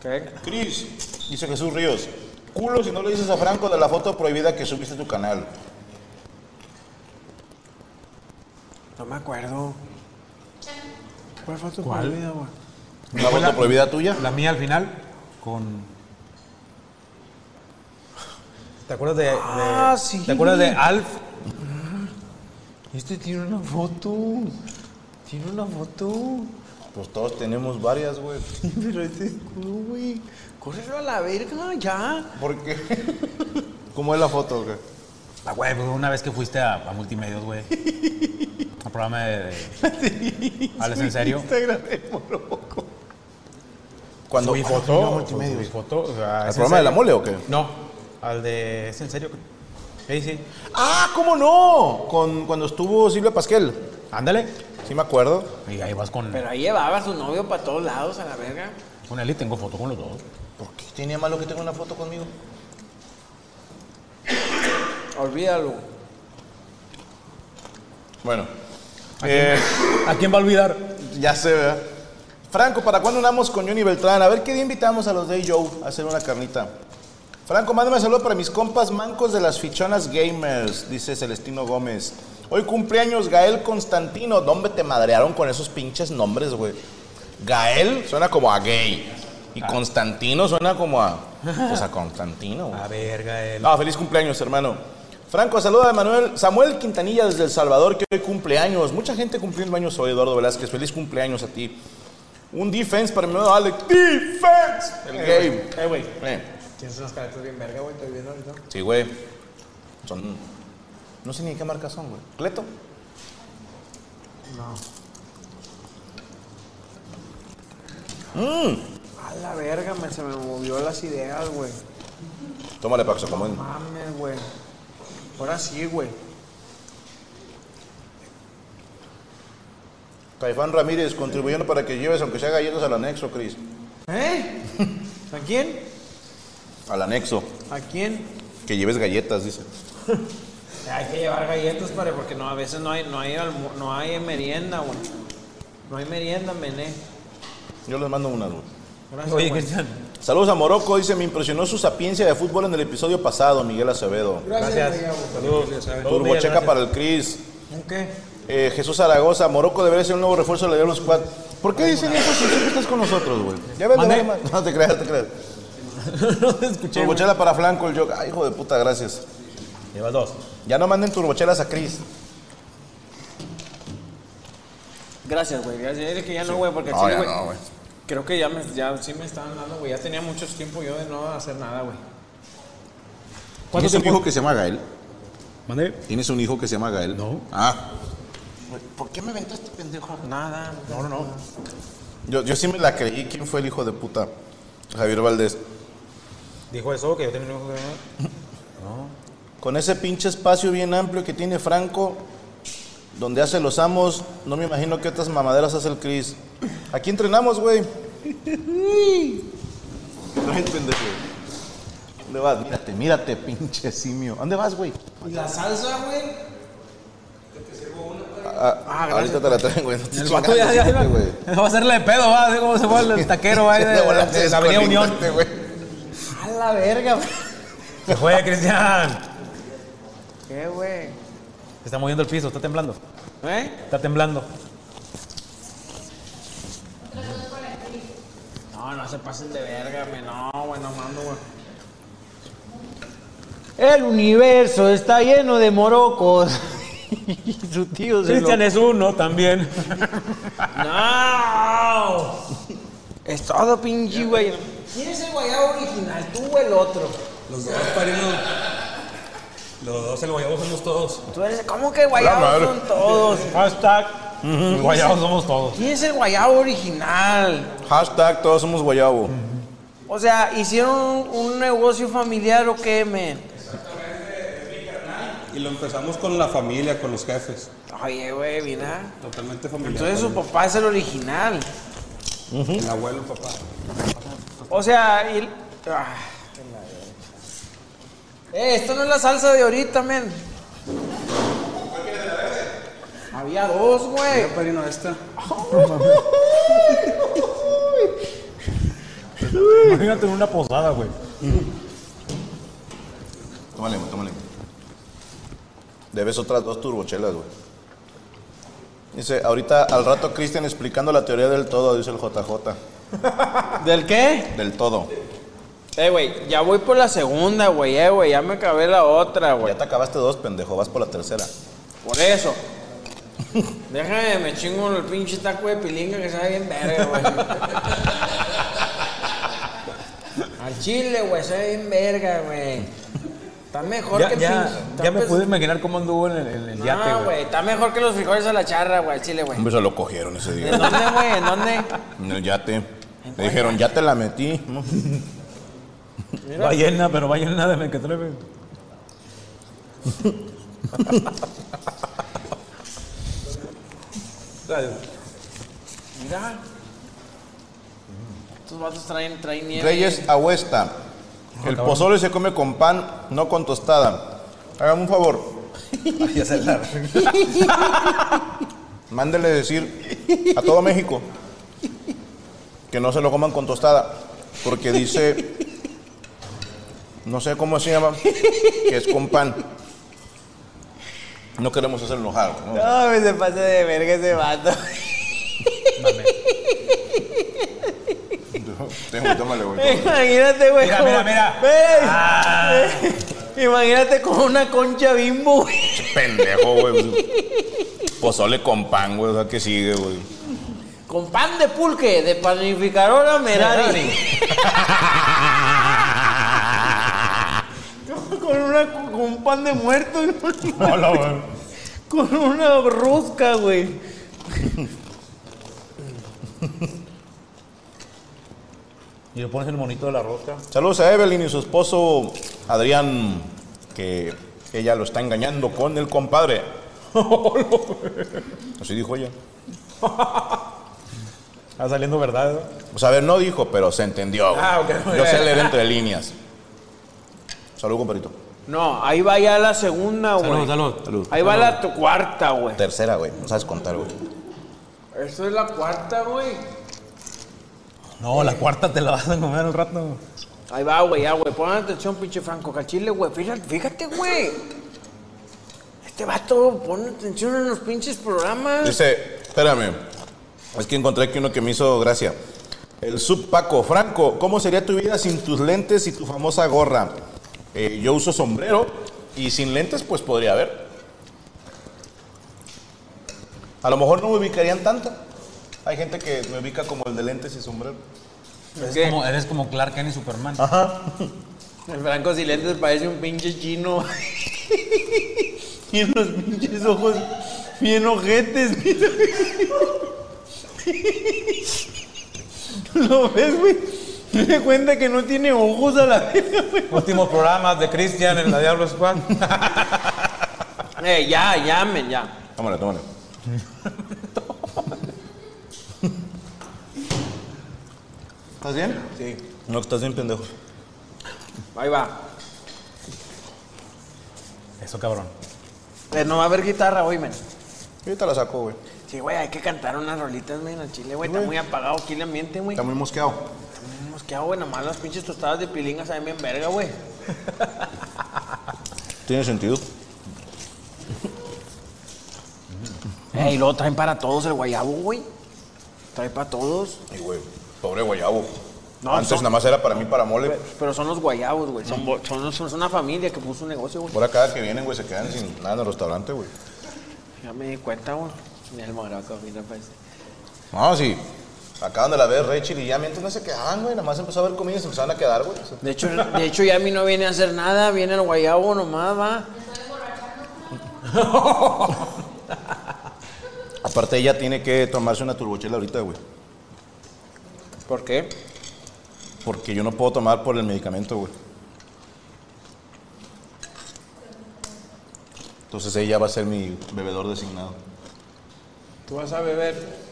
[SPEAKER 3] ¿Qué?
[SPEAKER 1] Cris, dice Jesús Ríos, culo si no le dices a Franco de la foto prohibida que subiste a tu canal.
[SPEAKER 3] No me acuerdo. ¿Cuál fue tu
[SPEAKER 2] ¿Cuál?
[SPEAKER 3] vida, güey?
[SPEAKER 1] ¿Una foto prohibida tuya?
[SPEAKER 2] La mía al final con... ¿Te acuerdas de, de-
[SPEAKER 3] Ah, sí.
[SPEAKER 2] ¿Te acuerdas de Alf?
[SPEAKER 3] Este tiene una foto. Tiene una foto.
[SPEAKER 1] Pues todos tenemos varias, güey.
[SPEAKER 3] Pero este es culo, güey. Córrelo a la verga, ya.
[SPEAKER 1] ¿Por qué? ¿Cómo es la foto, güey?
[SPEAKER 2] Ah, güey, pues una vez que fuiste a, a Multimedios, güey. Al programa de... de- ¿Hablas en serio?
[SPEAKER 1] Cuando
[SPEAKER 2] Subí
[SPEAKER 1] Ah, no,
[SPEAKER 2] foto,
[SPEAKER 1] multimedia.
[SPEAKER 2] subí foto. o sea,
[SPEAKER 1] ¿Al
[SPEAKER 2] ¿es en
[SPEAKER 1] programa de la
[SPEAKER 2] serio?
[SPEAKER 1] mole o qué?
[SPEAKER 2] No, al de... ¿Es en serio? Sí, sí.
[SPEAKER 1] ¡Ah, cómo no! Con, cuando estuvo Silvia Pasquel.
[SPEAKER 2] Ándale.
[SPEAKER 1] Sí me acuerdo.
[SPEAKER 2] Y ahí vas con...
[SPEAKER 3] Pero ahí llevaba a su novio para todos lados, a la verga.
[SPEAKER 2] Con él y tengo foto con los dos.
[SPEAKER 1] ¿Por qué tenía malo que tenga una foto conmigo?
[SPEAKER 3] Olvídalo.
[SPEAKER 1] Bueno. eh,
[SPEAKER 2] ¿A quién va a olvidar?
[SPEAKER 1] Ya sé, ¿verdad? Franco, ¿para cuándo andamos con Johnny Beltrán? A ver qué día invitamos a los de Joe a hacer una carnita. Franco, mándame saludo para mis compas mancos de las fichonas gamers, dice Celestino Gómez. Hoy cumpleaños Gael Constantino. ¿Dónde te madrearon con esos pinches nombres, güey? Gael suena como a gay. Y Constantino suena como a. Pues a Constantino. güey.
[SPEAKER 2] A verga, él.
[SPEAKER 1] No, Ah, feliz cumpleaños, hermano. Franco, saluda a Manuel Samuel Quintanilla desde El Salvador, que hoy cumple años. Mucha gente cumpliendo años hoy, Eduardo Velázquez. Feliz cumpleaños a ti. Un defense para mi nuevo Alex. ¡Defense! El game.
[SPEAKER 2] Eh, güey.
[SPEAKER 1] Eh,
[SPEAKER 2] Tienes unas caretas bien verga, güey. Estoy viendo ahorita.
[SPEAKER 1] Sí, güey. Son. No sé ni de qué marca son, güey. ¿Cleto?
[SPEAKER 2] No.
[SPEAKER 1] Mmm.
[SPEAKER 2] A la verga, me, se me movió las ideas, güey.
[SPEAKER 1] Tómale para que se acomoden.
[SPEAKER 2] Mames, güey. Ahora sí, güey.
[SPEAKER 1] Caifán Ramírez, contribuyendo para que lleves, aunque sea galletas, al anexo, Cris.
[SPEAKER 2] ¿Eh? ¿A quién?
[SPEAKER 1] Al anexo.
[SPEAKER 2] ¿A quién?
[SPEAKER 1] Que lleves galletas, dice.
[SPEAKER 2] Hay que llevar galletas, para porque no, a veces no hay, no hay, almu- no hay merienda, güey. No hay merienda, mené.
[SPEAKER 1] Yo les mando unas, güey.
[SPEAKER 2] Gracias,
[SPEAKER 1] Oye,
[SPEAKER 2] güey.
[SPEAKER 1] Cristian. Saludos a Morocco, dice, me impresionó su sapiencia de fútbol en el episodio pasado, Miguel Acevedo.
[SPEAKER 2] Gracias.
[SPEAKER 1] Saludos.
[SPEAKER 2] Saludos,
[SPEAKER 1] Turbocheca
[SPEAKER 2] Miguel, gracias.
[SPEAKER 1] para el Cris.
[SPEAKER 2] ¿Qué?
[SPEAKER 1] Eh, Jesús Zaragoza, Morocco debería ser un nuevo refuerzo de la Diablo Squad. ¿Por qué dicen eso si siempre estás con nosotros, güey? Ya ves,
[SPEAKER 2] ¿Mande?
[SPEAKER 1] no, no te creas, no te creas. Turbochela para Flanco, el yo. Ay, hijo de puta, gracias.
[SPEAKER 2] Llevas dos.
[SPEAKER 1] Ya no manden turbochelas a Cris.
[SPEAKER 2] Gracias, güey. Gracias. Es que ya no, güey, porque
[SPEAKER 1] No,
[SPEAKER 2] al chile,
[SPEAKER 1] ya no, güey.
[SPEAKER 2] Creo que ya, me, ya sí me estaban dando, güey. Ya tenía mucho tiempo yo de no hacer nada, güey.
[SPEAKER 1] ¿Tienes un hijo que se llama Gael?
[SPEAKER 5] ¿Mande?
[SPEAKER 1] ¿Tienes un hijo que se llama Gael? No. Ah.
[SPEAKER 2] ¿Por qué me aventaste, pendejo? Nada. No, no, no.
[SPEAKER 1] Yo, yo sí me la creí. ¿Quién fue el hijo de puta? Javier Valdés.
[SPEAKER 2] Dijo eso, que yo tenía un hijo que
[SPEAKER 1] Con ese pinche espacio bien amplio que tiene Franco, donde hace los amos, no me imagino qué otras mamaderas hace el Cris. Aquí entrenamos, güey. No entiendes, güey. ¿Dónde vas? Mírate, mírate, pinche simio. ¿Dónde vas, güey?
[SPEAKER 2] ¿Y la salsa, güey?
[SPEAKER 1] Ah, ahorita te la traen, güey. No te
[SPEAKER 2] El
[SPEAKER 1] estoy
[SPEAKER 2] vato ya,
[SPEAKER 1] chingando,
[SPEAKER 2] ya,
[SPEAKER 1] siempre,
[SPEAKER 2] iba-
[SPEAKER 1] güey.
[SPEAKER 2] va a hacerle de pedo, va. Así como se fue el taquero, va, ahí de,
[SPEAKER 1] De volada
[SPEAKER 2] de-
[SPEAKER 1] te
[SPEAKER 2] de la Avenida Unión.
[SPEAKER 1] desconectaste, güey.
[SPEAKER 2] A la verga, güey. Se fue, Cristian.
[SPEAKER 3] ¿Qué, güey?
[SPEAKER 2] Se está moviendo el piso, está temblando.
[SPEAKER 3] ¿Eh?
[SPEAKER 2] Está temblando. No, no se pasen de verga, güey. No, güey, no mando, güey.
[SPEAKER 3] El universo está lleno de morocos. y su tío se lo...
[SPEAKER 2] es uno también. ¡No!
[SPEAKER 3] Es todo pinche, güey.
[SPEAKER 2] ¿Quién es el guayabo original? ¿Tú o el otro?
[SPEAKER 5] Los dos pariendo. Los dos, el guayabo somos todos.
[SPEAKER 3] Tú eres... ¿Cómo que guayabos
[SPEAKER 5] madre.
[SPEAKER 3] son todos?
[SPEAKER 2] Hashtag.
[SPEAKER 5] Los guayabos somos todos.
[SPEAKER 3] ¿Quién es el guayabo original?
[SPEAKER 1] Hashtag todos somos guayabo.
[SPEAKER 3] O sea, ¿hicieron un, un negocio familiar o qué, men?
[SPEAKER 5] Y lo empezamos con la familia, con los jefes.
[SPEAKER 3] Oye, güey, mira.
[SPEAKER 5] Totalmente familiar.
[SPEAKER 3] Entonces su papá es el original.
[SPEAKER 5] El abuelo, papá.
[SPEAKER 3] O sea, y... ah. Eh, esta no es la salsa de ahorita, men. Había dos, güey.
[SPEAKER 5] Mira, padrino, esta.
[SPEAKER 2] Imagínate en una posada, güey.
[SPEAKER 1] Tómale, güey, tómale. Debes otras dos turbochelas, güey. Dice, ahorita al rato Cristian explicando la teoría del todo, dice el JJ.
[SPEAKER 3] ¿Del qué?
[SPEAKER 1] Del todo.
[SPEAKER 3] Eh, güey, ya voy por la segunda, güey. Eh, güey, ya me acabé la otra, güey.
[SPEAKER 1] Ya te acabaste dos, pendejo, vas por la tercera.
[SPEAKER 3] Por eso. Déjame, me chingo el pinche taco de pilinga que sabe bien verga, güey. Al chile, güey, sabe bien verga, güey. Está mejor
[SPEAKER 2] Ya,
[SPEAKER 3] que el
[SPEAKER 2] ya,
[SPEAKER 3] pinche- está
[SPEAKER 2] ya me
[SPEAKER 3] pes-
[SPEAKER 2] pude imaginar cómo anduvo en el, en el yate,
[SPEAKER 3] No, güey,
[SPEAKER 2] güey.
[SPEAKER 3] está mejor que los frijoles a la charra, güey, al chile, güey.
[SPEAKER 1] Hombre, se lo cogieron ese
[SPEAKER 3] ¿En
[SPEAKER 1] día.
[SPEAKER 3] dónde, güey? ¿En dónde?
[SPEAKER 1] En el yate. Le dijeron, ya te la metí.
[SPEAKER 2] Ballena, pero ballena de Mequetrefe.
[SPEAKER 3] Mira. Estos vatos traen, traen nieve.
[SPEAKER 1] Reyes Agüesta. El pozole se come con pan, no con tostada. Hágame un favor. Mándele decir a todo México que no se lo coman con tostada. Porque dice, no sé cómo se llama, que es con pan. No queremos hacer enojar. ¿no?
[SPEAKER 3] No, güey, se pasa de verga ese vato.
[SPEAKER 1] Ten, güey, tómale, güey. tómale.
[SPEAKER 3] Imagínate, güey.
[SPEAKER 2] Mira,
[SPEAKER 3] como-
[SPEAKER 2] mira, mira.
[SPEAKER 3] Ve,
[SPEAKER 2] Ah.
[SPEAKER 3] Imagínate con una concha bimbo, güey.
[SPEAKER 1] Pendejo, güey. Pozole con pan, güey. O sea, que sigue, güey.
[SPEAKER 3] Con pan de pulque, de panificadora Merari. con, una, con un pan de muerto. y-
[SPEAKER 1] Hola, güey.
[SPEAKER 3] con una rosca, güey.
[SPEAKER 2] Y le pones el monito de la rosca.
[SPEAKER 1] Saludos a Evelyn y su esposo Adrián, que ella lo está engañando con el compadre. Así dijo ella.
[SPEAKER 2] Está saliendo verdad. ¿no?
[SPEAKER 1] O sea, a ver, no dijo, pero se entendió. güey.
[SPEAKER 2] Ah, ok, muy
[SPEAKER 1] Yo sé
[SPEAKER 2] bien.
[SPEAKER 1] leer entre líneas. Salud, compadrito.
[SPEAKER 3] No, ahí va ya la segunda, güey.
[SPEAKER 1] Salud.
[SPEAKER 3] Ahí va la tu cuarta, güey.
[SPEAKER 1] Tercera, güey. No sabes contar, güey.
[SPEAKER 3] Eso es la cuarta, güey.
[SPEAKER 2] No, la cuarta te la vas a comer al rato.
[SPEAKER 3] Ahí va, güey, ya, güey. Pon atención, pinche Franco Cachile, güey. Fíjate, fíjate, güey. Este vato, pon atención en los pinches programas.
[SPEAKER 1] Dice, espérame. Es que encontré aquí uno que me hizo gracia. El sub Paco Franco, ¿cómo sería tu vida sin tus lentes y tu famosa gorra? Eh, yo uso sombrero y sin lentes, pues podría haber. A lo mejor no me ubicarían tanto. Hay gente que me ubica como el de lentes y sombrero.
[SPEAKER 3] Es
[SPEAKER 2] Eres
[SPEAKER 3] que
[SPEAKER 2] como, eres como Clark Kent y Superman.
[SPEAKER 3] el Franco Silente parece un pinche chino. y los pinches ojos bien ojetes, mira. ¿Lo ves, güey? Te cuenta que no tiene ojos a la vez.
[SPEAKER 2] Últimos programas de Christian en la Diablo Squad.
[SPEAKER 3] Eh, ya, llamen, ya.
[SPEAKER 1] Tómale, tómale. ¿Estás bien? Sí. No, estás bien, pendejo.
[SPEAKER 3] Ahí va.
[SPEAKER 2] Eso, cabrón.
[SPEAKER 3] Eh, no va a haber guitarra hoy, men.
[SPEAKER 1] Ahorita la saco, güey.
[SPEAKER 3] Sí, güey, hay que cantar unas rolitas, men, al chile, güey. Está muy apagado aquí el ambiente, güey.
[SPEAKER 1] Está muy mosqueado.
[SPEAKER 3] Estamos que güey, nomás las pinches tostadas de pilingas saben bien verga, güey.
[SPEAKER 1] Tiene sentido.
[SPEAKER 3] Eh, y luego traen para todos el guayabo, güey. Trae para todos.
[SPEAKER 1] Y güey, pobre guayabo.
[SPEAKER 3] No,
[SPEAKER 1] Antes
[SPEAKER 3] son-
[SPEAKER 1] nada más era para mí, para mole.
[SPEAKER 3] Pero son los guayabos, güey. Son, bo- son, son- son una familia que puso un negocio, güey.
[SPEAKER 1] Ahora cada que vienen, güey, se quedan sin nada en el restaurante, güey.
[SPEAKER 3] Ya me di cuenta, güey. Mira el moraco, mira, pues.
[SPEAKER 1] No, sí. Acaban de la ver Rachel y ya mientras no se quedaban, güey. Nada más empezó a ver comida y se empezaron a quedar, güey.
[SPEAKER 3] De hecho, de hecho, ya a mí no viene a hacer nada. Viene el guayabo nomás, va.
[SPEAKER 1] Aparte, ella tiene que tomarse una turbochela ahorita, güey.
[SPEAKER 3] ¿Por qué?
[SPEAKER 1] Porque yo no puedo tomar por el medicamento, güey. Entonces ella va a ser mi bebedor designado.
[SPEAKER 3] Tú vas a beber.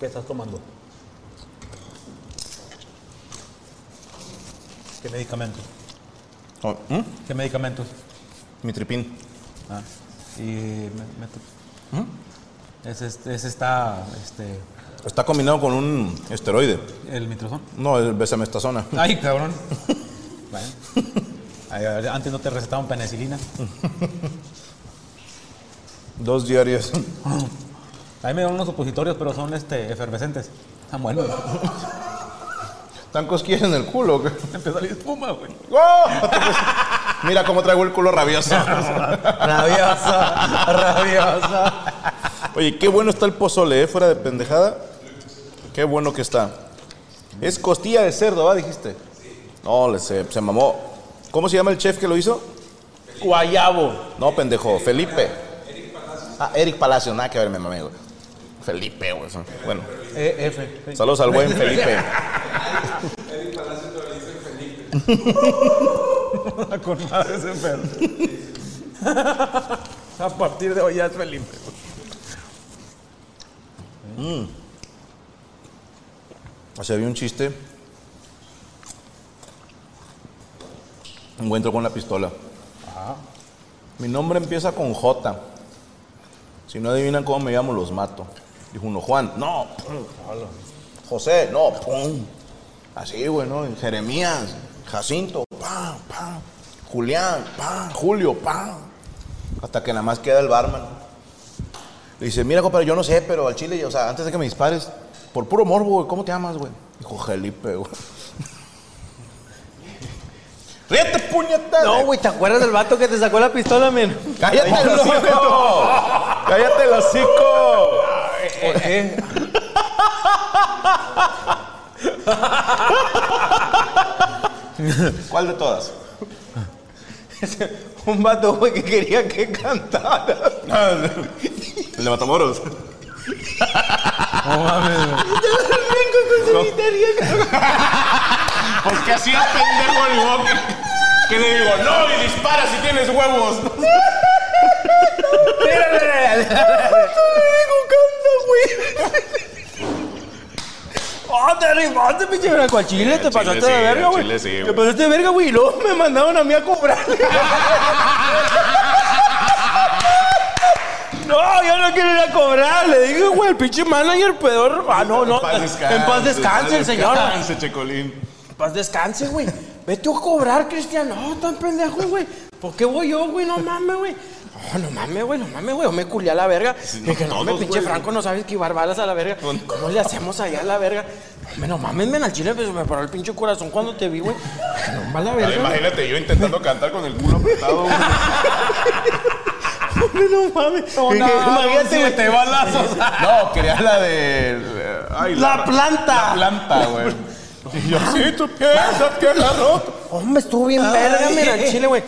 [SPEAKER 2] ¿Qué estás tomando? ¿Qué medicamentos?
[SPEAKER 1] Oh, ¿mm?
[SPEAKER 2] ¿Qué medicamentos?
[SPEAKER 1] Mi tripín.
[SPEAKER 2] Ah, y me, me-
[SPEAKER 1] ¿Mm?
[SPEAKER 2] es, este- es esta, este,
[SPEAKER 1] Está combinado con un esteroide.
[SPEAKER 2] el mitrozón.
[SPEAKER 1] No, el besamestazona.
[SPEAKER 2] Ay, cabrón. Bueno. Ay, a ver, Antes no te recetaban penicilina.
[SPEAKER 1] Dos diarias.
[SPEAKER 2] A mí me dieron unos supositorios, pero son este, efervescentes. Están buenos.
[SPEAKER 1] Están cosquillas en el culo, güey.
[SPEAKER 2] Empezó a salir espuma, güey.
[SPEAKER 1] ¡Oh! Mira cómo traigo el culo rabioso.
[SPEAKER 2] Rabiosa, rabiosa.
[SPEAKER 1] Oye, qué bueno está el pozole, ¿eh? Fuera de pendejada. Qué bueno que está. Es costilla de cerdo, ¿va? Dijiste. No, le se, se mamó. ¿Cómo se llama el chef que lo hizo?
[SPEAKER 3] Guayabo.
[SPEAKER 1] No, pendejo, Felipe. Ah, Eric Palacio, nada que ver, me mamé, güey. Felipe, güey. Bueno,
[SPEAKER 2] E EF.
[SPEAKER 1] saludos al buen Felipe.
[SPEAKER 2] Con madre ese perro. A partir de hoy ya es Felipe.
[SPEAKER 1] O sea, había un chiste. Encuentro con la pistola. Mi nombre empieza con J. Si no adivinan cómo me llamo, los mato. Dijo uno, Juan, no. pum. José, no. pum. Así, güey, ¿no? Jeremías, Jacinto, pa, pa. Julián, pa. Julio, pa. Hasta que nada más queda el barman. Le dice, mira, compadre, yo no sé, pero al chile, o sea, antes de que me dispares, por puro morbo, güey, ¿cómo te llamas, güey? Dijo Jalipe, güey. ¡Ríete, puñetero!
[SPEAKER 3] No, güey, ¿te acuerdas del vato que te sacó la pistola, men?
[SPEAKER 1] ¡Cállate el hocico! ¡Cállate el hocico!
[SPEAKER 2] ¿Por qué?
[SPEAKER 1] ¿Cuál de todas?
[SPEAKER 3] Un vato, güey, que quería que cantara.
[SPEAKER 1] El de Matamoros.
[SPEAKER 2] No mames, güey.
[SPEAKER 1] Pues que así es pendejo el Walker. Que le digo, no, y dispara si tienes huevos.
[SPEAKER 3] ¡Oh, te arribaste, pinche braco! Al chile te
[SPEAKER 1] Al chile
[SPEAKER 3] pasaste
[SPEAKER 1] sí,
[SPEAKER 3] de verga,
[SPEAKER 1] al
[SPEAKER 3] güey.
[SPEAKER 1] chile sí, güey.
[SPEAKER 3] te pasaste de verga, güey. Y luego me mandaron a mí a cobrarle. No, yo no quiero ir a cobrar. Le dije, güey, el pinche manager pedor. Ah, no, no. En paz descanse, el señor.
[SPEAKER 1] En paz
[SPEAKER 3] En
[SPEAKER 1] descanse, Checolín.
[SPEAKER 3] paz descanse, güey. Vete a cobrar, Cristian. No, tan pendejo, güey. ¿Por qué voy yo, güey? No mames, güey. No, no mames, güey, no mames, güey. Yo me culé a la verga.
[SPEAKER 1] no,
[SPEAKER 3] dije, no, me
[SPEAKER 1] todos,
[SPEAKER 3] pinche
[SPEAKER 1] güey.
[SPEAKER 3] Franco no sabe esquivar balas a la verga. ¿Cómo le hacemos allá a la verga? Hombre, no mames, men, al chile pues, me paró el pinche corazón cuando te vi, güey. Dije, No mames, la
[SPEAKER 1] Ahora
[SPEAKER 3] verga.
[SPEAKER 1] imagínate yo intentando cantar con el culo apretado. güey.
[SPEAKER 3] Hombre, no mames.
[SPEAKER 1] eh,
[SPEAKER 2] No,
[SPEAKER 3] Dije, imagínate, güey.
[SPEAKER 2] siete balazos.
[SPEAKER 1] No, quería la de. eh, ay,
[SPEAKER 3] La planta.
[SPEAKER 1] La planta, güey. Y yo, sí, tú piensas que la ropa.
[SPEAKER 3] Hombre, estuvo bien
[SPEAKER 2] Ay.
[SPEAKER 3] verga, men, al chile, güey.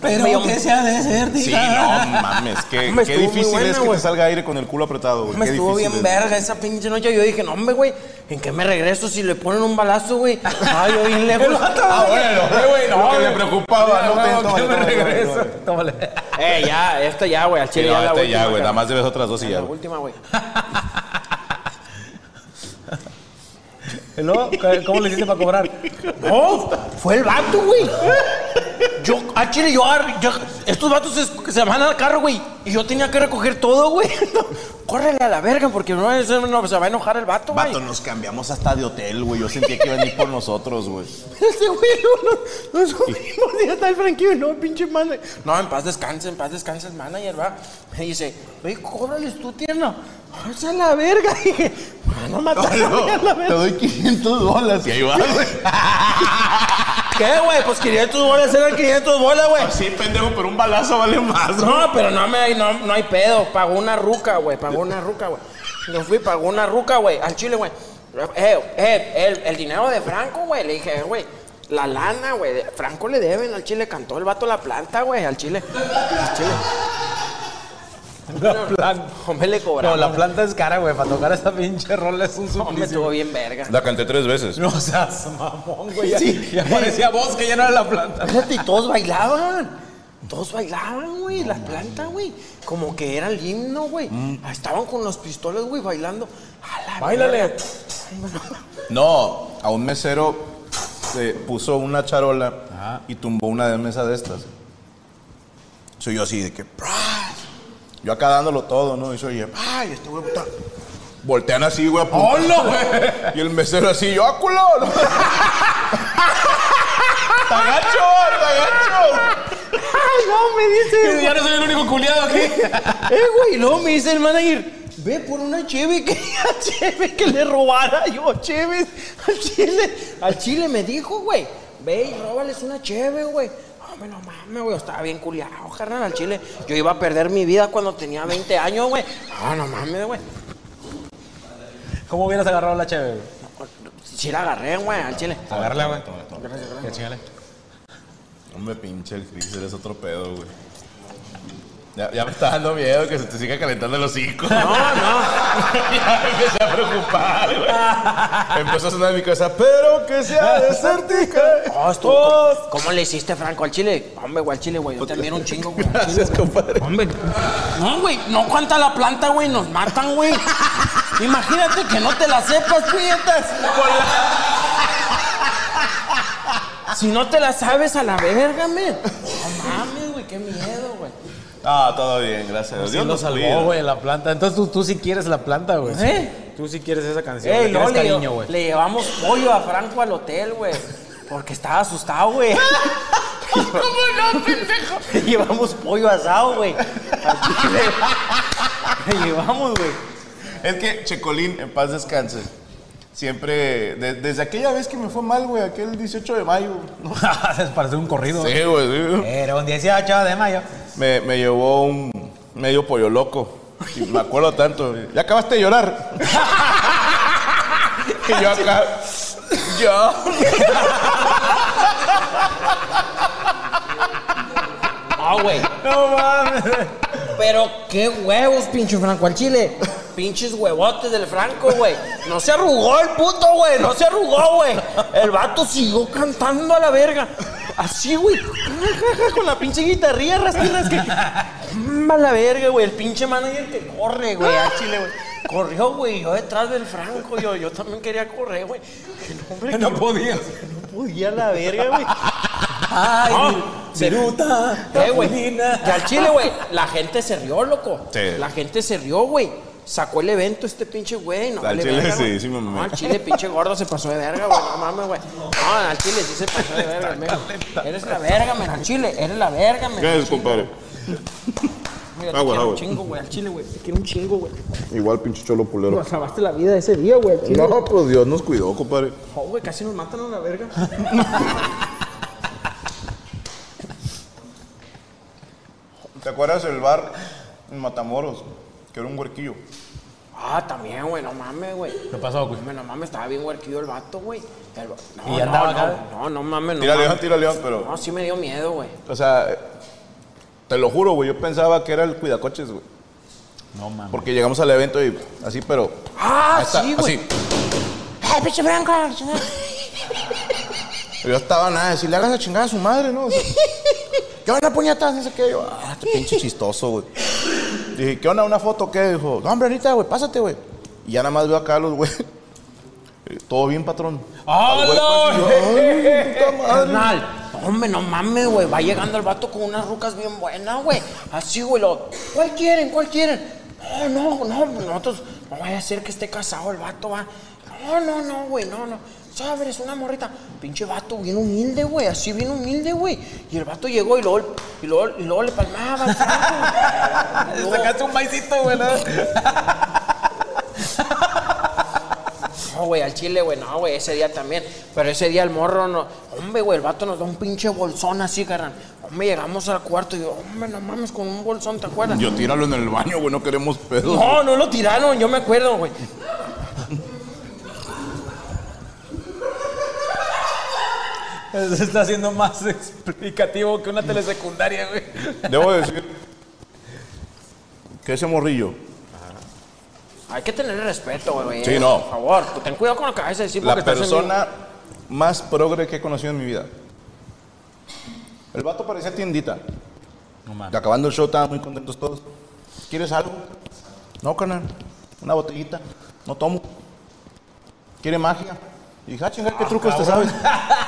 [SPEAKER 2] Pero que sea desértica.
[SPEAKER 1] Sí, no mames, qué,
[SPEAKER 3] Hombre,
[SPEAKER 1] qué
[SPEAKER 3] estuvo muy
[SPEAKER 1] difícil
[SPEAKER 3] buena,
[SPEAKER 1] es que
[SPEAKER 3] güey.
[SPEAKER 1] te salga aire con el culo apretado, güey.
[SPEAKER 3] Me
[SPEAKER 1] Qué
[SPEAKER 3] estuvo
[SPEAKER 1] difícil ¿eh?
[SPEAKER 3] bien
[SPEAKER 1] es.
[SPEAKER 3] verga esa pinche noche. Yo dije, no, hombre, güey, ¿en qué me regreso si le ponen un balazo, güey? Ay, yo bien lejos.
[SPEAKER 1] Ah, bueno, eh, güey, no, lo que me preocupaba, no, te-
[SPEAKER 2] no,
[SPEAKER 1] tómale,
[SPEAKER 2] que me
[SPEAKER 1] tómale,
[SPEAKER 2] regreso.
[SPEAKER 1] tómale.
[SPEAKER 2] Tómale.
[SPEAKER 3] Eh, ya, esta ya, güey, al
[SPEAKER 1] Sí,
[SPEAKER 3] chile
[SPEAKER 1] no,
[SPEAKER 3] ya la
[SPEAKER 1] este
[SPEAKER 3] última.
[SPEAKER 1] ya, güey,
[SPEAKER 3] cara.
[SPEAKER 1] nada más debes otras dos y ya,
[SPEAKER 3] La
[SPEAKER 1] güey.
[SPEAKER 3] última, güey.
[SPEAKER 2] ¿Y luego? ¿Qué- ¿Cómo le hiciste para cobrar?
[SPEAKER 3] No, fue el vato, güey. Yo, al chile, yo, agarré- yo- estos vatos se, se van al carro, güey. Y yo tenía que recoger todo, güey. No, córrele a la verga, porque no, eso no, se va a enojar el vato, güey.
[SPEAKER 1] Vato, nos cambiamos hasta de hotel, güey. Yo sentía que iban a ir por nosotros, güey.
[SPEAKER 3] Este güey, no, no, no subimos, ya está el franquillo, no, pinche manager. No, en paz descanse, en paz descanse el manager, va. Me dice, güey, cóbrales tú, tierno. Vas a la verga, dije. Van a matar a la
[SPEAKER 1] Te
[SPEAKER 3] verga.
[SPEAKER 1] doy 500 dólares y ahí va, güey.
[SPEAKER 3] ¿Qué, güey? Pues 500 bolas eran 500 bolas, güey.
[SPEAKER 1] Sí, pendejo, pero un balazo vale más, güey.
[SPEAKER 3] No, pero no, me, hay- no, no hay pedo. Pagó una ruca, güey. Pagó una ruca, güey. Yo fui, pagó una ruca, güey. Al chile, güey. Eh, eh, el, el dinero de Franco, güey. Le dije, eh, güey. La lana, güey. de- Franco le deben al chile. Cantó el vato la planta, güey. Al chile. Al chile.
[SPEAKER 2] La planta.
[SPEAKER 3] Hombre, le
[SPEAKER 2] No,
[SPEAKER 3] cobramos.
[SPEAKER 2] la planta es cara, güey. Para tocar esa pinche rola es un
[SPEAKER 3] Hombre,
[SPEAKER 2] suplicio.
[SPEAKER 3] estuvo bien verga.
[SPEAKER 1] La canté tres veces.
[SPEAKER 2] No seas mamón, güey. Ya,
[SPEAKER 3] Sí.
[SPEAKER 2] ya parecía vos que ya no era la planta.
[SPEAKER 3] Espérate, y todos bailaban. Todos bailaban, güey, la planta, güey. Como que era el himno, güey. Estaban con los pistolas, güey, bailando. A la
[SPEAKER 2] Mm. Báilale.
[SPEAKER 1] No, a un mesero se puso una charola y tumbó una de mesa de estas. Soy yo así de que, ¡pras! Yo acá dándolo todo, ¿no? Y soy yo, ¡ay, este güey puta! Voltean así, güey, a punta. Y el mesero así, yo, ¡ah, culo! ¡Está gacho, está gacho!
[SPEAKER 3] Ay, no, me dice.
[SPEAKER 2] Ya no soy el único culiado aquí.
[SPEAKER 3] Eh, güey, luego me dice el manager, ve por una cheve que, cheve que le robara yo, cheves. Al chile, al chile me dijo, güey, ve y róbales una cheve, güey. Hombre, no mames, güey, estaba bien culiado, carnal, al chile. Yo iba a perder mi vida cuando tenía 20 años, güey. "Ah, No, no mames, güey.
[SPEAKER 2] ¿Cómo hubieras agarrado la cheve, güey?
[SPEAKER 3] Sí la agarré, güey, al chile.
[SPEAKER 2] Agárrala, güey. Que
[SPEAKER 1] Hombre, pinche el Chris, eres otro pedo, güey. Ya, ya me está dando miedo que se te siga calentando los hocico. No, no.
[SPEAKER 3] "Ah,
[SPEAKER 1] ya me empecé a preocupar, güey. Empezó a sonar en mi casa, pero que sea desértica.
[SPEAKER 3] Oh, estuvo-
[SPEAKER 1] Oh,
[SPEAKER 3] ¿cómo, cómo le hiciste, Franco, al chile? Hombre, güey, al chile, güey, yo también un chingo, güey. al chile,
[SPEAKER 1] Gracias, compadre.
[SPEAKER 3] Hombre, no, güey, no cuenta la planta, güey, nos matan, güey. Imagínate que no te la sepas, puñetas. Si no te la sabes a la verga, men. No mames, güey, qué miedo, güey.
[SPEAKER 1] Ah, todo bien, gracias.
[SPEAKER 2] Sí lo
[SPEAKER 1] nos cuida.
[SPEAKER 2] salvó, güey, la planta. Entonces tú, tú sí quieres la planta, güey.
[SPEAKER 3] ¿Eh?
[SPEAKER 2] Tú sí quieres esa canción.
[SPEAKER 3] Ey,
[SPEAKER 2] Pues le
[SPEAKER 3] no,
[SPEAKER 2] tienes
[SPEAKER 3] le,
[SPEAKER 2] cariño, güey.
[SPEAKER 3] le llevamos pollo a Franco al hotel, güey. Porque estaba asustado, güey. ¿Cómo no, pendejo? Le llevamos pollo asado, güey. Al chile. Le llevamos, güey.
[SPEAKER 1] Es que Checolín, en paz descanse. Siempre, de- desde aquella vez que me fue mal, güey, aquel 18 de mayo. ¿no?
[SPEAKER 2] Parece un corrido.
[SPEAKER 1] Sí, güey, sí, güey.
[SPEAKER 2] Era un 18 de mayo.
[SPEAKER 1] Me, me llevó un medio pollo loco. Y me acuerdo tanto. Ya acabaste de llorar. y yo acá. Yo.
[SPEAKER 3] Ah, güey. No mames. Pero qué huevos, pinche Franco al chile. Pinches huevotes del Franco, güey. No se arrugó el puto, güey. No se arrugó, güey. El vato siguió cantando a la verga. Así, güey. Con la pinche guitarrilla rastiras que. A la verga, güey. El pinche manager que corre, güey. Al chile, güey. Corrió, güey. Yo detrás del Franco. Yo, yo también quería correr, güey. Que no, hombre,
[SPEAKER 2] No podía.
[SPEAKER 3] No podía la verga, güey. Ay,
[SPEAKER 2] Viruta,
[SPEAKER 3] eh, Ah, güey.
[SPEAKER 2] Capulina.
[SPEAKER 3] Que al chile, güey, la gente se rió, loco.
[SPEAKER 1] Sí.
[SPEAKER 3] La gente se rió, güey. Sacó el evento este pinche güey. No,
[SPEAKER 1] Al
[SPEAKER 3] vale
[SPEAKER 1] chile
[SPEAKER 3] verga,
[SPEAKER 1] sí,
[SPEAKER 3] güey.
[SPEAKER 1] sí me mamé.
[SPEAKER 3] No, al chile, pinche gordo se pasó de verga, güey. No mames, güey. No, al chile sí se pasó de verga, men. Eres la verga, men. Al chile, eres la verga, men.
[SPEAKER 1] ¿Qué es, compadre?
[SPEAKER 3] Mira, te
[SPEAKER 1] Agua,
[SPEAKER 3] quiero
[SPEAKER 1] agua.
[SPEAKER 3] un chingo, güey. Al chile, güey. Te quiero un chingo, güey.
[SPEAKER 1] Igual, pinche cholo pulero.
[SPEAKER 3] Nos salvaste la vida ese día, güey. al chile, güey.
[SPEAKER 1] No, pues Dios nos cuidó, compadre.
[SPEAKER 3] Oh, güey, casi nos matan a la verga.
[SPEAKER 1] ¿Te acuerdas del bar en Matamoros? Que era un huerquillo.
[SPEAKER 3] Ah, también, güey, no mames, güey.
[SPEAKER 2] ¿Qué pasó, güey?
[SPEAKER 3] No mames, estaba bien huerquillo el vato, güey. El va- No,
[SPEAKER 2] Y ya andaba
[SPEAKER 3] no,
[SPEAKER 2] acá.
[SPEAKER 3] No, no, no mames, no.
[SPEAKER 1] Tira león,
[SPEAKER 3] mames.
[SPEAKER 1] tira león, pero.
[SPEAKER 3] No, sí me dio miedo, güey.
[SPEAKER 1] O sea, te lo juro, güey, yo pensaba que era el cuidacoches, güey.
[SPEAKER 2] No mames.
[SPEAKER 1] Porque llegamos al evento y así, pero...
[SPEAKER 3] Ah,
[SPEAKER 1] ahí está,
[SPEAKER 3] sí, güey.
[SPEAKER 1] así.
[SPEAKER 3] ¡Eh, pinche Franco!
[SPEAKER 1] Yo estaba nada, si le hagas a chingar a su madre, ¿no? O sea, ¿Qué onda, puñetas? Dice que yo, ah, este pinche chistoso, güey. Dije, ¿qué onda, una foto o qué? Dijo, no, hombre, ahorita, güey, pásate, güey. Y ya nada más veo acá a los güey. Todo bien, patrón. Al güey, pues, yo, "Ay, puta madre".
[SPEAKER 3] Carnal, hombre, no mames, güey. Va llegando el vato con unas rucas bien buenas, güey. Así, güey, lo. ¿Cuál quieren? ¿Cuál quieren? No, no, no, nosotros. No vaya a ser que esté casado el vato, va. No, no, no, güey, no, no. Sabes, una morrita. Pinche vato, bien humilde, güey. Así, bien humilde, güey. Y el vato llegó y luego, y luego, y luego le palmaba al franco, güey. Y
[SPEAKER 2] Le
[SPEAKER 3] luego-
[SPEAKER 2] sacaste un maicito, güey. ¿no?
[SPEAKER 3] No, güey, al chile, güey, no, güey, ese día también. Pero ese día el morro no. Hombre, güey, el vato nos da un pinche bolsón así, carnal. Hombre, llegamos al cuarto y yo, hombre, no mames, con un bolsón, ¿te acuerdas?
[SPEAKER 1] Yo tíralo en el baño, güey, no queremos pedo.
[SPEAKER 3] No, no lo tiraron, yo me acuerdo, güey.
[SPEAKER 2] Eso está siendo más explicativo que una telesecundaria, güey.
[SPEAKER 1] Debo decir que ese morrillo,
[SPEAKER 3] Hay que tener respeto, güey.
[SPEAKER 1] Sí, no.
[SPEAKER 3] Por favor, tú ten cuidado con lo que vas a decir
[SPEAKER 1] la
[SPEAKER 3] porque estás en
[SPEAKER 1] persona más progre que he conocido en mi vida. El vato parecía tiendita.
[SPEAKER 2] No
[SPEAKER 1] Y Acabando el show, estaban muy contentos todos. ¿Quieres algo? No, carnal. Una botellita. No tomo. ¿Quiere magia? Y dije, ah, chinga, ¿qué trucos te sabes?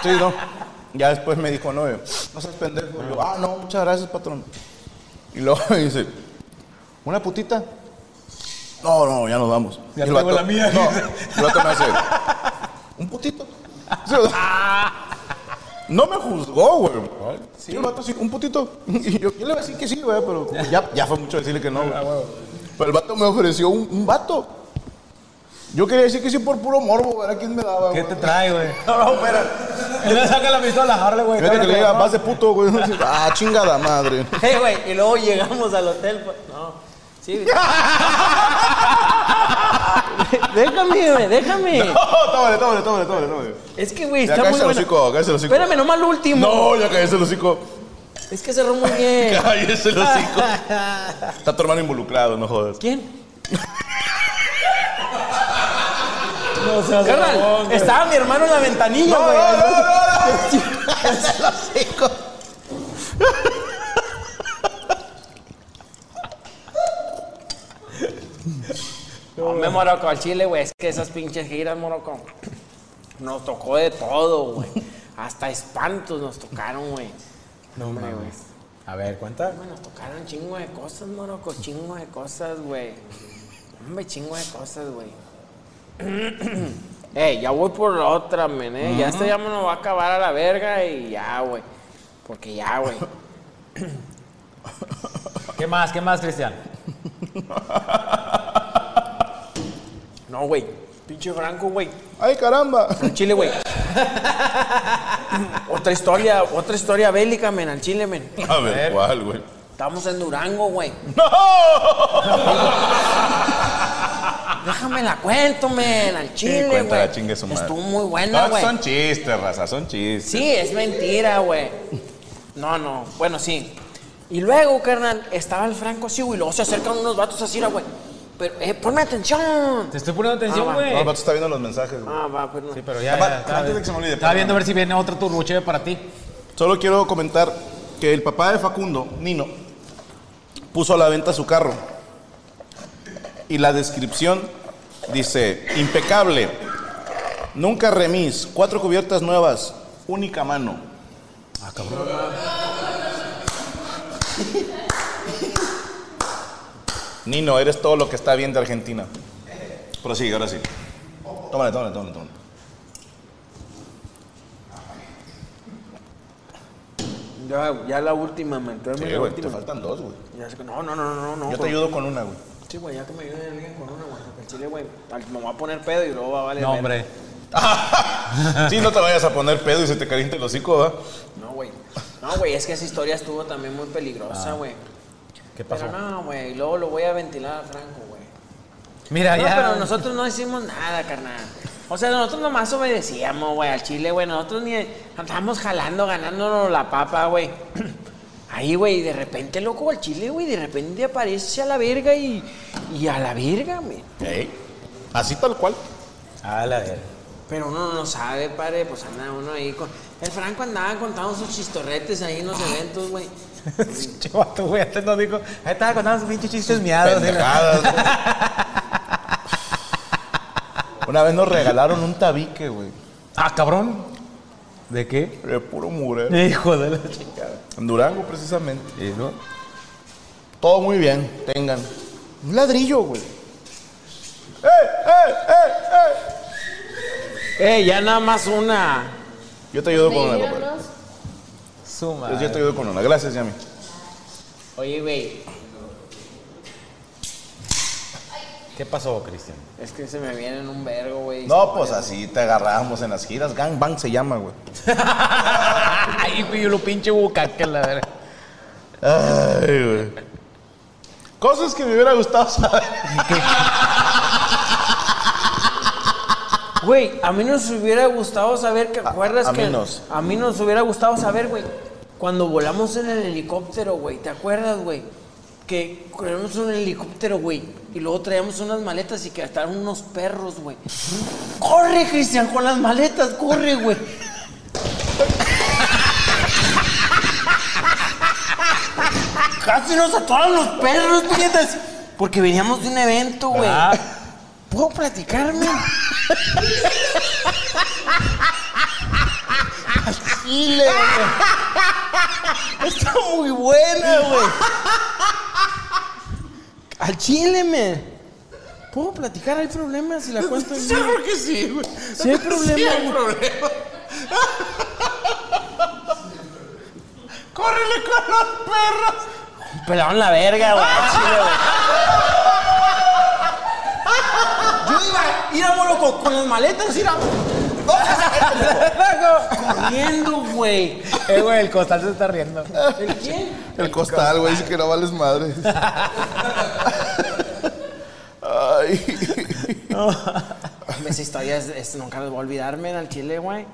[SPEAKER 1] Sí, no. Ya después me dijo, no, yo, no seas pendejo. Y yo, ah, no, muchas gracias, patrón. Y luego me dice, ¿una putita? No, no, ya nos vamos.
[SPEAKER 2] Ya
[SPEAKER 1] Y el
[SPEAKER 2] tengo la mía.
[SPEAKER 1] No, el vato me hace, ¿un putito? Sí, o sea, No me juzgó, güey. Sí, el vato así, un putito. Y yo, yo le iba a decir que sí, güey, pero pues, ya, ya fue mucho decirle que no,
[SPEAKER 2] Ah,
[SPEAKER 1] güey. Pero el vato me ofreció un, un vato. Yo quería decir que sí por puro morbo, ¿verdad? ¿Quién me
[SPEAKER 3] Ah,
[SPEAKER 1] daba,
[SPEAKER 2] ¿Qué
[SPEAKER 1] güey?
[SPEAKER 2] te trae, güey?
[SPEAKER 1] No, no, espera.
[SPEAKER 2] Y le saca la pistola, Harley, güey.
[SPEAKER 1] Fíjate que le diga, vas de puto, güey. Ah, chingada madre.
[SPEAKER 3] un- Eh, güey, y luego llegamos al hotel, pues, No. Sí, déjame, güey, déjame.
[SPEAKER 1] Tómale, tómale, tómale, tómale, tómale.
[SPEAKER 3] Es que, güey,
[SPEAKER 1] Ya
[SPEAKER 3] está muy
[SPEAKER 1] cállese el
[SPEAKER 3] bueno.
[SPEAKER 1] hocico, cállese el hocico.
[SPEAKER 3] Espérame, nomás lo último.
[SPEAKER 1] No, ya cállese el hocico.
[SPEAKER 3] Es que cerró muy bien.
[SPEAKER 1] Cállese el hocico. Está tu hermano involucrado, no jodas.
[SPEAKER 3] ¿Quién?
[SPEAKER 2] No seas mamón,
[SPEAKER 3] Carnal,
[SPEAKER 2] güey.
[SPEAKER 3] estaba mi hermano en la ventanilla, güey.
[SPEAKER 1] Cállese el hocico.
[SPEAKER 3] Hombre, Morocco, al chile, güey, es que esas pinches giras, Morocco, nos tocó de todo, güey. Hasta espantos nos tocaron, güey.
[SPEAKER 2] No
[SPEAKER 3] Hombre,
[SPEAKER 2] mames.
[SPEAKER 3] güey.
[SPEAKER 2] A ver, cuenta.
[SPEAKER 3] Hombre, Nos tocaron chingo de cosas, Morocco, chingo de cosas, güey. Hombre, chingo de cosas, güey. eh, ya voy por la otra, men, eh. Ya este ya me lo va a acabar a la verga y ya, güey. Porque ya, güey.
[SPEAKER 2] ¿Qué más? ¿Qué más, Cristian?
[SPEAKER 3] No, güey. Pinche Franco, güey.
[SPEAKER 1] Ay, caramba.
[SPEAKER 11] Al chile, güey.
[SPEAKER 3] otra historia, otra historia bélica, men, al chile, men.
[SPEAKER 1] A ver, ¿cuál, güey?
[SPEAKER 3] Estamos en Durango, güey.
[SPEAKER 1] ¡No!
[SPEAKER 3] Déjame la cuento, men, al chile, güey.
[SPEAKER 1] cuenta la chingue su madre.
[SPEAKER 3] Estuvo muy buena,
[SPEAKER 1] No,
[SPEAKER 3] güey.
[SPEAKER 1] Son chistes, raza, son chistes.
[SPEAKER 3] Sí, es mentira, güey. No, no. Bueno, sí. Y luego, carnal, estaba el Franco así, güey. y Luego se acercan unos vatos así, era, güey. Pero, eh, ponme atención.
[SPEAKER 2] Te estoy poniendo
[SPEAKER 3] Ah,
[SPEAKER 2] atención,
[SPEAKER 3] va.
[SPEAKER 2] güey.
[SPEAKER 1] No, el vato está viendo los mensajes, güey.
[SPEAKER 3] Ah, va, perdón.
[SPEAKER 2] Pero ya,
[SPEAKER 1] Apa-
[SPEAKER 2] ya, estaba-
[SPEAKER 1] antes de que se me olvide,
[SPEAKER 2] Estaba
[SPEAKER 1] perdón.
[SPEAKER 2] viendo a ver si viene otro turrucheve para ti.
[SPEAKER 1] Solo quiero comentar que el papá de Facundo, Nino, puso a la venta su carro. Y la descripción dice, impecable, nunca remis, cuatro cubiertas nuevas, única mano. Nino, eres todo lo que está bien de Argentina. Prosigue, ahora sí. Tómale, tómale, tómale, tómale.
[SPEAKER 3] Ya, ya la última, men. Entonces,
[SPEAKER 1] Sí,
[SPEAKER 3] la
[SPEAKER 1] güey, te
[SPEAKER 3] última.
[SPEAKER 1] faltan dos, güey.
[SPEAKER 3] Ya sé que- no, no, no, no, no.
[SPEAKER 1] Yo te
[SPEAKER 3] güey.
[SPEAKER 1] ayudo con una, güey.
[SPEAKER 3] Sí, güey, ya que me ayude alguien con una, güey. El chile, güey. al- Me voy a poner pedo y luego va a valer.
[SPEAKER 2] No,
[SPEAKER 3] verga.
[SPEAKER 2] hombre.
[SPEAKER 1] Sí, no te vayas a poner pedo y se te caliente el hocico, ¿va?
[SPEAKER 3] No, güey. No, güey, es que esa historia estuvo también muy peligrosa, güey.
[SPEAKER 2] ¿Qué pasó?
[SPEAKER 3] Pero no, güey. Luego lo voy a ventilar a Franco, güey.
[SPEAKER 2] Mira,
[SPEAKER 3] No,
[SPEAKER 2] ya.
[SPEAKER 3] pero nosotros no hicimos nada, carnal. O sea, nosotros nomás obedecíamos, güey, al chile, güey. Nosotros ni andábamos jalando, ganándonos la papa, güey. Ahí, güey, de repente, loco, al chile, güey, de repente aparece a la verga y, y a la verga, güey.
[SPEAKER 1] Ey, Así tal cual.
[SPEAKER 2] A la ver.
[SPEAKER 3] Pero uno no sabe, padre, pues anda uno ahí con... El Franco andaba contando sus chistorretes ahí en los eventos, güey.
[SPEAKER 2] Chivato, Este güey, antes nos dijo. Ahí estaba contando sus pinches chistes miados. ¿sí?
[SPEAKER 1] Pendejadas, güey. Una vez nos regalaron un tabique, güey.
[SPEAKER 2] Ah, cabrón. ¿De qué?
[SPEAKER 1] De puro murero.
[SPEAKER 2] Hijo de la chingada.
[SPEAKER 1] En Durango, precisamente. Todo muy bien, tengan. Un ladrillo, güey. ¡Eh, eh, eh, eh!
[SPEAKER 3] ¡Eh, ya nada más una!
[SPEAKER 1] Yo te ayudo con una,
[SPEAKER 10] Me dieron
[SPEAKER 1] compadre.
[SPEAKER 10] dos.
[SPEAKER 2] Suma.
[SPEAKER 1] Yo te ayudo con una. Gracias, Yami.
[SPEAKER 3] Oye, güey,
[SPEAKER 2] ¿Qué pasó, Cristian?
[SPEAKER 3] es que se me vienen un vergo, güey.
[SPEAKER 1] No, pues así te agarrábamos en las giras. Gangbang se llama, güey.
[SPEAKER 2] Ay, güey, yo lo pinche bucaque, la verga.
[SPEAKER 1] Ay, güey. Cosas que Ah, me hubiera gustado saber.
[SPEAKER 3] Güey, a mí nos hubiera gustado saber, que acuerdas
[SPEAKER 1] a
[SPEAKER 3] que...?
[SPEAKER 1] mí nos.
[SPEAKER 3] A mí nos hubiera gustado saber, güey, cuando volamos en el helicóptero, güey, ¿te acuerdas, güey? Que corremos un helicóptero, güey, y luego traíamos unas maletas y que estaban unos perros, güey. ¡Corre, Cristian, con las maletas, corre, güey! Casi nos atoran los perros, puñetas, porque veníamos de un evento, güey.
[SPEAKER 1] Ah.
[SPEAKER 3] ¿Puedo platicarme? Chile, güey. Está muy buena, güey. Al chile, me. ¿Puedo platicar? ¿Hay problema si la cuento? en vivo?
[SPEAKER 11] que sí, güey.
[SPEAKER 3] Sí hay problema,
[SPEAKER 11] Sí hay
[SPEAKER 3] güey.
[SPEAKER 11] problema.
[SPEAKER 1] ¡Córrele con los perros!
[SPEAKER 3] Pelaron la verga, güey. Al chile, güey. Yo iba, íbamos loco, con las maletas, iba. Corriendo, güey.
[SPEAKER 2] Eh, güey, el costal se está riendo.
[SPEAKER 3] ¿El quién?
[SPEAKER 1] El costal, güey, dice que no vales madre. Ay.
[SPEAKER 3] Esa historia es, es- nunca nos va a olvidar, men, al chile, güey.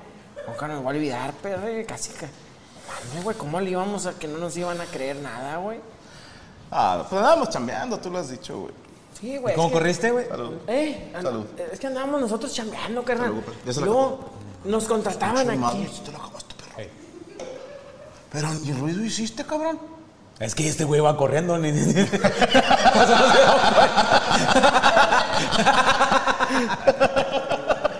[SPEAKER 3] Nunca nos va a olvidar, pero casi que. Mami, güey, ¿cómo le íbamos a que no nos iban a creer nada, güey?
[SPEAKER 1] Ah, pues andábamos chambeando, tú lo has dicho, güey.
[SPEAKER 3] Sí, güey.
[SPEAKER 2] ¿Cómo
[SPEAKER 3] es que-
[SPEAKER 2] corriste, güey?
[SPEAKER 1] Salud.
[SPEAKER 3] Eh, an-
[SPEAKER 1] Salud.
[SPEAKER 3] Es que andábamos nosotros chambeando, carnal.
[SPEAKER 1] Salud, compadre. Ya se la
[SPEAKER 3] Luego nos contrataban aquí.
[SPEAKER 1] Madre, te lo acabaste, perro. Pero ni ruido hiciste, cabrón.
[SPEAKER 2] Es que este güey va corriendo. Ni, ni- ni- Por eso no se dio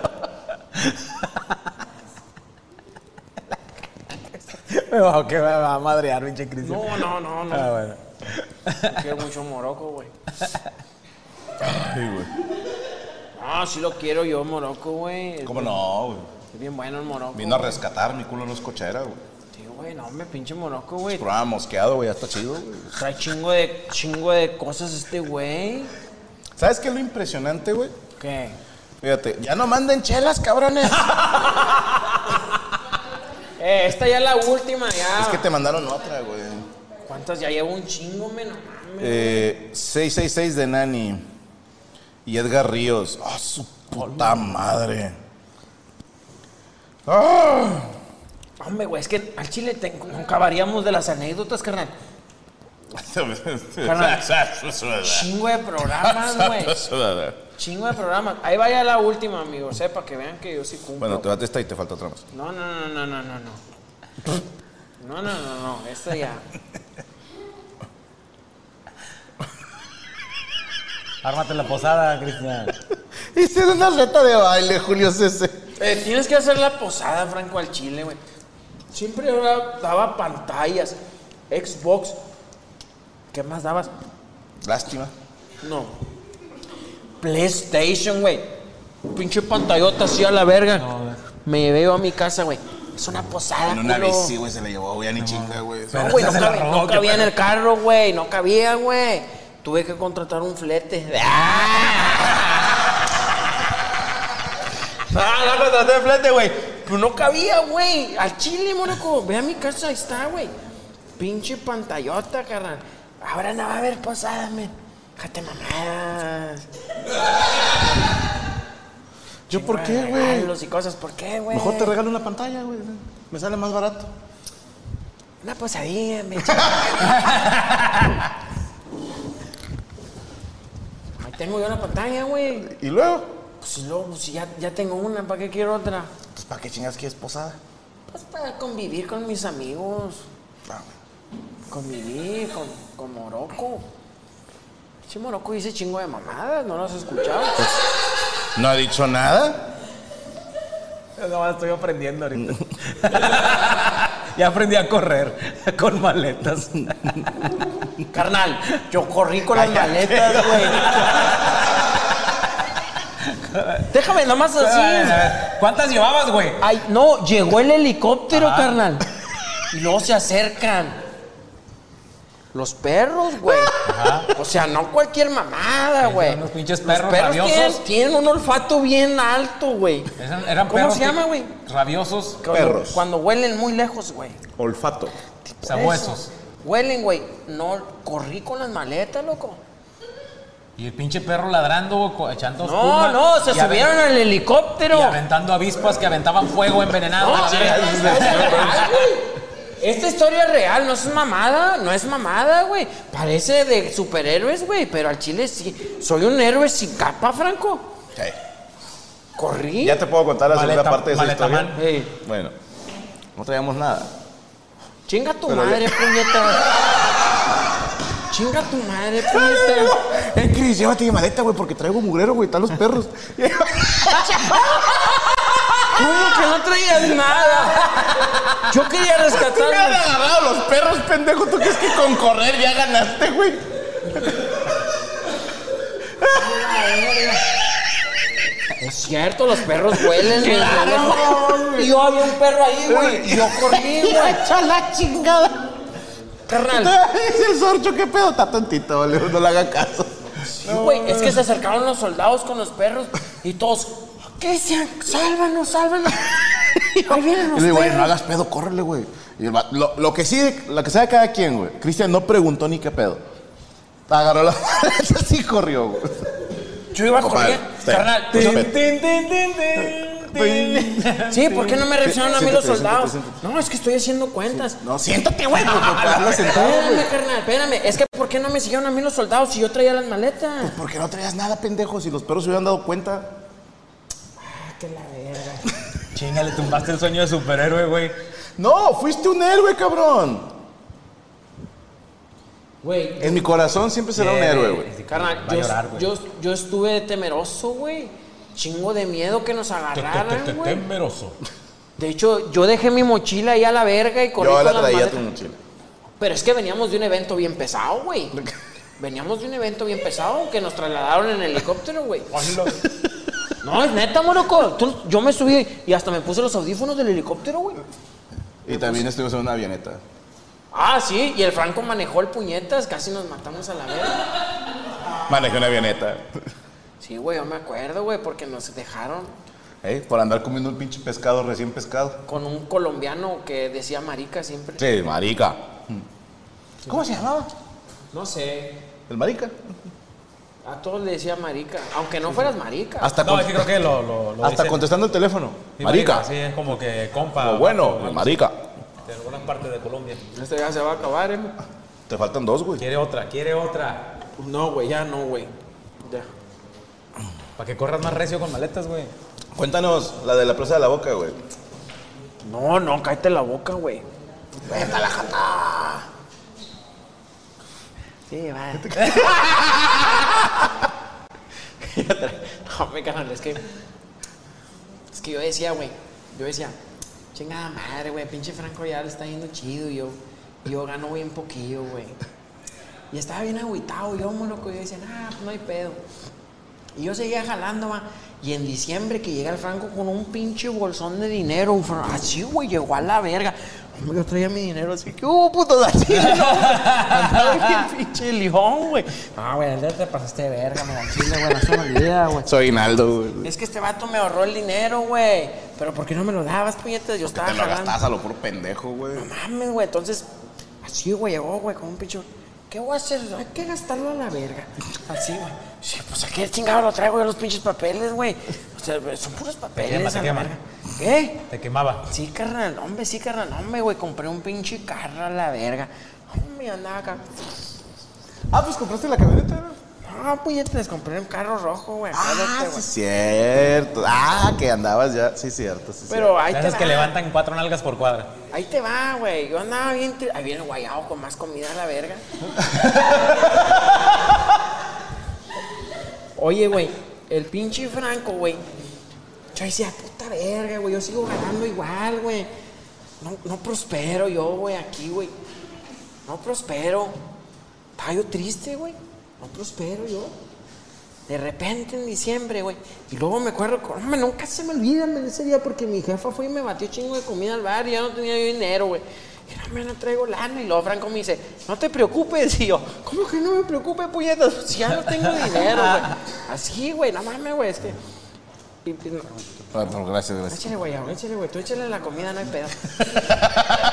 [SPEAKER 2] cuenta. Me va, que me va a madrear, pinche Cristian.
[SPEAKER 3] No, no, no, no.
[SPEAKER 2] Ah, bueno.
[SPEAKER 3] Quiero mucho Morocco, güey.
[SPEAKER 1] Sí, güey.
[SPEAKER 3] No, Ah, sí lo quiero yo, Morocco, güey. Es
[SPEAKER 1] ¿Cómo
[SPEAKER 3] bien-
[SPEAKER 1] no, güey?
[SPEAKER 3] Es bien bueno el Morocco.
[SPEAKER 1] Vino a rescatar, mi culo no es cochera, güey.
[SPEAKER 3] Sí, güey, no, me pinche Morocco, güey.
[SPEAKER 1] Programa mosqueado, güey, ya está chido, güey.
[SPEAKER 3] Trae chingo de, chingo de cosas este güey.
[SPEAKER 1] ¿Sabes qué es lo impresionante, güey?
[SPEAKER 3] ¿Qué?
[SPEAKER 1] Fíjate, ya no manden chelas, cabrones.
[SPEAKER 3] Eh, esta ya es la última, ya.
[SPEAKER 1] es que te mandaron otra, güey.
[SPEAKER 3] ¿Cuántas? Ya llevo un chingo, men.
[SPEAKER 1] Eh, 666 de Nani. Y Edgar Ríos. ¡Ah, su puta madre! ¡Ah!
[SPEAKER 3] Hombre, güey, es que al chile te acabaríamos de las anécdotas, carnal. Chingo de programas, güey. Chingo de programas. Ahí vaya la última, amigo. Sepa que vean que yo sí cumplo.
[SPEAKER 1] Bueno, te vas de esta y te falta otra más.
[SPEAKER 3] No, no, no, no, no, no, no. No, no, no, no. Esta ya.
[SPEAKER 2] Ármate la posada, Cristian.
[SPEAKER 1] Hice una reta de baile, Julio César.
[SPEAKER 3] Eh, tienes que hacer la posada, Franco, al Chile, güey. Siempre ahora daba pantallas, Xbox. ¿Qué más dabas?
[SPEAKER 1] Lástima.
[SPEAKER 3] No. PlayStation, güey. Pinche pantallota así a la verga. Me llevé yo a mi casa, güey. Es una posada,
[SPEAKER 1] En una
[SPEAKER 3] culo.
[SPEAKER 1] bici, güey, se la llevó, güey, a ni chinga, güey.
[SPEAKER 3] No, güey, no, cabe- no cabía en el carro, güey. No cabía, güey. Tuve que contratar un flete. Ah. No, no contraté el flete, güey. Pero no cabía, güey. Al chile, Mónaco. Ve a mi casa, ahí está, güey. Pinche pantallota, carnal. Ahora no va a haber posada, men. Jate mamadas.
[SPEAKER 1] ¿Yo por qué, güey?
[SPEAKER 3] Regalos y cosas. ¿Por qué, güey?
[SPEAKER 1] Mejor te regalo una pantalla, güey. Me sale más barato.
[SPEAKER 3] Una posadilla, me Ahí tengo yo una pantalla, güey.
[SPEAKER 1] ¿Y luego?
[SPEAKER 3] Pues si luego, pues si ya, ya tengo una, ¿para qué quiero otra?
[SPEAKER 1] Pues, ¿para qué chingas quieres posada?
[SPEAKER 3] Pues para convivir con mis amigos.
[SPEAKER 1] Ah.
[SPEAKER 3] Convivir con, con Morocco. Che, Morocco dice chingo de mamadas, ¿no lo has escuchado?
[SPEAKER 1] Pues, ¿No ha dicho nada?
[SPEAKER 2] No, estoy aprendiendo ahorita. ya aprendí a correr con maletas.
[SPEAKER 3] Carnal, yo corrí con las maletas, güey. Déjame nomás así.
[SPEAKER 2] ¿Cuántas llevabas, güey?
[SPEAKER 3] Ay, no, llegó el helicóptero, carnal. Y luego se acercan. Los perros, güey. O sea, no cualquier mamada, güey.
[SPEAKER 2] Unos pinches
[SPEAKER 3] Los
[SPEAKER 2] perros,
[SPEAKER 3] perros
[SPEAKER 2] rabiosos.
[SPEAKER 3] tienen, tienen un olfato bien alto, güey.
[SPEAKER 2] Eran, eran
[SPEAKER 3] ¿Cómo
[SPEAKER 2] perros
[SPEAKER 3] se
[SPEAKER 2] que-
[SPEAKER 3] llama, güey?
[SPEAKER 2] Rabiosos.
[SPEAKER 3] Cuando-
[SPEAKER 1] Perros.
[SPEAKER 3] Cuando huelen muy lejos, güey.
[SPEAKER 1] Olfato.
[SPEAKER 2] Sabuesos.
[SPEAKER 3] Huelen, güey. No, corrí con las maletas, loco.
[SPEAKER 2] Y el pinche perro ladrando, güey, co- echando
[SPEAKER 3] No,
[SPEAKER 2] espuma
[SPEAKER 3] no, se
[SPEAKER 2] y aven-
[SPEAKER 3] subieron al helicóptero.
[SPEAKER 2] Y aventando avispas que aventaban fuego envenenado.
[SPEAKER 3] No,
[SPEAKER 2] a la
[SPEAKER 3] chinga,
[SPEAKER 2] verga.
[SPEAKER 3] esta Ah, es real, güey. Esta historia es real, no es mamada, no es mamada, güey. Parece de superhéroes, güey, pero al chile sí. Soy un héroe sin capa, Franco.
[SPEAKER 1] Sí.
[SPEAKER 3] Corrí.
[SPEAKER 1] Ya te puedo contar la
[SPEAKER 2] Maleta-
[SPEAKER 1] segunda parte de esa historia.
[SPEAKER 2] maletaman.
[SPEAKER 3] Ey,
[SPEAKER 1] Bueno, no traíamos nada.
[SPEAKER 3] chinga tu
[SPEAKER 1] Pero ya-
[SPEAKER 3] madre, puñeta. chinga tu madre, puñeta.
[SPEAKER 1] Eh, Cris, llévate mi maleta, güey, porque traigo mugrero, güey, están los perros.
[SPEAKER 3] ¿Cómo que no traías nada? Yo quería
[SPEAKER 1] Te hubieran
[SPEAKER 3] rescatar.
[SPEAKER 1] agarrado los perros, pendejo. ¿Tú crees que con correr ya ganaste, güey?
[SPEAKER 3] Es cierto, los perros huelen. güey. Y yo había un perro ahí, güey. y Yo corrí, güey.
[SPEAKER 1] ¡Echa la chingada!
[SPEAKER 3] Carnal.
[SPEAKER 1] Es el sorcho, ¿qué pedo? Está tontito, vale, no le haga caso.
[SPEAKER 3] Sí, güey, es que se acercaron los soldados con los perros y todos, Cristian, sálvanos, sálvanos. Ahí vienen
[SPEAKER 1] Y
[SPEAKER 3] los
[SPEAKER 1] le digo, güey, no
[SPEAKER 3] perros.
[SPEAKER 1] hagas pedo, córrele, güey. Y el va- lo, lo que sí, lo que sabe cada quien, güey. Cristian no preguntó ni qué pedo. Agarró la maleta y corrió, güey.
[SPEAKER 3] Yo iba a
[SPEAKER 1] Compadre,
[SPEAKER 3] correr,
[SPEAKER 1] sí.
[SPEAKER 3] carnal.
[SPEAKER 1] Tin,
[SPEAKER 3] pues,
[SPEAKER 2] Tin, tin, tin, tin, tin.
[SPEAKER 3] Sí, ¿por qué no me revisaron a mí los
[SPEAKER 1] Siéntate,
[SPEAKER 3] soldados?
[SPEAKER 1] siéntate, siéntate.
[SPEAKER 3] No, es que estoy haciendo cuentas.
[SPEAKER 1] No, siéntate, güey. porque para hablar sentado,
[SPEAKER 3] Espérame,
[SPEAKER 1] güey.
[SPEAKER 3] carnal, espérame. Es que ¿por qué no me siguieron a mí los soldados si yo traía las maletas?
[SPEAKER 1] Porque no traías nada, pendejo. Si los perros se hubieran dado cuenta.
[SPEAKER 3] Que la verga.
[SPEAKER 2] Chinga, le tumbaste el sueño de superhéroe, güey.
[SPEAKER 1] No, fuiste un héroe, cabrón.
[SPEAKER 3] Güey,
[SPEAKER 1] En mi corazón siempre será un héroe, güey.
[SPEAKER 3] carnal,
[SPEAKER 2] Va a
[SPEAKER 3] yo,
[SPEAKER 2] llorar, güey.
[SPEAKER 3] yo, yo estuve temeroso, güey. Chingo de miedo que nos
[SPEAKER 5] Te- te- te-
[SPEAKER 3] agarraran, güey.
[SPEAKER 5] Temeroso.
[SPEAKER 3] De hecho, yo dejé mi mochila ahí a la verga y corrí
[SPEAKER 1] Yo
[SPEAKER 3] con
[SPEAKER 1] la
[SPEAKER 3] las
[SPEAKER 1] traía a
[SPEAKER 3] maletas.
[SPEAKER 1] tu mochila.
[SPEAKER 3] Pero es que veníamos de un evento bien pesado, güey. Veníamos de un evento bien pesado que nos trasladaron en helicóptero, güey. No, es neta, monoco. Yo me subí y hasta me puse los audífonos del helicóptero, güey.
[SPEAKER 1] Y
[SPEAKER 3] Pues
[SPEAKER 1] también estuvimos en una avioneta.
[SPEAKER 3] Ah, sí, y el Franco manejó el puñetas, casi nos matamos a la verga.
[SPEAKER 1] Manejé una avioneta.
[SPEAKER 3] Sí, güey, yo me acuerdo, güey, porque nos dejaron
[SPEAKER 1] ¿eh? Por andar comiendo un pinche pescado recién pescado.
[SPEAKER 3] con un colombiano que decía marica siempre.
[SPEAKER 1] Sí, marica. ¿Cómo se llamaba?
[SPEAKER 3] No sé.
[SPEAKER 1] El marica.
[SPEAKER 3] A todos le decía marica, aunque no fueras marica.
[SPEAKER 1] Hasta
[SPEAKER 2] No,
[SPEAKER 1] con-
[SPEAKER 2] es que creo que lo. lo- lo
[SPEAKER 1] Hasta
[SPEAKER 2] dicen.
[SPEAKER 1] contestando el teléfono.
[SPEAKER 2] Sí,
[SPEAKER 1] marica.
[SPEAKER 2] Sí, es como que compa.
[SPEAKER 1] Como bueno, el marica.
[SPEAKER 2] De algunas partes de Colombia.
[SPEAKER 3] Este ya se va a acabar, ¿eh?
[SPEAKER 1] Te faltan dos, güey.
[SPEAKER 2] Quiere otra, quiere otra.
[SPEAKER 3] No, güey, ya no, güey. Ya.
[SPEAKER 2] Para que corras más recio con maletas, güey.
[SPEAKER 1] Cuéntanos la de la presa de la boca, güey.
[SPEAKER 3] No, no, cállate la boca, güey. Vete la jata. Sí, va. no, me carnal, es que. Es que yo decía, güey. Yo decía, chingada madre, güey. Pinche Franco ya le está yendo chido. y Yo, yo gano bien poquillo, güey. Y estaba bien agüitado, yo, muy loco. Yo decía, nah, pues no hay pedo. Y yo seguía jalando, va. Y en diciembre que llega el Franco con un pinche bolsón de dinero, un fran- así, güey, llegó a la verga. Hombre, Yo traía mi dinero así, ¿qué hubo, puto? Así, ¿no? Andaba bien pinche lijón, güey. Ah, güey, el día te pasaste de verga, me la chile, güey, no se me olvida, güey.
[SPEAKER 1] Soy Naldo, güey.
[SPEAKER 3] Es que este vato me ahorró el dinero, güey. Pero ¿por qué no me lo dabas, puñetas? Yo estaba
[SPEAKER 1] Te lo
[SPEAKER 3] jalando.
[SPEAKER 1] gastas a lo puro pendejo, güey.
[SPEAKER 3] Mames, güey. Entonces, así, güey, llegó, güey, con un pichón. ¿Qué voy a hacer? Hay que gastarlo a la verga. Así, güey. Sí, pues aquí el chingado lo traigo yo los pinches papeles, güey. O sea, son puros papeles.
[SPEAKER 2] quema, te
[SPEAKER 3] a la
[SPEAKER 2] quema.
[SPEAKER 3] verga. ¿Qué?
[SPEAKER 2] Te quemaba.
[SPEAKER 3] Sí, carnal, hombre, sí, carnal, hombre, güey. Compré un pinche carro a la verga. Hombre, andaba acá.
[SPEAKER 1] Ah, pues compraste la camioneta, ¿no?
[SPEAKER 3] No, pues ya te les compré un carro rojo, güey.
[SPEAKER 1] Ah,
[SPEAKER 3] acuérdate,
[SPEAKER 1] sí,
[SPEAKER 3] güey.
[SPEAKER 1] cierto. Ah, que andabas ya. Sí, cierto, sí,
[SPEAKER 3] Pero ahí te
[SPEAKER 2] Esas que
[SPEAKER 3] va.
[SPEAKER 2] levantan cuatro nalgas por cuadra.
[SPEAKER 3] Ahí te va, güey. Yo andaba bien. tri- Ahí viene el guayabo con más comida a la verga. Oye, güey, el pinche Franco, güey. Yo decía, puta verga, güey. Yo sigo ganando igual, güey. No, no prospero yo, güey, aquí, güey. No prospero. Estaba yo triste, güey. No prospero yo. De repente en diciembre, güey. Y luego me acuerdo, con- hombre, nunca se me olvida men, ese día porque mi jefa fue y me batió chingo de comida al bar y ya no tenía yo dinero, güey. Y no, hombre, no traigo lana. Y luego Franco me dice, no te preocupes. Y yo, ¿cómo que no me preocupe, puñetas? Si ya no tengo dinero, güey. Así, güey, no mames, güey, es que. y- y no-
[SPEAKER 1] Ah, no, gracias, gracias.
[SPEAKER 3] Échale, güey, ahora échale, güey. Tú échale la comida, no hay pedo.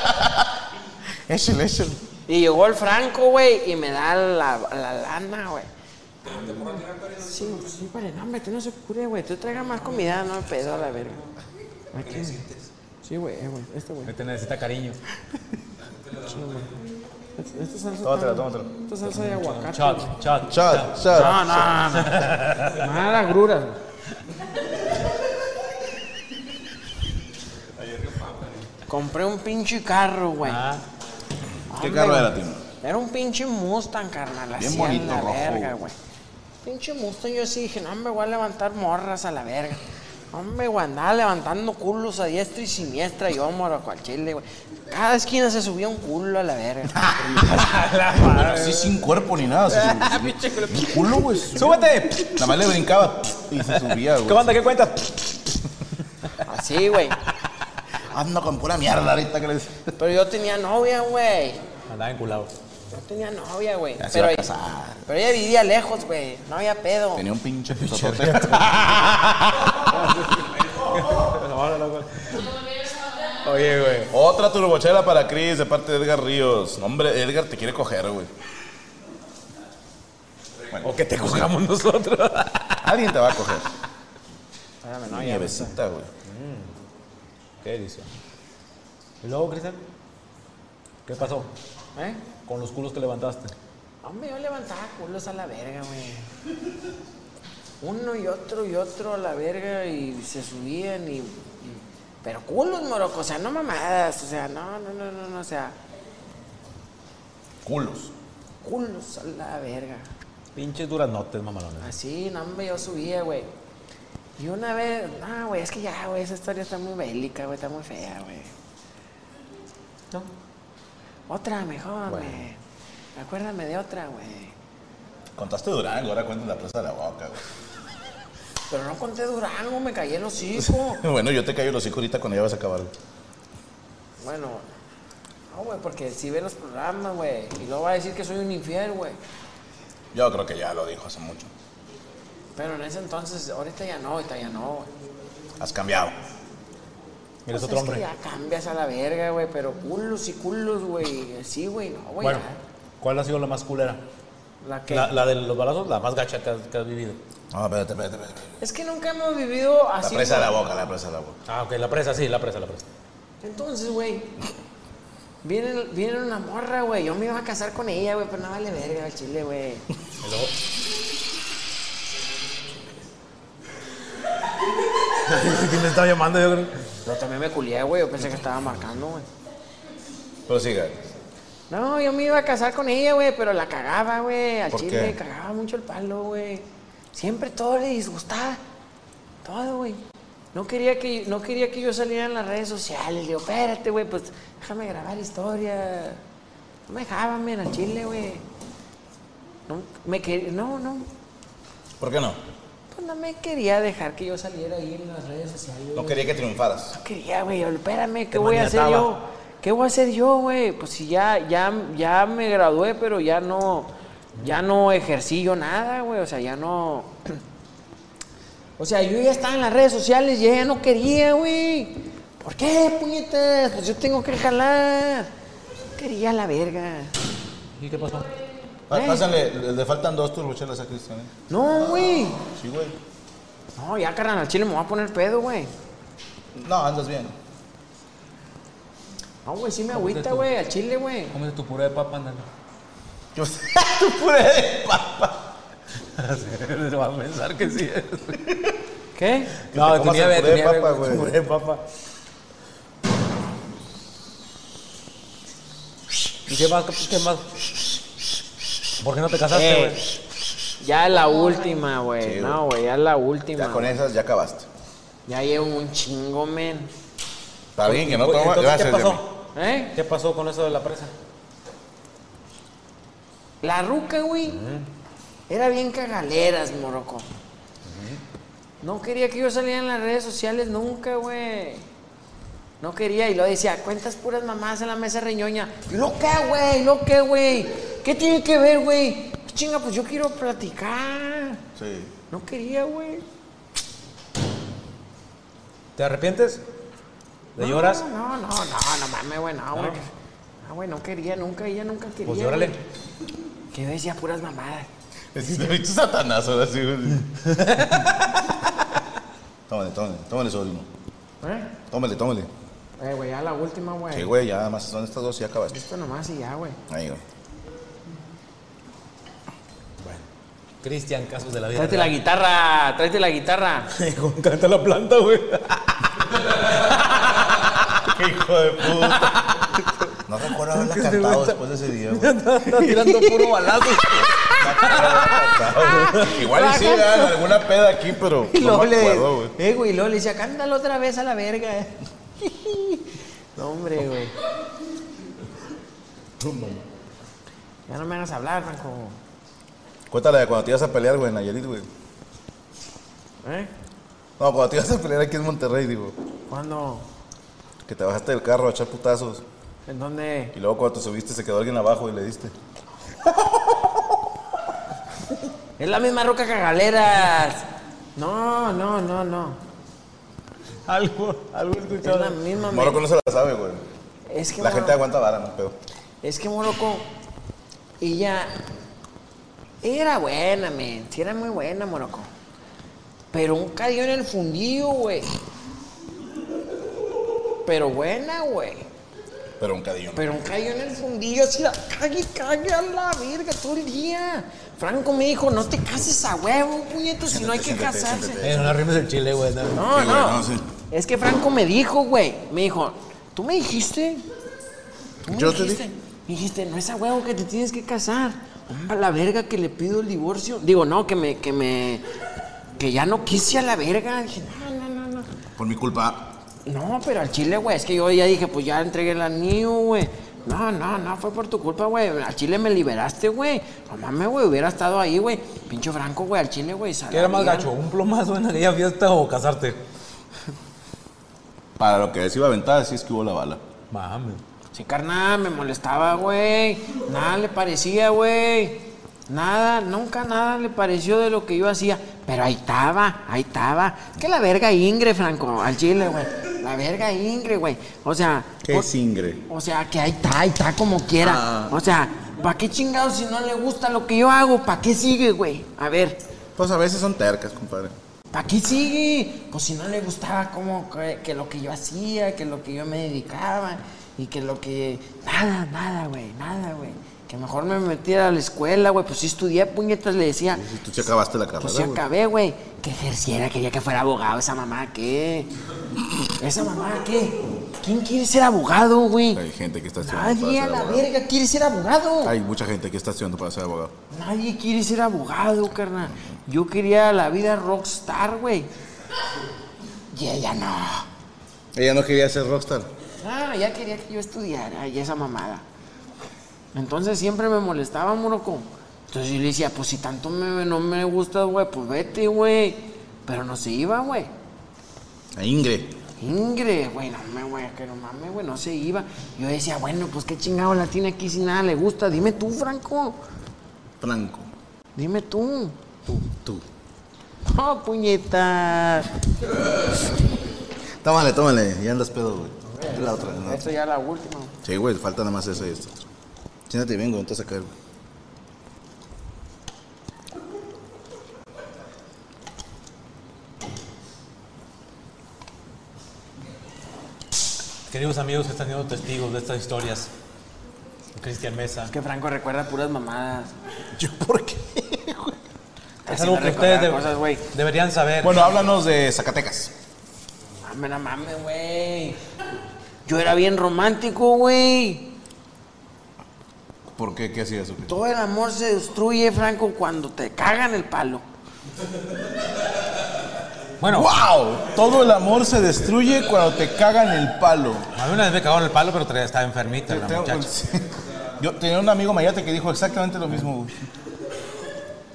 [SPEAKER 1] Échale, échale.
[SPEAKER 3] Y llegó el Franco, güey, y me da la, la lana, güey. Sí, sí, vale, no, hombre, tú no se cure, güey. Tú traigas más comida, no hay pedo, a la verga. Aquí. Sí, güey, eh, güey, este, güey.
[SPEAKER 2] Te necesita cariño.
[SPEAKER 3] Este- Esta salsa.
[SPEAKER 1] Tómatela,
[SPEAKER 3] está-
[SPEAKER 1] tómatela.
[SPEAKER 3] Esta salsa de aguacate.
[SPEAKER 2] Shot,
[SPEAKER 3] güey.
[SPEAKER 2] shot,
[SPEAKER 1] Shot, shot.
[SPEAKER 3] No, no, no. Nada, gruras, güey. Compré un pinche carro, güey.
[SPEAKER 1] ¿Qué
[SPEAKER 3] Hombre,
[SPEAKER 1] carro
[SPEAKER 3] güey.
[SPEAKER 1] era, Tim?
[SPEAKER 3] Era un pinche Mustang, carnal. Así
[SPEAKER 1] bonito,
[SPEAKER 3] a la
[SPEAKER 1] rojo,
[SPEAKER 3] verga,
[SPEAKER 1] güey.
[SPEAKER 3] güey. Pinche Mustang, yo sí dije, no, me voy a levantar morras a la verga. Hombre, güey, andaba levantando culos a diestra y siniestra. Yo, moroco, al chile, güey. Cada esquina se subía un culo a la verga.
[SPEAKER 1] Pero así sin cuerpo ni nada. así
[SPEAKER 3] Ah,
[SPEAKER 1] sin- sin- un culo, güey.
[SPEAKER 2] ¡Súbete!
[SPEAKER 1] Nada más le brincaba y se subía,
[SPEAKER 2] ¿Qué
[SPEAKER 1] güey.
[SPEAKER 2] onda? ¿Qué cuentas?
[SPEAKER 3] Así, güey.
[SPEAKER 1] Ando con pura mierda ahorita que le dice.
[SPEAKER 3] Pero yo tenía novia, güey.
[SPEAKER 2] Andaba enculado.
[SPEAKER 3] Yo tenía novia, güey.
[SPEAKER 1] Ya se
[SPEAKER 3] Pero,
[SPEAKER 1] va a casar.
[SPEAKER 3] pero ella vivía lejos, güey. No había pedo.
[SPEAKER 1] Ah, Tenía un pinche pitotote.
[SPEAKER 2] Oye, güey.
[SPEAKER 1] Otra turbochela para Cris de parte de Edgar Ríos. No, hombre, Edgar te quiere coger, güey. Bueno,
[SPEAKER 2] O que te cojamos nosotros. Ah,
[SPEAKER 1] alguien te va a coger.
[SPEAKER 3] Espérame, no, ya.
[SPEAKER 1] Nievecita, güey.
[SPEAKER 2] Qué edición. ¿Y luego, Cristian? ¿Qué pasó?
[SPEAKER 3] ¿Eh?
[SPEAKER 2] Con los culos que levantaste.
[SPEAKER 3] Hombre, yo levantaba culos a la verga, güey. Uno y otro y otro a la verga y se subían y. y- pero culos, moroco, o sea, no mamadas, o sea, no, no, no, no, no, o sea,
[SPEAKER 1] Culos.
[SPEAKER 3] culos a la verga.
[SPEAKER 2] Pinches duras notes, mamalones.
[SPEAKER 3] Así, no, hombre, yo subía, güey. Y una vez, no, güey, es que ya, güey, esa historia está muy bélica, güey, está muy fea, güey. No. Otra mejor, güey. Acuérdame de otra, güey.
[SPEAKER 1] Contaste Durango, ahora cuentas la presa de la boca, güey.
[SPEAKER 3] Pero no conté Durango, me caí en los hijos.
[SPEAKER 1] Bueno, yo te callo los hijos ahorita cuando ya vas a acabar. güey.
[SPEAKER 3] Bueno, no, güey, porque si ve los programas, güey, y luego va a decir que soy un infiel, güey.
[SPEAKER 1] Yo creo que ya lo dijo hace mucho.
[SPEAKER 3] Pero en ese entonces, ahorita ya no, ahorita ya no.
[SPEAKER 1] Has cambiado.
[SPEAKER 2] Eres
[SPEAKER 3] Pues
[SPEAKER 2] otro
[SPEAKER 3] es
[SPEAKER 2] hombre.
[SPEAKER 3] que ya cambias a la verga, güey, pero culos y culos, güey. Sí, güey, no, güey.
[SPEAKER 2] Bueno,
[SPEAKER 3] ya.
[SPEAKER 2] ¿cuál ha sido la más culera?
[SPEAKER 3] ¿La que
[SPEAKER 2] La, la de los balazos, la más gacha que has, que has vivido.
[SPEAKER 1] No, espérate, espérate, espérate.
[SPEAKER 3] Es que nunca hemos vivido
[SPEAKER 1] La
[SPEAKER 3] así.
[SPEAKER 1] presa de la
[SPEAKER 3] güey.
[SPEAKER 1] boca, la presa de la boca.
[SPEAKER 2] Ah, ok, la presa, sí, la presa, la presa.
[SPEAKER 3] Entonces, güey, viene, viene una morra, güey. Yo me iba a casar con ella, güey, pero no vale verga al chile, güey.
[SPEAKER 2] ¿Quién le estaba llamando? Yo creo.
[SPEAKER 3] Yo también me culié, güey. Yo pensé que estaba marcando, güey.
[SPEAKER 1] Pero siga.
[SPEAKER 3] No, yo me iba a casar con ella, güey, pero la cagaba, güey. Al
[SPEAKER 1] ¿Por
[SPEAKER 3] chile,
[SPEAKER 1] qué?
[SPEAKER 3] cagaba mucho el palo, güey. Siempre todo le disgustaba. Todo, güey. No quería, que, no quería que yo saliera en las redes sociales. Le digo, espérate, güey, pues déjame grabar historia. No me dejaba, men, al chile, güey. No, me quer- no, no.
[SPEAKER 1] ¿Por qué no?
[SPEAKER 3] Pues no me quería dejar que yo saliera ahí en las redes sociales.
[SPEAKER 1] No
[SPEAKER 3] güey.
[SPEAKER 1] quería que triunfaras.
[SPEAKER 3] No quería, güey. yo, Espérame, ¿qué
[SPEAKER 1] Te
[SPEAKER 3] voy a hacer
[SPEAKER 1] maniataba.
[SPEAKER 3] yo? ¿Qué voy a hacer yo, güey? Pues si ya, ya, ya me gradué, pero ya no, ya no ejercí yo nada, güey. O sea, ya no. O sea, yo ya estaba en las redes sociales y ella no quería, güey. ¿Por qué, puñetas? Pues yo tengo que jalar. Quería la verga.
[SPEAKER 2] ¿Y qué pasó?
[SPEAKER 1] Pa-
[SPEAKER 3] Eh.
[SPEAKER 1] Pásale, le, le faltan dos turbochelas a Cristian. ¿eh?
[SPEAKER 3] No, güey.
[SPEAKER 1] Sí, güey.
[SPEAKER 3] No, ya, carnal, al chile me voy a poner pedo, güey.
[SPEAKER 1] No, andas bien.
[SPEAKER 3] No, güey, sí me
[SPEAKER 2] Cómete
[SPEAKER 3] agüita,
[SPEAKER 2] tú.
[SPEAKER 3] güey, al chile, güey.
[SPEAKER 2] Cómete tu puré de papa, ándale.
[SPEAKER 1] Yo sé, tú puré de papa.
[SPEAKER 2] Se va a pensar que sí es.
[SPEAKER 3] ¿Qué?
[SPEAKER 1] No,
[SPEAKER 2] No,
[SPEAKER 1] te comas
[SPEAKER 2] tenía
[SPEAKER 1] el
[SPEAKER 2] ver,
[SPEAKER 1] puré de
[SPEAKER 2] tenía ver,
[SPEAKER 1] papa,
[SPEAKER 2] güey.
[SPEAKER 1] güey.
[SPEAKER 2] Puré de papa. ¿Y qué más? ¿Qué más? ¿Por qué no te casaste,
[SPEAKER 3] Eh,
[SPEAKER 2] güey?
[SPEAKER 3] ya la última, güey.
[SPEAKER 1] Sí,
[SPEAKER 3] no, güey, ya la última.
[SPEAKER 1] Ya con esas ya acabaste.
[SPEAKER 3] Ya llevo un chingo, men.
[SPEAKER 1] Está bien que no toma.
[SPEAKER 2] Pues, Entonces,
[SPEAKER 1] Gracias,
[SPEAKER 2] ¿Qué
[SPEAKER 1] Demi.
[SPEAKER 2] pasó?
[SPEAKER 3] ¿Eh?
[SPEAKER 2] ¿Qué pasó con eso de la presa?
[SPEAKER 3] La ruca, güey. Era bien cagaleras, moroco. No quería que yo saliera en las redes sociales nunca, güey. No quería y lo decía, cuentas puras mamás en la mesa reñoña. ¿Lo qué, güey? ¿Lo qué, güey? ¿Qué tiene que ver, güey? Chinga, pues yo quiero platicar.
[SPEAKER 1] Sí.
[SPEAKER 3] No quería, güey.
[SPEAKER 2] ¿Te arrepientes? ¿Le
[SPEAKER 3] No,
[SPEAKER 2] lloras?
[SPEAKER 3] No, no, no, no mames, güey, no, güey. No, güey, no quería, nunca, ella nunca quería.
[SPEAKER 2] Pues llórale.
[SPEAKER 3] güey. Que yo decía puras mamadas.
[SPEAKER 1] Es que te viste satanás ahora sí, güey. tómale, tómale, tómale, sobrino.
[SPEAKER 3] ¿Eh?
[SPEAKER 1] Tómale, tómale.
[SPEAKER 3] Eh, güey, ya la última, güey.
[SPEAKER 1] Sí, güey, ya nada más son estas dos y ya acabaste.
[SPEAKER 3] Esto nomás y ya, güey.
[SPEAKER 1] Ahí, güey.
[SPEAKER 2] Cristian, casos de la vida.
[SPEAKER 3] Tráete la
[SPEAKER 2] real.
[SPEAKER 3] guitarra, tráete la guitarra.
[SPEAKER 2] Dijo, canta la planta, güey.
[SPEAKER 1] ¡Qué hijo de puta! No recuerdo haberla cantado después de ese día, güey.
[SPEAKER 2] Está tirando puro balazo.
[SPEAKER 1] No recuerdo haberla cantado, güey. Igual y sí, ¿verdad? alguna peda aquí, pero
[SPEAKER 3] Y
[SPEAKER 1] no
[SPEAKER 3] luego
[SPEAKER 1] me
[SPEAKER 3] le,
[SPEAKER 1] acuerdo, güey.
[SPEAKER 3] eh, güey, y luego le decía, cántalo otra vez a la verga. no, hombre, güey. Ya no me hagas hablar, Franco.
[SPEAKER 1] Cuéntale de cuando te ibas a pelear, güey, en Nayarit, güey.
[SPEAKER 3] ¿Eh?
[SPEAKER 1] No, cuando te ibas a pelear aquí en Monterrey, digo.
[SPEAKER 3] ¿Cuándo?
[SPEAKER 1] Que te bajaste del carro a echar putazos.
[SPEAKER 3] ¿En dónde?
[SPEAKER 1] Y luego cuando te subiste se quedó alguien abajo y le diste.
[SPEAKER 3] Es la misma roca cagaleras. No, no, no, no.
[SPEAKER 2] algo, algo
[SPEAKER 3] Es
[SPEAKER 2] escuchado.
[SPEAKER 3] la misma. me-
[SPEAKER 1] Moroco no se la sabe, güey.
[SPEAKER 3] Es que
[SPEAKER 1] La gente
[SPEAKER 3] Moroco-
[SPEAKER 1] aguanta vara, no pedo.
[SPEAKER 3] Es que Moroco, ella, ella era buena, men, sí era muy buena, Moroco. Pero un cayó en el fundido, güey. Pero buena, güey.
[SPEAKER 1] Pero un cadillo.
[SPEAKER 3] Pero un cayó en el fundillo, así la cague, cague a la verga todo el día. Franco me dijo, no te cases a huevo, puñeto, si no hay que
[SPEAKER 1] Siéntate, siéntate,
[SPEAKER 3] casarse.
[SPEAKER 1] siéntate.
[SPEAKER 2] Eh, no le arrimes el chile, güey. no.
[SPEAKER 3] No,
[SPEAKER 1] Sí, güey,
[SPEAKER 3] no.
[SPEAKER 1] no, sí.
[SPEAKER 3] Es que Franco me dijo, güey. Me dijo, ¿tú me dijiste? ¿Tú me
[SPEAKER 1] Yo te
[SPEAKER 3] dijiste?
[SPEAKER 1] dije.
[SPEAKER 3] Me dijiste, no es a huevo que te tienes que casar. A la verga que le pido el divorcio. Digo, no, que me, que me, que ya no quise a la verga. Dije, no, no, no, no.
[SPEAKER 1] Por mi culpa.
[SPEAKER 3] No, pero al chile, güey, es que yo ya dije, pues ya entregué el anillo, güey. No, no, no, fue por tu culpa, güey. Al chile me liberaste, güey. No mames, güey, hubiera estado ahí, güey. Pincho Franco, güey, al chile, güey.
[SPEAKER 2] ¿Qué era más
[SPEAKER 3] salaría.
[SPEAKER 2] gacho? ¿Un plomazo en aquella fiesta o casarte?
[SPEAKER 1] Para lo que les iba a aventar, sí es que hubo la bala.
[SPEAKER 2] Mames.
[SPEAKER 3] Sí, carnal, me molestaba, güey. Nada le parecía, güey. Nada, nunca nada le pareció de lo que yo hacía. Pero ahí estaba, ahí estaba. Es que la verga Ingre, Franco, al chile, güey. La verga Ingre, güey. O sea,
[SPEAKER 1] ¿Qué es Ingre?
[SPEAKER 3] o sea, que ahí está, ahí está como quiera. O sea, ¿para qué chingados si no le gusta lo que yo hago? ¿Para qué sigue, güey? A ver.
[SPEAKER 1] Pues a veces son tercas, compadre.
[SPEAKER 3] ¿Para qué sigue? Pues si no le gustaba como que, que lo que yo hacía, que lo que yo me dedicaba y que lo que... Nada, nada, güey, nada, güey. Que mejor me metiera a la escuela, güey. Pues sí estudié, puñetas, le decía.
[SPEAKER 1] Si tú te acabaste la carrera,
[SPEAKER 3] Pues sí
[SPEAKER 1] güey.
[SPEAKER 3] acabé, güey. Que ejerciera, quería que fuera abogado. Esa mamá, ¿qué? ¿Esa mamá, qué? ¿Quién quiere ser abogado, güey?
[SPEAKER 1] Hay gente que está estudiando para
[SPEAKER 3] Nadie
[SPEAKER 1] ser
[SPEAKER 3] a la
[SPEAKER 1] abogado.
[SPEAKER 3] verga quiere ser abogado.
[SPEAKER 1] Hay mucha gente que está estudiando para ser abogado.
[SPEAKER 3] Nadie quiere ser abogado, carnal. Yo quería la vida rockstar, güey. Y ella no.
[SPEAKER 1] Ella no quería ser rockstar.
[SPEAKER 3] Ah, ya quería que yo estudiara y esa mamada. Entonces siempre me molestaba, Moroco. Entonces yo le decía, pues si tanto me- no me gusta, güey, pues vete, güey. Pero no se iba, güey.
[SPEAKER 1] A Ingre.
[SPEAKER 3] Ingre, güey, no me, güey, que no mames, güey, no se iba. Yo decía, bueno, pues qué chingado la tiene aquí si nada le gusta. Dime tú, Franco.
[SPEAKER 1] Franco.
[SPEAKER 3] Dime tú.
[SPEAKER 1] Tú.
[SPEAKER 3] No, puñeta.
[SPEAKER 1] Tómale, tómale. Ya andas pedo, güey. La otra, la otra.
[SPEAKER 3] Esto ya la última.
[SPEAKER 1] Sí, güey, falta nada más esa y esta. otra. Siéntate bien, güey, entonces a caer, güey.
[SPEAKER 2] Queridos amigos que están siendo testigos de estas historias, Cristian Mesa.
[SPEAKER 3] Que Franco recuerda puras mamadas.
[SPEAKER 1] ¿Yo por qué?
[SPEAKER 2] Es algo que ustedes deb-
[SPEAKER 3] cosas, güey.
[SPEAKER 2] deberían saber.
[SPEAKER 1] Bueno, háblanos de Zacatecas.
[SPEAKER 3] Mames, no mames, güey. Yo era bien romántico, güey.
[SPEAKER 1] ¿Por qué? ¿Qué hacías, güey?
[SPEAKER 3] Todo el amor se destruye, Franco, cuando te cagan el palo.
[SPEAKER 2] Bueno,
[SPEAKER 1] ¡Wow! Todo el amor se destruye cuando te cagan el palo.
[SPEAKER 2] a mí una vez me cagaron el palo, pero todavía estaba enfermita la
[SPEAKER 1] Tengo-
[SPEAKER 2] muchacha.
[SPEAKER 1] Yo tenía un amigo mayate que dijo exactamente lo mismo, güey.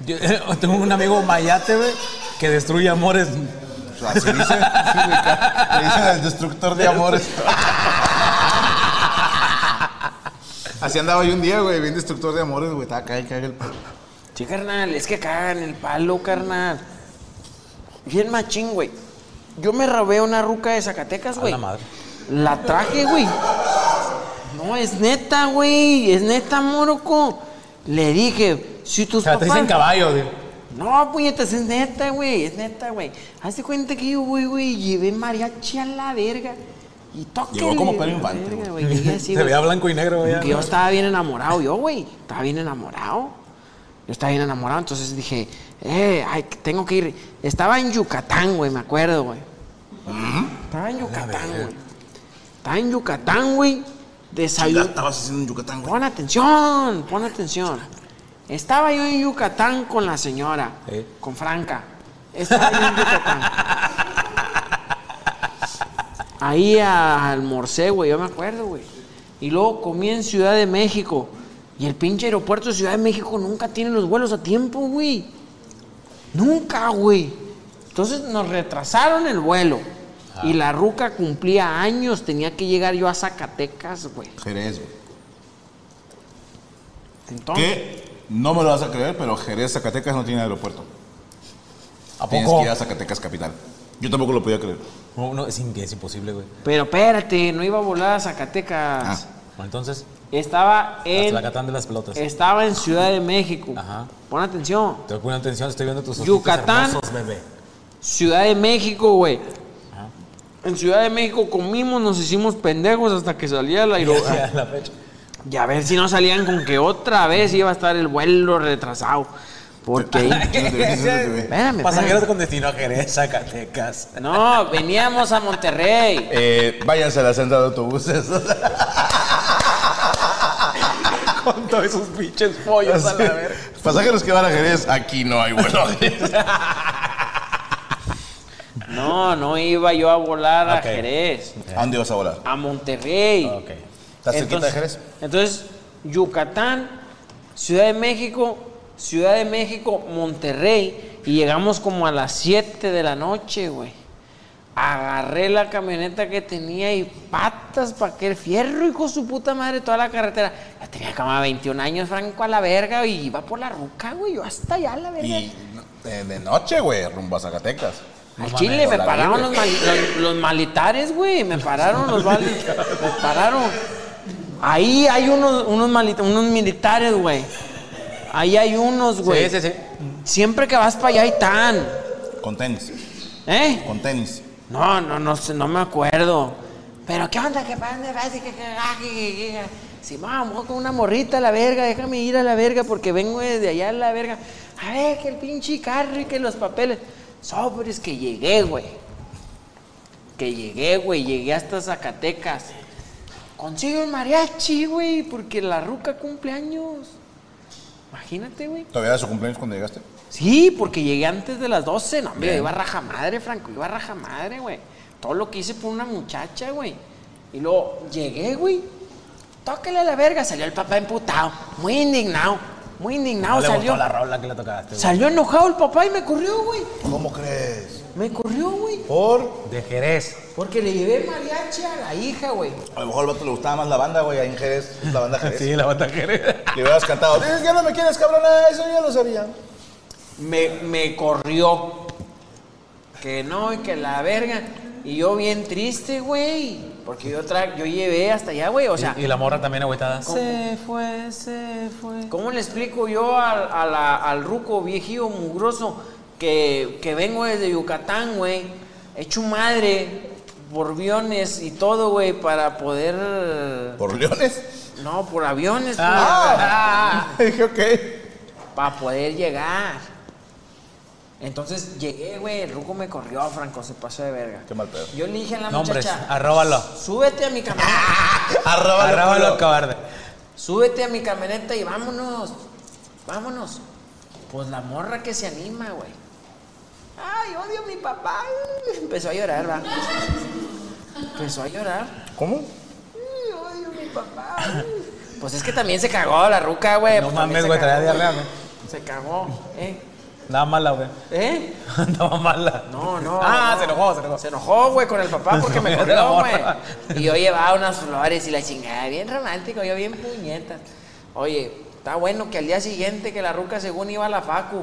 [SPEAKER 2] Yo, tengo un amigo mayate, güey, que destruye amores.
[SPEAKER 1] Así Ah, dice, sí, güey, ca- le dicen el destructor de amores. Así andaba yo un día, güey, bien destructor de amores, güey. Estaba cae, cae el palo.
[SPEAKER 3] Sí, carnal, es que cagan el palo, carnal. Bien machín, güey. Yo me robé una ruca de Zacatecas, güey.
[SPEAKER 2] la madre.
[SPEAKER 3] La traje, güey. No, es neta, güey. Es neta, moroco. Le dije, si tus
[SPEAKER 2] O sea, te
[SPEAKER 3] papás-
[SPEAKER 2] dicen caballo, güey.
[SPEAKER 3] No, puñetas, es neta, güey, es neta, güey. Hazte cuenta que yo, güey, güey, llevé mariachi a la verga. Y toque.
[SPEAKER 1] Llegó como Pedro
[SPEAKER 3] la
[SPEAKER 1] Infante,
[SPEAKER 3] verga,
[SPEAKER 1] güey.
[SPEAKER 3] güey, llegué así,
[SPEAKER 2] Se
[SPEAKER 3] güey.
[SPEAKER 2] veía blanco y negro, güey.
[SPEAKER 3] Porque yo estaba bien enamorado, yo, güey. Estaba bien enamorado. Yo estaba bien enamorado, entonces dije, eh, ay, tengo que ir. Estaba en Yucatán, güey, me acuerdo, güey. Estaba en Yucatán, güey. Estaba en Yucatán, güey.
[SPEAKER 1] Ya
[SPEAKER 3] Desayuno.
[SPEAKER 1] estabas haciendo un Yucatán, güey.
[SPEAKER 3] Pon atención, pon atención. Estaba yo en Yucatán con la señora,
[SPEAKER 2] ¿Eh?
[SPEAKER 3] con Franca. Estaba yo en Yucatán. Ahí a- almorcé, güey, yo me acuerdo, güey. Y luego comí en Ciudad de México. Y el pinche aeropuerto de Ciudad de México nunca tiene los vuelos a tiempo, güey. Nunca, güey. Entonces nos retrasaron el vuelo. Y la ruca cumplía años, tenía que llegar yo a Zacatecas, güey.
[SPEAKER 1] Jerez, güey.
[SPEAKER 3] Entonces,
[SPEAKER 1] Que no me lo vas a creer, pero Jerez, Zacatecas no tiene aeropuerto.
[SPEAKER 2] ¿A
[SPEAKER 1] Tienes que
[SPEAKER 2] poco?
[SPEAKER 1] ir a Zacatecas capital. Yo tampoco lo podía creer.
[SPEAKER 2] No, no, es, in- es imposible, güey.
[SPEAKER 3] Pero espérate, no iba a volar a Zacatecas.
[SPEAKER 2] Bueno, entonces,
[SPEAKER 3] Estaba
[SPEAKER 2] hasta
[SPEAKER 3] en
[SPEAKER 2] Ah. la catán de las pelotas.
[SPEAKER 3] estaba en Ciudad de México.
[SPEAKER 2] Ajá.
[SPEAKER 3] Pon atención.
[SPEAKER 2] Te pongo atención, estoy viendo tus ojitos
[SPEAKER 3] Yucatán.
[SPEAKER 2] hermosos, bebé.
[SPEAKER 3] Ciudad de México, güey. En Ciudad de México comimos, nos hicimos pendejos hasta que salía el aeropuerto.
[SPEAKER 2] Ya, la fecha.
[SPEAKER 3] Y a ver si no salían con que otra vez iba a estar el vuelo retrasado. Porque ahí- Espérame,
[SPEAKER 2] Pasajeros
[SPEAKER 3] espérame.
[SPEAKER 2] con destino a Jerez, Zacatecas.
[SPEAKER 3] No, veníamos a Monterrey.
[SPEAKER 1] Eh, váyanse a la senda de autobuses.
[SPEAKER 2] Con todos esos pinches pollos a la verga.
[SPEAKER 1] Pasajeros que van a Jerez, aquí no hay vuelo. a Jerez.
[SPEAKER 3] No, no iba yo a volar a
[SPEAKER 2] Ok.
[SPEAKER 3] Jerez,
[SPEAKER 1] ¿A dónde vas a volar?
[SPEAKER 3] a Monterrey.
[SPEAKER 2] Ok.
[SPEAKER 1] ¿Estás cerquita de Jerez?
[SPEAKER 3] Entonces, Yucatán, Ciudad de México, Ciudad de México, Monterrey, y llegamos como a las 7 de la noche, güey. Agarré la camioneta que tenía y patas para que el fierro, hijo de su puta madre, toda la carretera. Ya tenía como 21 años, Franco, a la verga, y iba por la ruca, güey, yo hasta allá, a la verga.
[SPEAKER 1] Y de, de noche, güey, rumbo a Zacatecas.
[SPEAKER 3] Al Chile me
[SPEAKER 1] Por la
[SPEAKER 3] pararon
[SPEAKER 1] libre.
[SPEAKER 3] los, mali- los- los militares, güey. Me pararon los vali- Me pararon. Ahí hay unos, unos, mali- unos militares, güey. Ahí hay unos, güey.
[SPEAKER 1] Sí, sí, sí.
[SPEAKER 3] Siempre que vas para allá hay tan.
[SPEAKER 1] Con tenis.
[SPEAKER 3] ¿Eh?
[SPEAKER 1] Con tenis.
[SPEAKER 3] No, no, no, sé, no me acuerdo. Pero qué onda, qué pasa, Si vamos con una morrita a la verga, déjame ir a la verga porque vengo desde allá a la verga. A ver, que el pinche carro y que los papeles. Sobres que llegué, güey. Que llegué, güey, llegué hasta Zacatecas. Consigo un mariachi, güey, porque la ruca cumple años. Imagínate, güey.
[SPEAKER 1] ¿Todavía era su cumpleaños cuando llegaste?
[SPEAKER 3] Sí, porque llegué antes de las 12. No, hombre,
[SPEAKER 1] Bien.
[SPEAKER 3] iba a raja madre, Franco. Iba a raja madre, güey. Todo lo que hice por una muchacha, güey. Y luego llegué, güey. Tócale a la verga. Salió el papá emputado. Muy indignado. Muy indignado
[SPEAKER 2] No le
[SPEAKER 3] Ah, salió.
[SPEAKER 2] gustó la rola que le tocaste. güey.
[SPEAKER 3] Salió enojado el papá y me corrió, güey.
[SPEAKER 1] ¿Cómo crees?
[SPEAKER 3] Me corrió, güey.
[SPEAKER 1] Por.
[SPEAKER 2] De Jerez.
[SPEAKER 3] Porque le llevé mariachi a la hija, güey.
[SPEAKER 1] A lo mejor al vato le gustaba más la banda, güey, ahí en Jerez. La banda Jerez.
[SPEAKER 2] Sí, la banda Jerez.
[SPEAKER 1] Le hubieras cantado. Dices que no me quieres, cabrona. Eso ya lo sabía.
[SPEAKER 3] me, me corrió. Que no, y que la verga. Y yo bien triste, güey. Porque yo, tra yo llevé hasta allá, güey. O sea,
[SPEAKER 2] Y la morra también agüitada.
[SPEAKER 3] Se fue, se fue. ¿Cómo le explico yo al, a la- al ruco viejío mugroso que, que vengo desde Yucatán, güey? Hecho madre por aviones y todo, güey, para poder...
[SPEAKER 1] ¿Por leones?
[SPEAKER 3] No, por aviones. pues,
[SPEAKER 1] Ah.
[SPEAKER 3] güey.
[SPEAKER 1] Dije, ok.
[SPEAKER 3] Para poder llegar. Entonces llegué, güey, el ruco me corrió, Franco, se pasó de verga.
[SPEAKER 1] Qué mal pedo.
[SPEAKER 3] Yo le dije a la
[SPEAKER 2] Nombres,
[SPEAKER 3] muchacha...
[SPEAKER 2] arróbalo.
[SPEAKER 3] Súbete a mi camioneta.
[SPEAKER 1] Arrábalo,
[SPEAKER 2] Arrábalo,
[SPEAKER 1] culo.
[SPEAKER 2] cobarde.
[SPEAKER 3] Súbete a mi camioneta y vámonos. Vámonos. Pues la morra que se anima, güey. Ay, odio a mi papá. Empezó a llorar, va. Empezó a llorar.
[SPEAKER 1] ¿Cómo?
[SPEAKER 3] Ay, odio a mi papá. Pues es que también se cagó la ruca, güey.
[SPEAKER 2] No
[SPEAKER 3] Pues también
[SPEAKER 2] mames,
[SPEAKER 3] se
[SPEAKER 2] güey, traía
[SPEAKER 3] cagó.
[SPEAKER 2] diarrea, güey.
[SPEAKER 3] Se cagó, ¿eh?
[SPEAKER 2] Andaba mala, güey.
[SPEAKER 3] ¿Eh?
[SPEAKER 2] Andaba mala.
[SPEAKER 3] No, no.
[SPEAKER 2] Ah,
[SPEAKER 3] no.
[SPEAKER 2] se enojó, se enojó.
[SPEAKER 3] Se enojó, güey, con el papá porque me
[SPEAKER 2] De la
[SPEAKER 3] corrió, güey.
[SPEAKER 2] morra.
[SPEAKER 3] Y yo llevaba unas flores y la chingada, bien romántico, yo bien puñeta. Oye, está bueno que al día siguiente que la ruca según iba a la facu,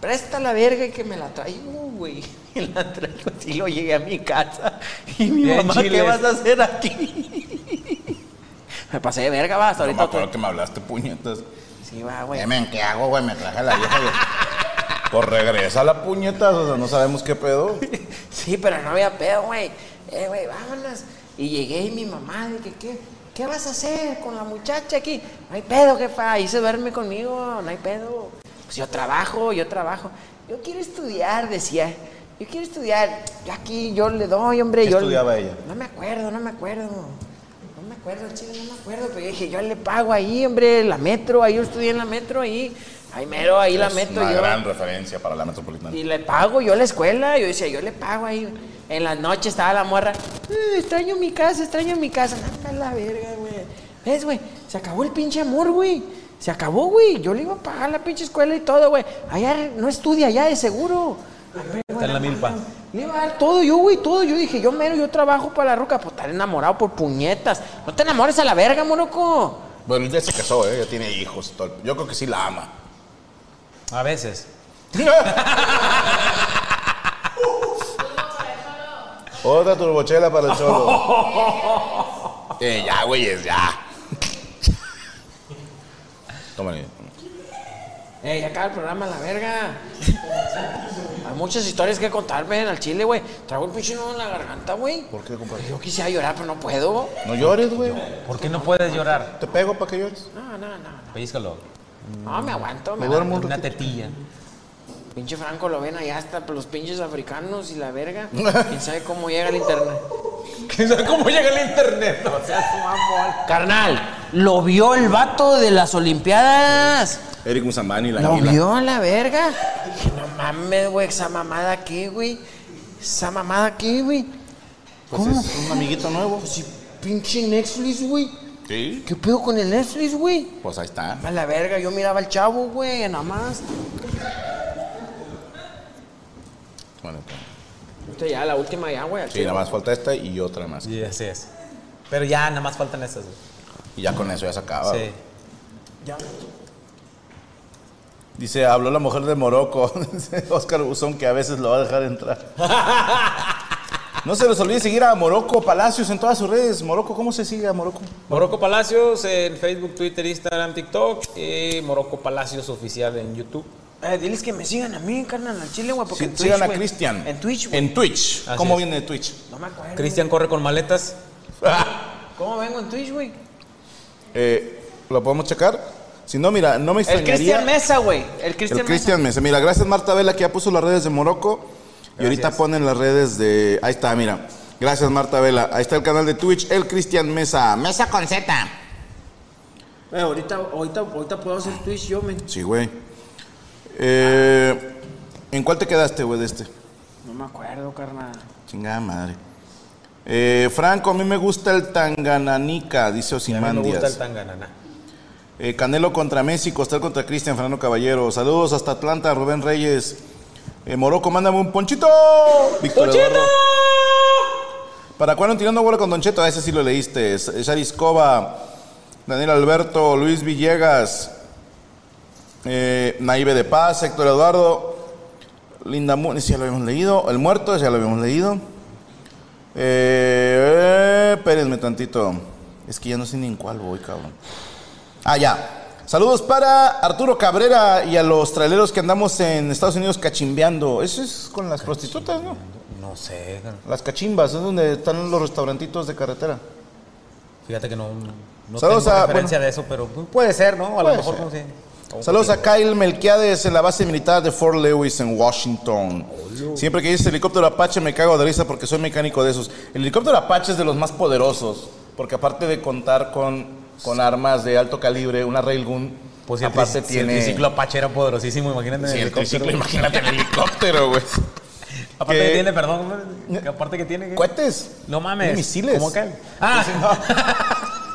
[SPEAKER 3] presta la verga y que me la traigo, güey. Y la traigo y lo llegué a mi casa. Y mi
[SPEAKER 2] Bien
[SPEAKER 3] mamá, ¿qué
[SPEAKER 2] chiles.
[SPEAKER 3] vas a hacer aquí? Me pasé de verga, va, hasta
[SPEAKER 1] No me
[SPEAKER 3] ahorita.
[SPEAKER 1] acuerdo que me hablaste, puñetas.
[SPEAKER 3] Sí, va, güey.
[SPEAKER 1] Dime, ¿qué hago, güey? Me traje a la vieja. güey. Pues regresa la puñetas, o sea, no sabemos qué pedo.
[SPEAKER 3] Sí, pero no había pedo, güey. Eh, güey, vámonos. Y llegué y mi mamá, de que, ¿qué, ¿qué vas a hacer con la muchacha aquí? No hay pedo, jefa, ahí se duerme conmigo, no hay pedo. Pues yo trabajo, yo trabajo. Yo quiero estudiar, decía. Yo quiero estudiar. Yo aquí, yo le doy, hombre.
[SPEAKER 1] ¿Qué
[SPEAKER 3] yo
[SPEAKER 1] estudiaba ella?
[SPEAKER 3] No me acuerdo, no me acuerdo. No me acuerdo, chido, no me acuerdo. Pero yo dije, yo le pago ahí, hombre, la metro, ahí yo estudié en la metro, ahí. Ahí mero, ahí la
[SPEAKER 1] Es
[SPEAKER 3] meto
[SPEAKER 1] Una
[SPEAKER 3] yo.
[SPEAKER 1] gran referencia para la metropolitana.
[SPEAKER 3] Y le pago yo a la escuela. Yo decía, yo le pago ahí. En las noches estaba la morra. "Eh, extraño mi casa, extraño mi casa. No, a la verga, güey. ¿Ves, güey? Se acabó el pinche amor, güey. Se acabó, güey. Yo le iba a pagar la pinche escuela y todo, güey. Allá no estudia, allá de seguro.
[SPEAKER 2] Está en la milpa.
[SPEAKER 3] Le iba a dar todo yo, güey, todo. Yo dije, yo mero, yo trabajo para la roca. Pues estar enamorado por puñetas. No te enamores a la verga, moroco.
[SPEAKER 1] Bueno, ya se casó, ¿eh? Ya tiene hijos. y todo. Yo creo que sí la ama.
[SPEAKER 2] A veces.
[SPEAKER 1] Otra turbochela para el cholo. eh, ya, güeyes, ya. Tómale.
[SPEAKER 3] Ey, acá el programa, la verga. Hay muchas historias que contarme en el chile, güey. Traigo el pinche nudo en la garganta, güey.
[SPEAKER 1] ¿Por qué, compadre?
[SPEAKER 3] Yo quisiera llorar, pero no puedo.
[SPEAKER 1] No llores, güey.
[SPEAKER 2] ¿Por qué no puedes llorar?
[SPEAKER 1] Te pego para que llores.
[SPEAKER 3] No, no, no.
[SPEAKER 2] Pellízcalo.
[SPEAKER 3] No, me aguanto, me
[SPEAKER 1] Me
[SPEAKER 3] aguanto.
[SPEAKER 1] duermo un
[SPEAKER 2] Una
[SPEAKER 1] ratito.
[SPEAKER 2] tetilla.
[SPEAKER 3] Pinche Franco lo ven allá hasta los pinches africanos y la verga. ¿Quién sabe cómo llega el internet?
[SPEAKER 2] ¿Quién sabe cómo llega el internet? No seas mamón.
[SPEAKER 3] Carnal, lo vio el vato de las Olimpiadas.
[SPEAKER 1] Eric Musambani, la
[SPEAKER 3] Lo
[SPEAKER 1] águila.
[SPEAKER 3] vio a la verga. Dije, no mames, güey, esa mamada aquí, güey. Esa mamada aquí, güey.
[SPEAKER 1] Pues
[SPEAKER 3] ¿Cómo?
[SPEAKER 1] es un amiguito nuevo.
[SPEAKER 3] Si pinche Netflix, güey.
[SPEAKER 1] Sí.
[SPEAKER 3] ¿Qué pedo con el Netflix, güey?
[SPEAKER 1] Pues ahí está.
[SPEAKER 3] A la verga, yo miraba al chavo, güey, nada más.
[SPEAKER 1] Bueno, pues.
[SPEAKER 3] ahorita ya, la última ya, güey. al
[SPEAKER 1] Sí,
[SPEAKER 3] chile.
[SPEAKER 1] nada más falta esta y otra más.
[SPEAKER 2] Y así es. Pero ya nada más faltan estas, güey.
[SPEAKER 1] Y ya con eso ya se acaba.
[SPEAKER 2] Sí.
[SPEAKER 1] Dice, habló la mujer de Morocco, dice Oscar Buzón, que a veces lo va a dejar entrar. No se les olvide seguir a Morocco Palacios en todas sus redes. Morocco, ¿cómo se sigue a Morocco?
[SPEAKER 2] Morocco Palacios en Facebook, Twitter, Instagram, TikTok. Y Morocco Palacios oficial en YouTube.
[SPEAKER 11] Eh, diles que me sigan a mí, carnal, al chile, güey. Porque
[SPEAKER 1] Sí,
[SPEAKER 11] en Twitch,
[SPEAKER 1] sigan a
[SPEAKER 11] güey.
[SPEAKER 1] Cristian.
[SPEAKER 11] En Twitch, güey.
[SPEAKER 1] En Twitch.
[SPEAKER 2] Así
[SPEAKER 1] ¿Cómo
[SPEAKER 2] es.
[SPEAKER 1] viene de Twitch?
[SPEAKER 11] No me acuerdo.
[SPEAKER 2] Cristian corre con maletas.
[SPEAKER 11] ¿Cómo vengo en Twitch, güey?
[SPEAKER 1] Eh, ¿Lo podemos checar? Si no, mira, no me
[SPEAKER 11] El
[SPEAKER 1] extrañaría...
[SPEAKER 11] Cristian Mesa, güey. El
[SPEAKER 1] El
[SPEAKER 11] Cristian Mesa.
[SPEAKER 1] Cristian Mesa. Mira, gracias Marta Vela que ya puso las redes de Morocco. Y ahorita ponen las redes de. Ahí está, mira. Gracias Marta Vela. Ahí está el canal de Twitch, el Cristian Mesa. Mesa con Z.
[SPEAKER 11] Eh, ahorita, ahorita, ahorita puedo hacer Twitch yo, men.
[SPEAKER 1] Sí, güey. Eh, ¿En cuál te quedaste, güey, de este?
[SPEAKER 11] No me acuerdo, carnal.
[SPEAKER 1] Chingada madre. Eh, Franco, a mí me gusta el Tangananica, dice
[SPEAKER 2] A mí me gusta el
[SPEAKER 1] Osimandias.
[SPEAKER 2] tanganana.
[SPEAKER 1] Eh, Canelo contra Messi, Costal contra Cristian, Fernando Caballero. Saludos hasta Atlanta, Rubén Reyes. Eh, Morocco, mándame un ponchito. Víctor Eduardo. ¿Para cuándo tirando bola con Don Cheto? A ese sí lo leíste. S- Shari Escoba, Daniel Alberto, Luis Villegas, eh, Naive de Paz, Héctor Eduardo, Linda Muniz, ya lo habíamos leído. El Muerto, ya lo habíamos leído. Eh, eh, espérenme tantito. Es que ya no sé ni en cuál voy, cabrón. Ah, ya. Saludos para Arturo Cabrera y a los traileros que andamos en Estados Unidos cachimbeando. Eso es con las prostitutas, ¿no?
[SPEAKER 2] No sé. carnal.
[SPEAKER 1] Las cachimbas, es donde están los restaurantitos de carretera.
[SPEAKER 2] Fíjate que no, no
[SPEAKER 1] Saludos
[SPEAKER 2] tengo
[SPEAKER 1] a-
[SPEAKER 2] referencia
[SPEAKER 1] bueno.
[SPEAKER 2] de eso, pero pu- puede ser, ¿no? A lo
[SPEAKER 1] Puede
[SPEAKER 2] mejor
[SPEAKER 1] ser.
[SPEAKER 2] no sé. O-
[SPEAKER 1] Saludos a Kyle Melquiades en la base militar de Fort Lewis en Washington. Siempre que dices helicóptero Apache me cago de risa porque soy mecánico de esos. El helicóptero Apache es de los más poderosos, porque aparte de contar con, con armas de alto calibre, una railgun,
[SPEAKER 2] Pues si el,
[SPEAKER 1] aparte
[SPEAKER 2] tric- si el
[SPEAKER 1] tiene...
[SPEAKER 2] triciclo Apache era poderosísimo, imagínate.
[SPEAKER 1] Sí,
[SPEAKER 2] en
[SPEAKER 1] el
[SPEAKER 2] helicóptero.
[SPEAKER 1] triciclo, imagínate el helicóptero, güey.
[SPEAKER 2] Aparte que
[SPEAKER 1] que-
[SPEAKER 2] tiene, perdón, que aparte que tiene... ¿qué?
[SPEAKER 1] Cohetes.
[SPEAKER 2] No mames.
[SPEAKER 1] Tiene misiles.
[SPEAKER 2] ¿Cómo cae? Ah,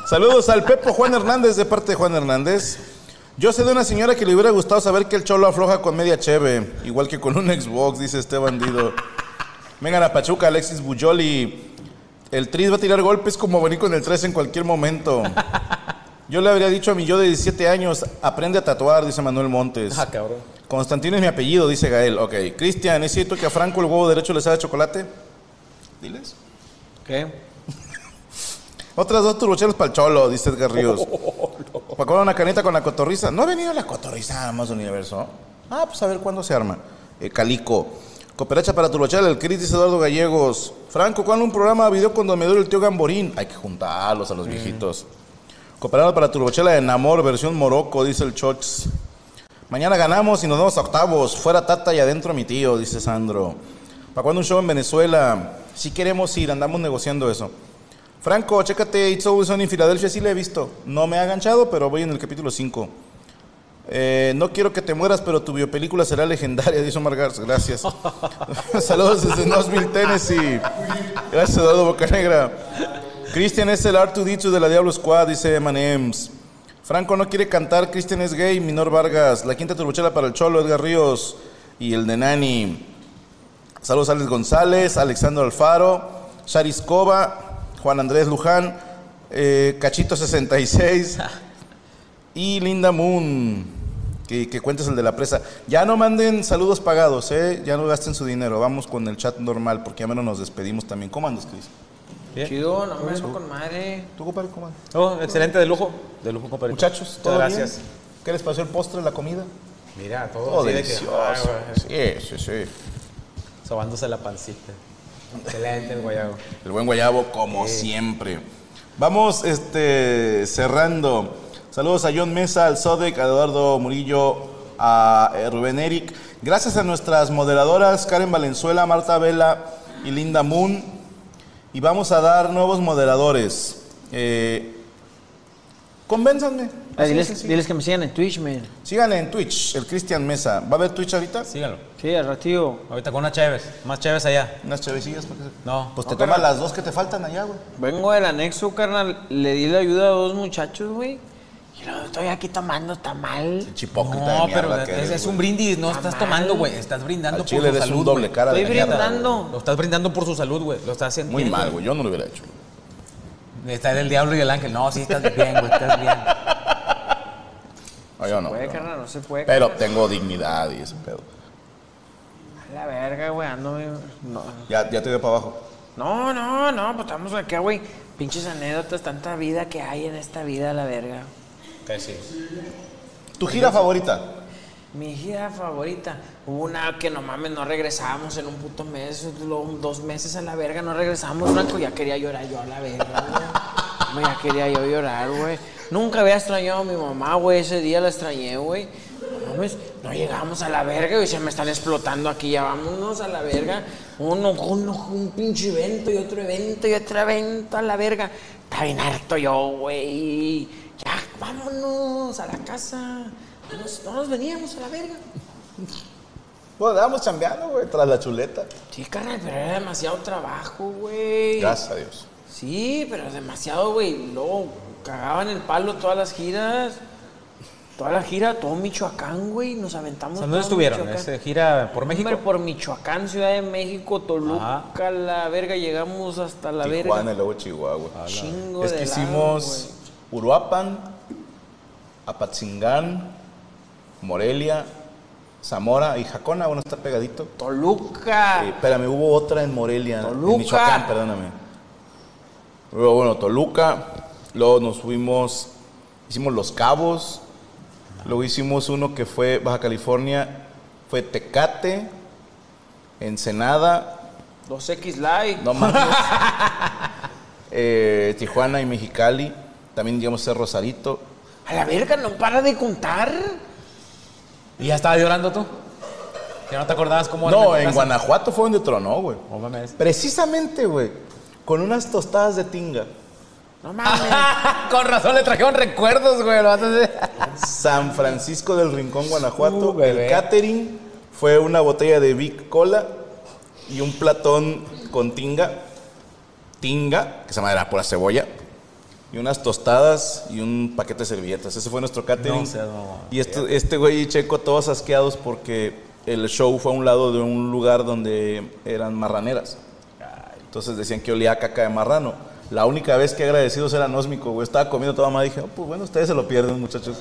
[SPEAKER 1] Saludos al Pepo Juan Hernández de parte de Juan Hernández. Yo sé de una señora que le hubiera gustado saber que el cholo afloja con media cheve, igual que con un Xbox, dice este bandido. Vengan a Pachuca, Alexis Bujoli. El Tris va a tirar golpes como abanico en el 3 en cualquier momento. Yo le habría dicho a mi yo de 17 años, aprende a tatuar, dice Manuel Montes.
[SPEAKER 2] ah, cabrón.
[SPEAKER 1] Constantino es mi apellido, dice Gael. Ok. Cristian, ¿es cierto que a Franco el huevo derecho le sabe a chocolate? Diles.
[SPEAKER 2] ¿Qué?
[SPEAKER 1] Otras dos turbocheros para el cholo, dice Edgar Ríos. ¿Para cuándo una caneta con la cotorriza? ¿No ha venido la cotorriza a más universo? Ah, pues a ver cuándo se arma. Eh, Calico. Cooperacha para turbochar el Cris, dice Eduardo Gallegos. Franco, ¿cuándo un programa de video cuando me duele el tío Gamborín? Hay que juntarlos a los viejitos. Cooperado para Turbochela de Namor, versión Morocco, dice el Chox. Mañana ganamos y nos vamos a octavos. Fuera Tata y adentro mi tío, dice Sandro. ¿Para cuándo un show en Venezuela? Si queremos ir, andamos negociando eso. Franco, chécate It's Always Sunny en Filadelfia, sí la he visto. No me ha enganchado, pero voy en el capítulo 5. Eh, no quiero que te mueras, pero tu biopelícula será legendaria, dice Omar Garza. Gracias. Saludos desde Nashville, Tennessee. Gracias, Eduardo Bocanegra. Christian es el R2D2 de la Diablo Squad, dice Emanems. Franco no quiere cantar, Christian es gay, Minor Vargas. La quinta turbuchela para el Cholo, Edgar Ríos y el de Nani. Saludos a Alex González, Alexandro Alfaro, Shari Escoba, Juan Andrés Luján, eh, Cachito 66 y Linda Moon. Que, que cuentes el de la presa. Ya no manden saludos pagados, ¿eh? Ya no gasten su dinero. Vamos con el chat normal, porque ya menos nos despedimos también. ¿Cómo andas, Cris?
[SPEAKER 11] Chido, no me con madre.
[SPEAKER 1] ¿Tú, compadre, cómo andas?
[SPEAKER 2] Oh, excelente, de lujo. De lujo, compadre.
[SPEAKER 1] Muchachos,
[SPEAKER 2] Muchas
[SPEAKER 1] ¿todo bien?
[SPEAKER 2] gracias.
[SPEAKER 1] ¿Qué les pasó el postre, la comida?
[SPEAKER 2] Mira, todo,
[SPEAKER 1] Todo
[SPEAKER 2] así de que- Ay,
[SPEAKER 1] delicioso.
[SPEAKER 2] güey,
[SPEAKER 1] Sí, sí, sí.
[SPEAKER 2] sobándose la pancita. Excelente el guayabo.
[SPEAKER 1] El buen guayabo, como siempre. Vamos este, cerrando. Saludos a John Mesa, al Sodec, a Eduardo Murillo, a eh, Rubén Eric. Gracias a nuestras moderadoras Karen Valenzuela, Marta Vela y Linda Moon. Y vamos a dar nuevos moderadores. Eh, convénzanme.
[SPEAKER 11] Ah,
[SPEAKER 1] Así de
[SPEAKER 11] diles,
[SPEAKER 1] sencillo.
[SPEAKER 11] diles que me sigan en Twitch, men.
[SPEAKER 1] Síganle en Twitch, el Cristian Mesa. ¿Va a haber Twitch ahorita?
[SPEAKER 2] Síganlo.
[SPEAKER 11] Sí, al ratillo.
[SPEAKER 2] Ahorita con unas chéves. Más chéves allá.
[SPEAKER 1] Unas chavecillas. para que se-
[SPEAKER 2] No.
[SPEAKER 1] Pues te
[SPEAKER 2] no,
[SPEAKER 1] tomas
[SPEAKER 2] carnal.
[SPEAKER 1] las dos que te faltan allá, güey.
[SPEAKER 11] Vengo del anexo, carnal. Le di la ayuda a dos muchachos, güey.
[SPEAKER 3] Y luego estoy aquí tomando tamal.
[SPEAKER 1] Hipócrita de
[SPEAKER 2] No,
[SPEAKER 1] mierda
[SPEAKER 2] pero
[SPEAKER 1] que
[SPEAKER 2] es,
[SPEAKER 1] eres,
[SPEAKER 2] es un
[SPEAKER 1] güey.
[SPEAKER 2] brindis, no estás tomando, güey. Estás brindando
[SPEAKER 1] Al chile
[SPEAKER 2] por su
[SPEAKER 1] eres un
[SPEAKER 2] salud.
[SPEAKER 1] doble
[SPEAKER 2] güey.
[SPEAKER 1] cara de
[SPEAKER 2] Estoy
[SPEAKER 1] mierda,
[SPEAKER 2] brindando. Lo estás brindando por su salud, güey. Lo estás haciendo.
[SPEAKER 1] Muy
[SPEAKER 2] bien,
[SPEAKER 1] mal, güey. Yo no lo hubiera hecho.
[SPEAKER 2] Está el diablo y el ángel. No, sí, estás bien, güey. Estás bien.
[SPEAKER 1] No, yo no.
[SPEAKER 3] Puede,
[SPEAKER 1] yo no.
[SPEAKER 3] carnal, no se puede.
[SPEAKER 1] Pero
[SPEAKER 3] carnal.
[SPEAKER 1] tengo dignidad y ese pedo.
[SPEAKER 3] A La verga, güey, ando. güey. No,
[SPEAKER 1] Ya, ya te dio para abajo.
[SPEAKER 3] no, no, no, pues estamos acá, güey. Pinches anécdotas, tanta vida que hay en esta vida, la verga.
[SPEAKER 1] ¿Tu gira favorita?
[SPEAKER 3] Mi gira favorita. Hubo una que no mames, no regresamos en un puto mes, luego dos meses a la verga, no regresamos, Franco. Ya quería llorar yo a la verga, güey. Ya quería yo llorar, güey. Nunca había extrañado a mi mamá, güey. Ese día la extrañé, güey. No mames, no llegamos a la verga, güey. Se me están explotando aquí, ya vámonos a la verga. Uno, uno, un pinche evento y otro evento y otro evento a la verga. Está bien harto yo, güey. Ya, vámonos a la casa. No nos, no nos veníamos a la verga.
[SPEAKER 1] Bueno, estábamos Pues chambeando, güey, tras la chuleta.
[SPEAKER 3] Sí, carnal, pero era demasiado trabajo, güey.
[SPEAKER 1] Gracias a Dios.
[SPEAKER 3] Sí, pero demasiado, güey. Luego cagaban el palo todas las giras. Toda la gira, todo Michoacán, güey. Nos aventamos.
[SPEAKER 2] O sea, ¿dónde
[SPEAKER 3] todo
[SPEAKER 2] estuvieron?
[SPEAKER 3] Michoacán.
[SPEAKER 2] ¿Este gira por México?
[SPEAKER 3] Hombre, por Michoacán, Ciudad de México, Toluca, la verga. Llegamos hasta la
[SPEAKER 1] Tijuana
[SPEAKER 3] verga.
[SPEAKER 1] y luego Chihuahua.
[SPEAKER 3] Chingo
[SPEAKER 1] es
[SPEAKER 3] de
[SPEAKER 1] que
[SPEAKER 3] lado,
[SPEAKER 1] hicimos Uruapan, Apatzingán, Morelia, Zamora y Jacona. Bueno, está pegadito.
[SPEAKER 3] Toluca.
[SPEAKER 1] Eh, espérame, hubo otra en Morelia,
[SPEAKER 3] Toluca.
[SPEAKER 1] en Michoacán, perdóname. Luego, bueno, Toluca. Luego nos fuimos, hicimos Los Cabos. Luego hicimos uno que fue Baja California, fue Tecate, Ensenada,
[SPEAKER 3] 2X Live.
[SPEAKER 1] no mames. Eh, Tijuana y Mexicali. También llegamos a ser Rosarito.
[SPEAKER 3] A la verga, no para de contar.
[SPEAKER 2] ¿Y ya estaba llorando tú? ¿Ya no te acordabas cómo
[SPEAKER 1] No,
[SPEAKER 2] la
[SPEAKER 1] en
[SPEAKER 2] casa?
[SPEAKER 1] Guanajuato fue donde tronó, güey.
[SPEAKER 2] No mames.
[SPEAKER 1] Precisamente, güey. Con unas tostadas de tinga.
[SPEAKER 3] No mames.
[SPEAKER 2] Ah, Con razón le trajeron recuerdos, güey. Lo vas a hacer.
[SPEAKER 1] San Francisco del Rincón, Guanajuato.
[SPEAKER 2] Uh, bebé.
[SPEAKER 1] el catering fue una botella de Big Cola y un platón con tinga. Tinga, que se llama era pura cebolla. Y unas tostadas y un paquete de servilletas. Ese fue nuestro catering.
[SPEAKER 2] No seas mamón.
[SPEAKER 1] y esto- este güey y Checo todos asqueados porque el show fue a un lado de un lugar donde eran marraneras. Entonces decían que olía a caca de marrano. La única vez que agradecidos era Nósmico, güey. Estaba comiendo toda madre y dije, "Oh, pues bueno, ustedes se lo pierden, muchachos.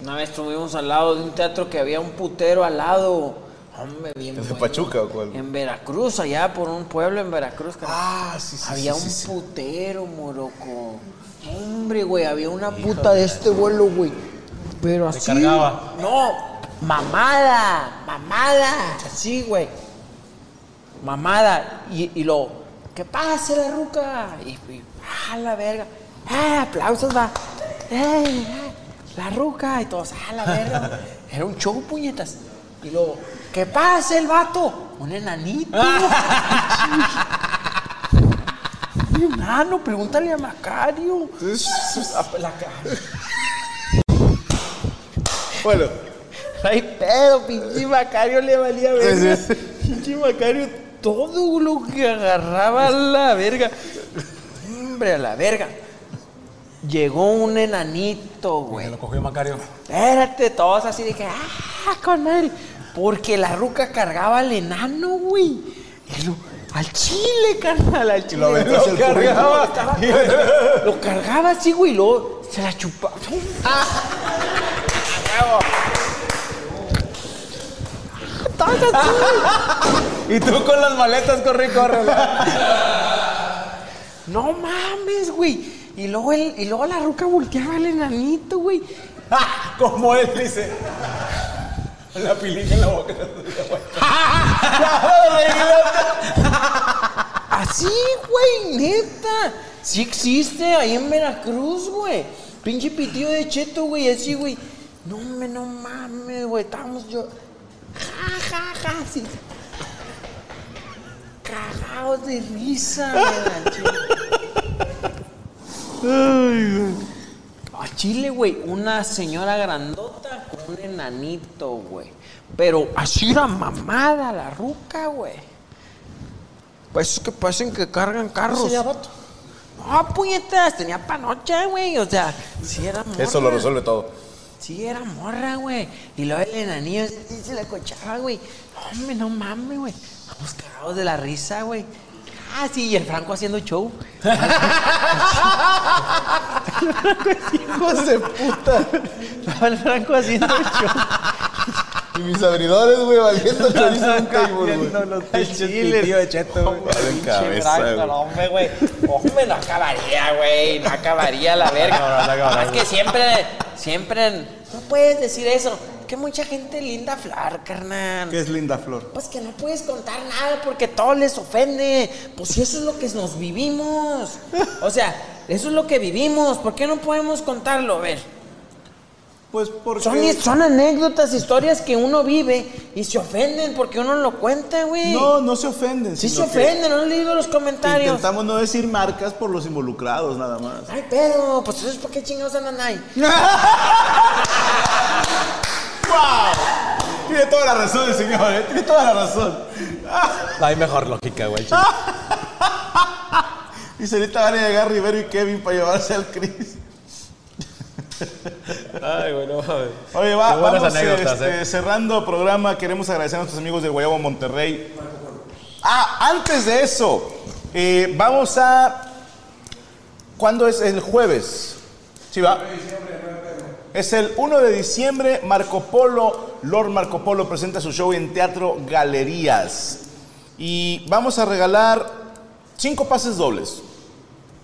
[SPEAKER 3] Una vez estuvimos al lado de un teatro que había un putero al lado. Hombre, bien.
[SPEAKER 1] ¿Es de
[SPEAKER 3] bueno.
[SPEAKER 1] Pachuca o cuál?
[SPEAKER 3] En Veracruz, allá por un pueblo en Veracruz. carnal.
[SPEAKER 1] Ah, sí, sí,
[SPEAKER 3] había
[SPEAKER 1] sí, sí,
[SPEAKER 3] un
[SPEAKER 1] sí.
[SPEAKER 3] putero, moroco. Hombre, güey, había una puta de este vuelo, güey. Pero así.
[SPEAKER 2] cargaba.
[SPEAKER 3] No, mamada, mamada. Así, güey. Mamada. Y, y lo, ¿qué pasa, la ruca? Y, y ah, la verga. Ah, aplausos, va. Ey, ah, la ruca. Y todos, ah, la verga. Era un show, puñetas. Y luego, ¿qué pasa, el vato? Un enanito. Enano, pregúntale a Macario. La- la cara.
[SPEAKER 1] Bueno,
[SPEAKER 3] Ay, pedo, pinche Macario le valía verga. Pinche Macario, todo lo que agarraba a la verga. Hombre, a la verga. Llegó un enanito, güey.
[SPEAKER 2] Me lo cogió Macario.
[SPEAKER 3] Espérate, todos así de que, ah, con madre. Porque la ruca cargaba al enano, güey. Y lo- al chile, carnal, al chile.
[SPEAKER 1] lo aventó hacia el
[SPEAKER 3] cargaba.
[SPEAKER 1] público.
[SPEAKER 3] estaba- lo cargaba así, güey, y luego se la chupaba. Todos así,
[SPEAKER 2] Y tú con las maletas, corre, corre.
[SPEAKER 3] No mames, güey. Y luego, el, y luego la ruca volteaba al enanito, güey.
[SPEAKER 2] Como él dice. La pilita en la boca.
[SPEAKER 3] Así, güey, neta. Sí existe ahí en Veracruz, güey. Pinche pitillo de cheto, güey, así, güey. No me, no mames, güey. Estábamos yo. Ja, ja, ja. Así. Cagados de risa, güey. al chile. A Chile, güey, una señora grandota con un enanito, güey. Pero así era mamada la ruca, güey. Pues es que parecen que cargan carros.
[SPEAKER 1] llama vato?
[SPEAKER 3] No, No, puñetas, tenía panocha, güey. O sea, si era morra.
[SPEAKER 6] Eso lo resuelve todo.
[SPEAKER 3] Sí, era morra, güey. Y luego el enanillo sí se la cochaba, güey. Hombre, no mames, güey. Vamos cagados de la risa, güey. Ah, sí, y el Franco haciendo show.
[SPEAKER 6] Hijos de puta.
[SPEAKER 3] Estaba el Franco haciendo show.
[SPEAKER 6] Y mis abridores, güey, valiendo chorizo en un cable, güey.
[SPEAKER 3] Los chiles.
[SPEAKER 2] Tío de cheto, güey.
[SPEAKER 6] Valen cabeza,
[SPEAKER 3] Franco,
[SPEAKER 6] güey.
[SPEAKER 3] no, hombre, güey. Hombre, no acabaría, güey. No acabaría la verga.
[SPEAKER 2] Cabrón, la cabrón.
[SPEAKER 3] es que siempre, siempre. No puedes decir eso. Que mucha gente linda flar, carnal.
[SPEAKER 6] ¿Qué es linda flor?
[SPEAKER 3] Pues que no puedes contar nada porque todo les ofende. Pues si eso es lo que nos vivimos. O sea, eso es lo que vivimos. ¿Por qué no podemos contarlo? A ver.
[SPEAKER 1] Pues porque.
[SPEAKER 3] Son, son anécdotas, historias que uno vive y se ofenden porque uno lo cuenta, güey.
[SPEAKER 1] No, no se ofenden.
[SPEAKER 3] Sí se
[SPEAKER 6] sino que
[SPEAKER 3] ofenden, no han leído los comentarios.
[SPEAKER 6] Intentamos no decir marcas por los involucrados, nada más.
[SPEAKER 3] Ay, pero, pues entonces, ¿por qué chingados andan ahí?
[SPEAKER 6] Tiene toda la razón el señor, ¿eh? Tiene toda la razón.
[SPEAKER 2] No hay mejor lógica, güey.
[SPEAKER 6] Y se ahorita van a llegar Rivero y Kevin para llevarse al Chris.
[SPEAKER 2] Ay, güey, no mames.
[SPEAKER 6] Oye, va,
[SPEAKER 2] Qué buenas
[SPEAKER 6] vamos
[SPEAKER 2] anécdotas, ¿eh?
[SPEAKER 6] este, cerrando programa. Queremos agradecer a nuestros amigos de Guayabo Monterrey. Ah, antes de eso, eh, vamos a. ¿Cuándo es? El jueves. Sí, va. Es el 1 de diciembre, Marco Polo, Lord Marco Polo presenta su show en Teatro Galerías. Y vamos a regalar cinco pases dobles.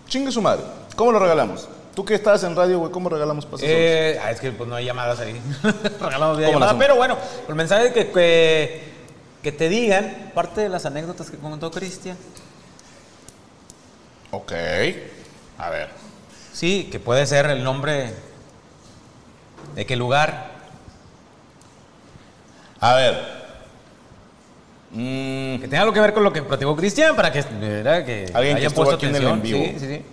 [SPEAKER 6] Chingue su madre. ¿Cómo lo regalamos? Tú que estabas en radio, güey, ¿cómo regalamos pases dobles?
[SPEAKER 2] Eh, ah, es que pues, no hay llamadas ahí. Regalamos vía
[SPEAKER 6] ¿Cómo la
[SPEAKER 2] llamada.
[SPEAKER 6] hacemos?
[SPEAKER 2] Pero bueno, el mensaje que, que, que te digan parte de las anécdotas que comentó Cristian.
[SPEAKER 6] Ok. A ver.
[SPEAKER 2] Sí, que puede ser el nombre de qué lugar.
[SPEAKER 6] A ver. Mm,
[SPEAKER 2] Que tenga algo que ver con lo que platicó Cristian para que, era que
[SPEAKER 6] Alguien que
[SPEAKER 2] haya
[SPEAKER 6] estuvo
[SPEAKER 2] puesto
[SPEAKER 6] aquí en el
[SPEAKER 2] atención.
[SPEAKER 6] en vivo.
[SPEAKER 2] Sí, sí, sí.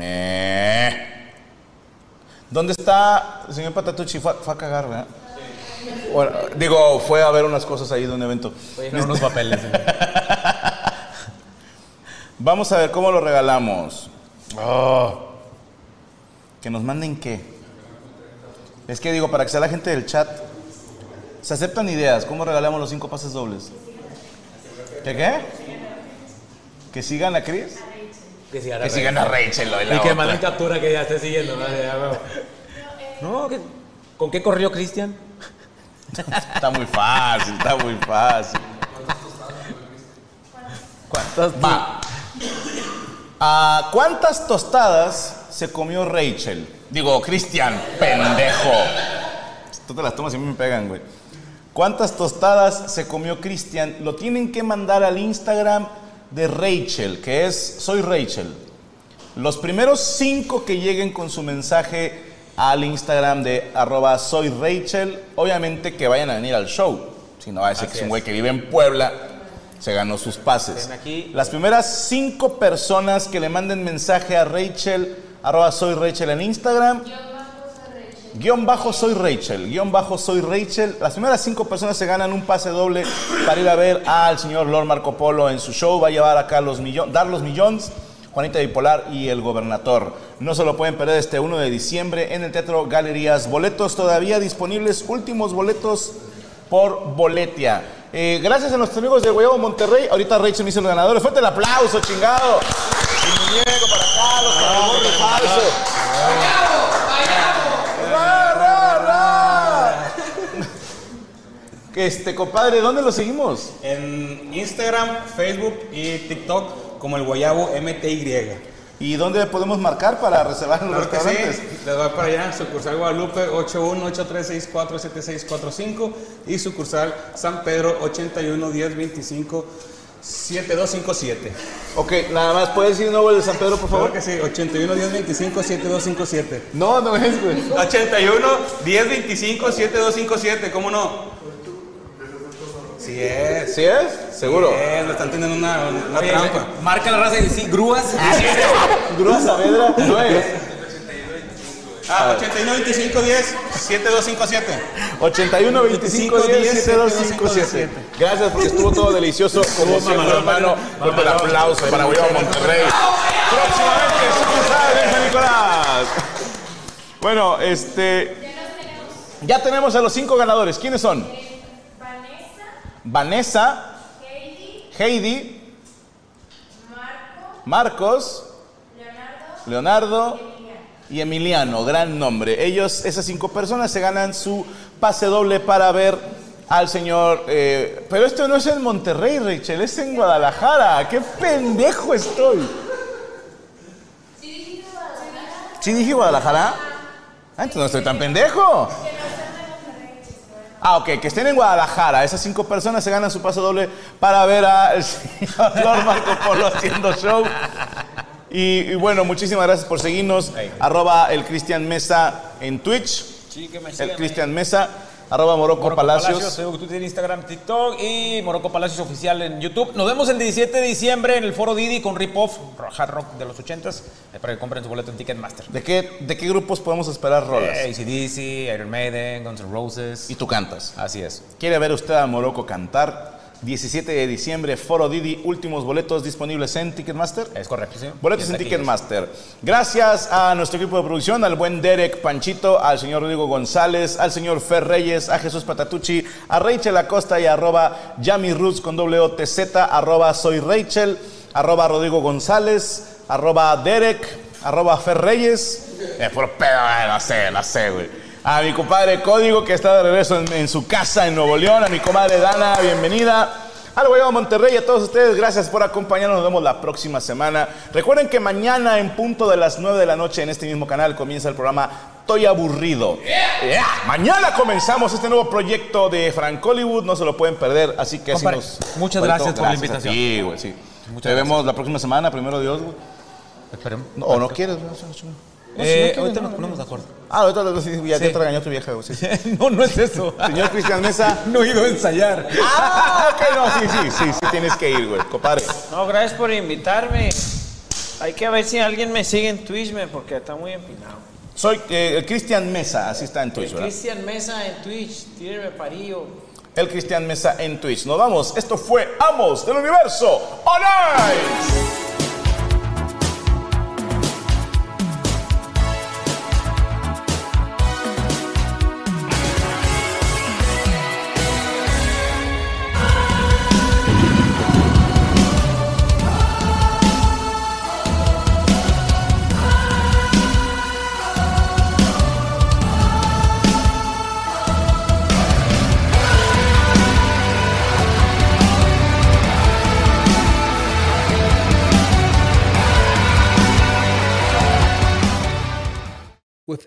[SPEAKER 6] eh. ¿Dónde está el señor Patatucci? Fue, fue a cagar, ¿verdad? Bueno, digo, fue a ver unas cosas ahí de un evento.
[SPEAKER 2] Voy a dejar unos papeles.
[SPEAKER 6] Vamos a ver cómo lo regalamos. Oh. Que nos manden qué. Es que digo, para que sea la gente del chat, se aceptan ideas. ¿Cómo regalamos los cinco pases dobles? ¿Qué qué? ¿Que sigan a Cris?
[SPEAKER 2] que sigan
[SPEAKER 6] Que sigan a Rachel. hoy la
[SPEAKER 2] Y que
[SPEAKER 6] otra.
[SPEAKER 2] manden captura que ya esté siguiendo. ¿no? Ya, huevo. No, que- ¿con qué corrió Cristian?
[SPEAKER 6] Está muy fácil, está muy fácil. ¿Cuántas Va. Ah, ¿Cuántas tostadas se comió Rachel? Digo, Cristian, pendejo. Tú te las tomas y a mí me pegan, güey. ¿Cuántas tostadas se comió Cristian? Lo tienen que mandar al Instagram de Rachel, que es Soy Rachel. Los primeros cinco que lleguen con su mensaje al Instagram de arroba soy Rachel, obviamente que vayan a venir al show. Si no, va a decir que es un güey que vive en Puebla, se ganó sus pases.
[SPEAKER 2] Ven aquí.
[SPEAKER 6] Las primeras cinco personas que le manden mensaje a Rachel, arroba soy Rachel en Instagram. Guión bajo soy Rachel, guión bajo soy Rachel. Las primeras cinco personas se ganan un pase doble para ir a ver al señor Lord Marco Polo en su show. Va a llevar acá los millones, dar los millones, Juanita Bipolar y el gobernador. No se lo pueden perder este 1 de diciembre en el Teatro Galerías. Boletos todavía disponibles, últimos boletos por Boletia. Eh, gracias a nuestros amigos de Huevo Monterrey. Ahorita Rachel me hizo los ganadores. Fuerte el aplauso, chingado. El muñeco para acá, los cargadores de falso. ¡Ra, ra, ra! Este, compadre, ¿dónde lo seguimos?
[SPEAKER 5] En Instagram, Facebook y TikTok como el Guayabo MTY.
[SPEAKER 6] ¿Y dónde podemos marcar para reservar en los
[SPEAKER 5] Claro que
[SPEAKER 6] restaurantes?
[SPEAKER 5] sí, les doy para allá, sucursal Guadalupe 8183647645 y sucursal San Pedro 8110257257.
[SPEAKER 6] Ok, nada más, ¿puedes ir de nuevo el de San Pedro, por favor?
[SPEAKER 5] Claro que sí, 8110257257.
[SPEAKER 6] No, no es, güey.
[SPEAKER 5] 8110257257, ¿cómo no? Sí es.
[SPEAKER 6] ¿Sí es? Seguro.
[SPEAKER 5] Sí es, me están teniendo una, una
[SPEAKER 2] Eh,
[SPEAKER 5] trampa.
[SPEAKER 2] Marca la raza y sí, grúas.
[SPEAKER 6] Grúa Saavedra, no es.
[SPEAKER 12] Ah, 812510 7257.
[SPEAKER 1] 81 25 10 7257. Gracias porque estuvo todo delicioso. Como siempre, hermano. Fuerte el aplauso Pues para Guayabo Monterrey. Próximamente, sucursal de San Nicolás. Bueno, este. Ya tenemos a los cinco ganadores. ¿Quiénes son? Vanessa. Vanessa. Heidi. Marcos. Leonardo. y Emiliano, gran nombre. Ellos, esas cinco personas, se ganan su pase doble para ver al señor. eh, pero esto no es en Monterrey, Rachel, es en Guadalajara. ¡Qué pendejo estoy! ¿Sí dije Guadalajara? Ah, entonces no estoy tan pendejo. Ah, ok, que estén en Guadalajara. Esas cinco personas se ganan su pase doble para ver al señor Lord Marco Polo haciendo show. Y, y bueno, muchísimas gracias por seguirnos. Arroba el Cristian Mesa en Twitch.
[SPEAKER 2] Sí, que me sigan
[SPEAKER 1] El
[SPEAKER 2] ahí.
[SPEAKER 1] Cristian Mesa. Arroba Morocco, Palacios.
[SPEAKER 2] Facebook, Twitter, Instagram, TikTok y Morocco Palacios Oficial en YouTube. Nos vemos el 17 de diciembre en el Foro Didi con Rip Off, Hard Rock de los 80s, eh, para que compren su boleto en Ticketmaster.
[SPEAKER 1] ¿De qué, ¿De qué grupos podemos esperar rolas?
[SPEAKER 2] Eh, AC/DC, Iron Maiden, Guns N' Roses.
[SPEAKER 1] Y tú cantas.
[SPEAKER 2] Así es.
[SPEAKER 1] ¿Quiere ver usted a Morocco cantar? 17 de diciembre, Foro Didi, últimos boletos disponibles en Ticketmaster.
[SPEAKER 2] Es correcto, sí.
[SPEAKER 1] Boletos
[SPEAKER 2] Y
[SPEAKER 1] en
[SPEAKER 2] taquillas.
[SPEAKER 1] Ticketmaster. Gracias a nuestro equipo de producción, al buen Derek Panchito, al señor Rodrigo González, al señor Fer Reyes, a Jesús Patatucci, a Rachel Acosta y arroba Yami Roots con doble O T Z, arroba Soy Rachel, arroba Rodrigo González, arroba Derek, arroba Fer Reyes. Es por pedo, eh, la sé, la sé, güey. A mi compadre Código, que está de regreso en, en su casa en Nuevo León. A mi comadre Dana, bienvenida. Al Guayabo Monterrey, a todos ustedes, gracias por acompañarnos. Nos vemos la próxima semana. Recuerden que mañana, en punto de las 9 de la noche, en este mismo canal, comienza el programa Toy Aburrido. Yeah. Mañana comenzamos este nuevo proyecto de Frank Hollywood, no se lo pueden perder. Así que así
[SPEAKER 2] Compadre,
[SPEAKER 1] nos-
[SPEAKER 2] muchas
[SPEAKER 1] Bueno,
[SPEAKER 2] gracias por la
[SPEAKER 1] a
[SPEAKER 2] invitación.
[SPEAKER 1] ti, güey, sí. Te vemos la próxima semana, primero Dios. güey.
[SPEAKER 2] Esperemos.
[SPEAKER 1] No, o no quieres, güey.
[SPEAKER 2] Eh, ahorita nos ponemos de acuerdo.
[SPEAKER 1] Ah, ahorita lo- sí, ya
[SPEAKER 2] Sí.
[SPEAKER 1] te regañó tu vieja, güey. sí, sí.
[SPEAKER 2] No, no es eso.
[SPEAKER 1] Señor Cristian Mesa.
[SPEAKER 2] No he ido a ensayar.
[SPEAKER 1] Ah, ok, no, sí, sí, sí, sí, tienes que ir, güey, compadre.
[SPEAKER 3] No, gracias por invitarme. Hay que ver si alguien me sigue en Twitch, me, porque está muy empinado.
[SPEAKER 1] Soy eh, Cristian Mesa, así está en Twitch, ¿verdad?
[SPEAKER 3] Cristian Mesa en Twitch, tírenme parillo.
[SPEAKER 1] El Cristian Mesa en Twitch. Nos vamos. Esto fue Amos del Universo. ¡Online!
[SPEAKER 5] With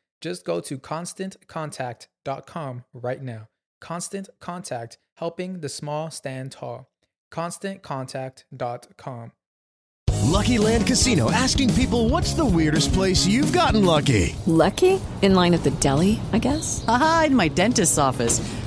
[SPEAKER 5] Just go to constantcontact.com right now. Constant Contact, helping the small stand tall. ConstantContact.com.
[SPEAKER 2] eh.
[SPEAKER 6] Lucky Land Casino asking people what's the weirdest place you've gotten lucky?
[SPEAKER 13] Lucky? In line at the deli, I guess? Aha, in my dentist's office.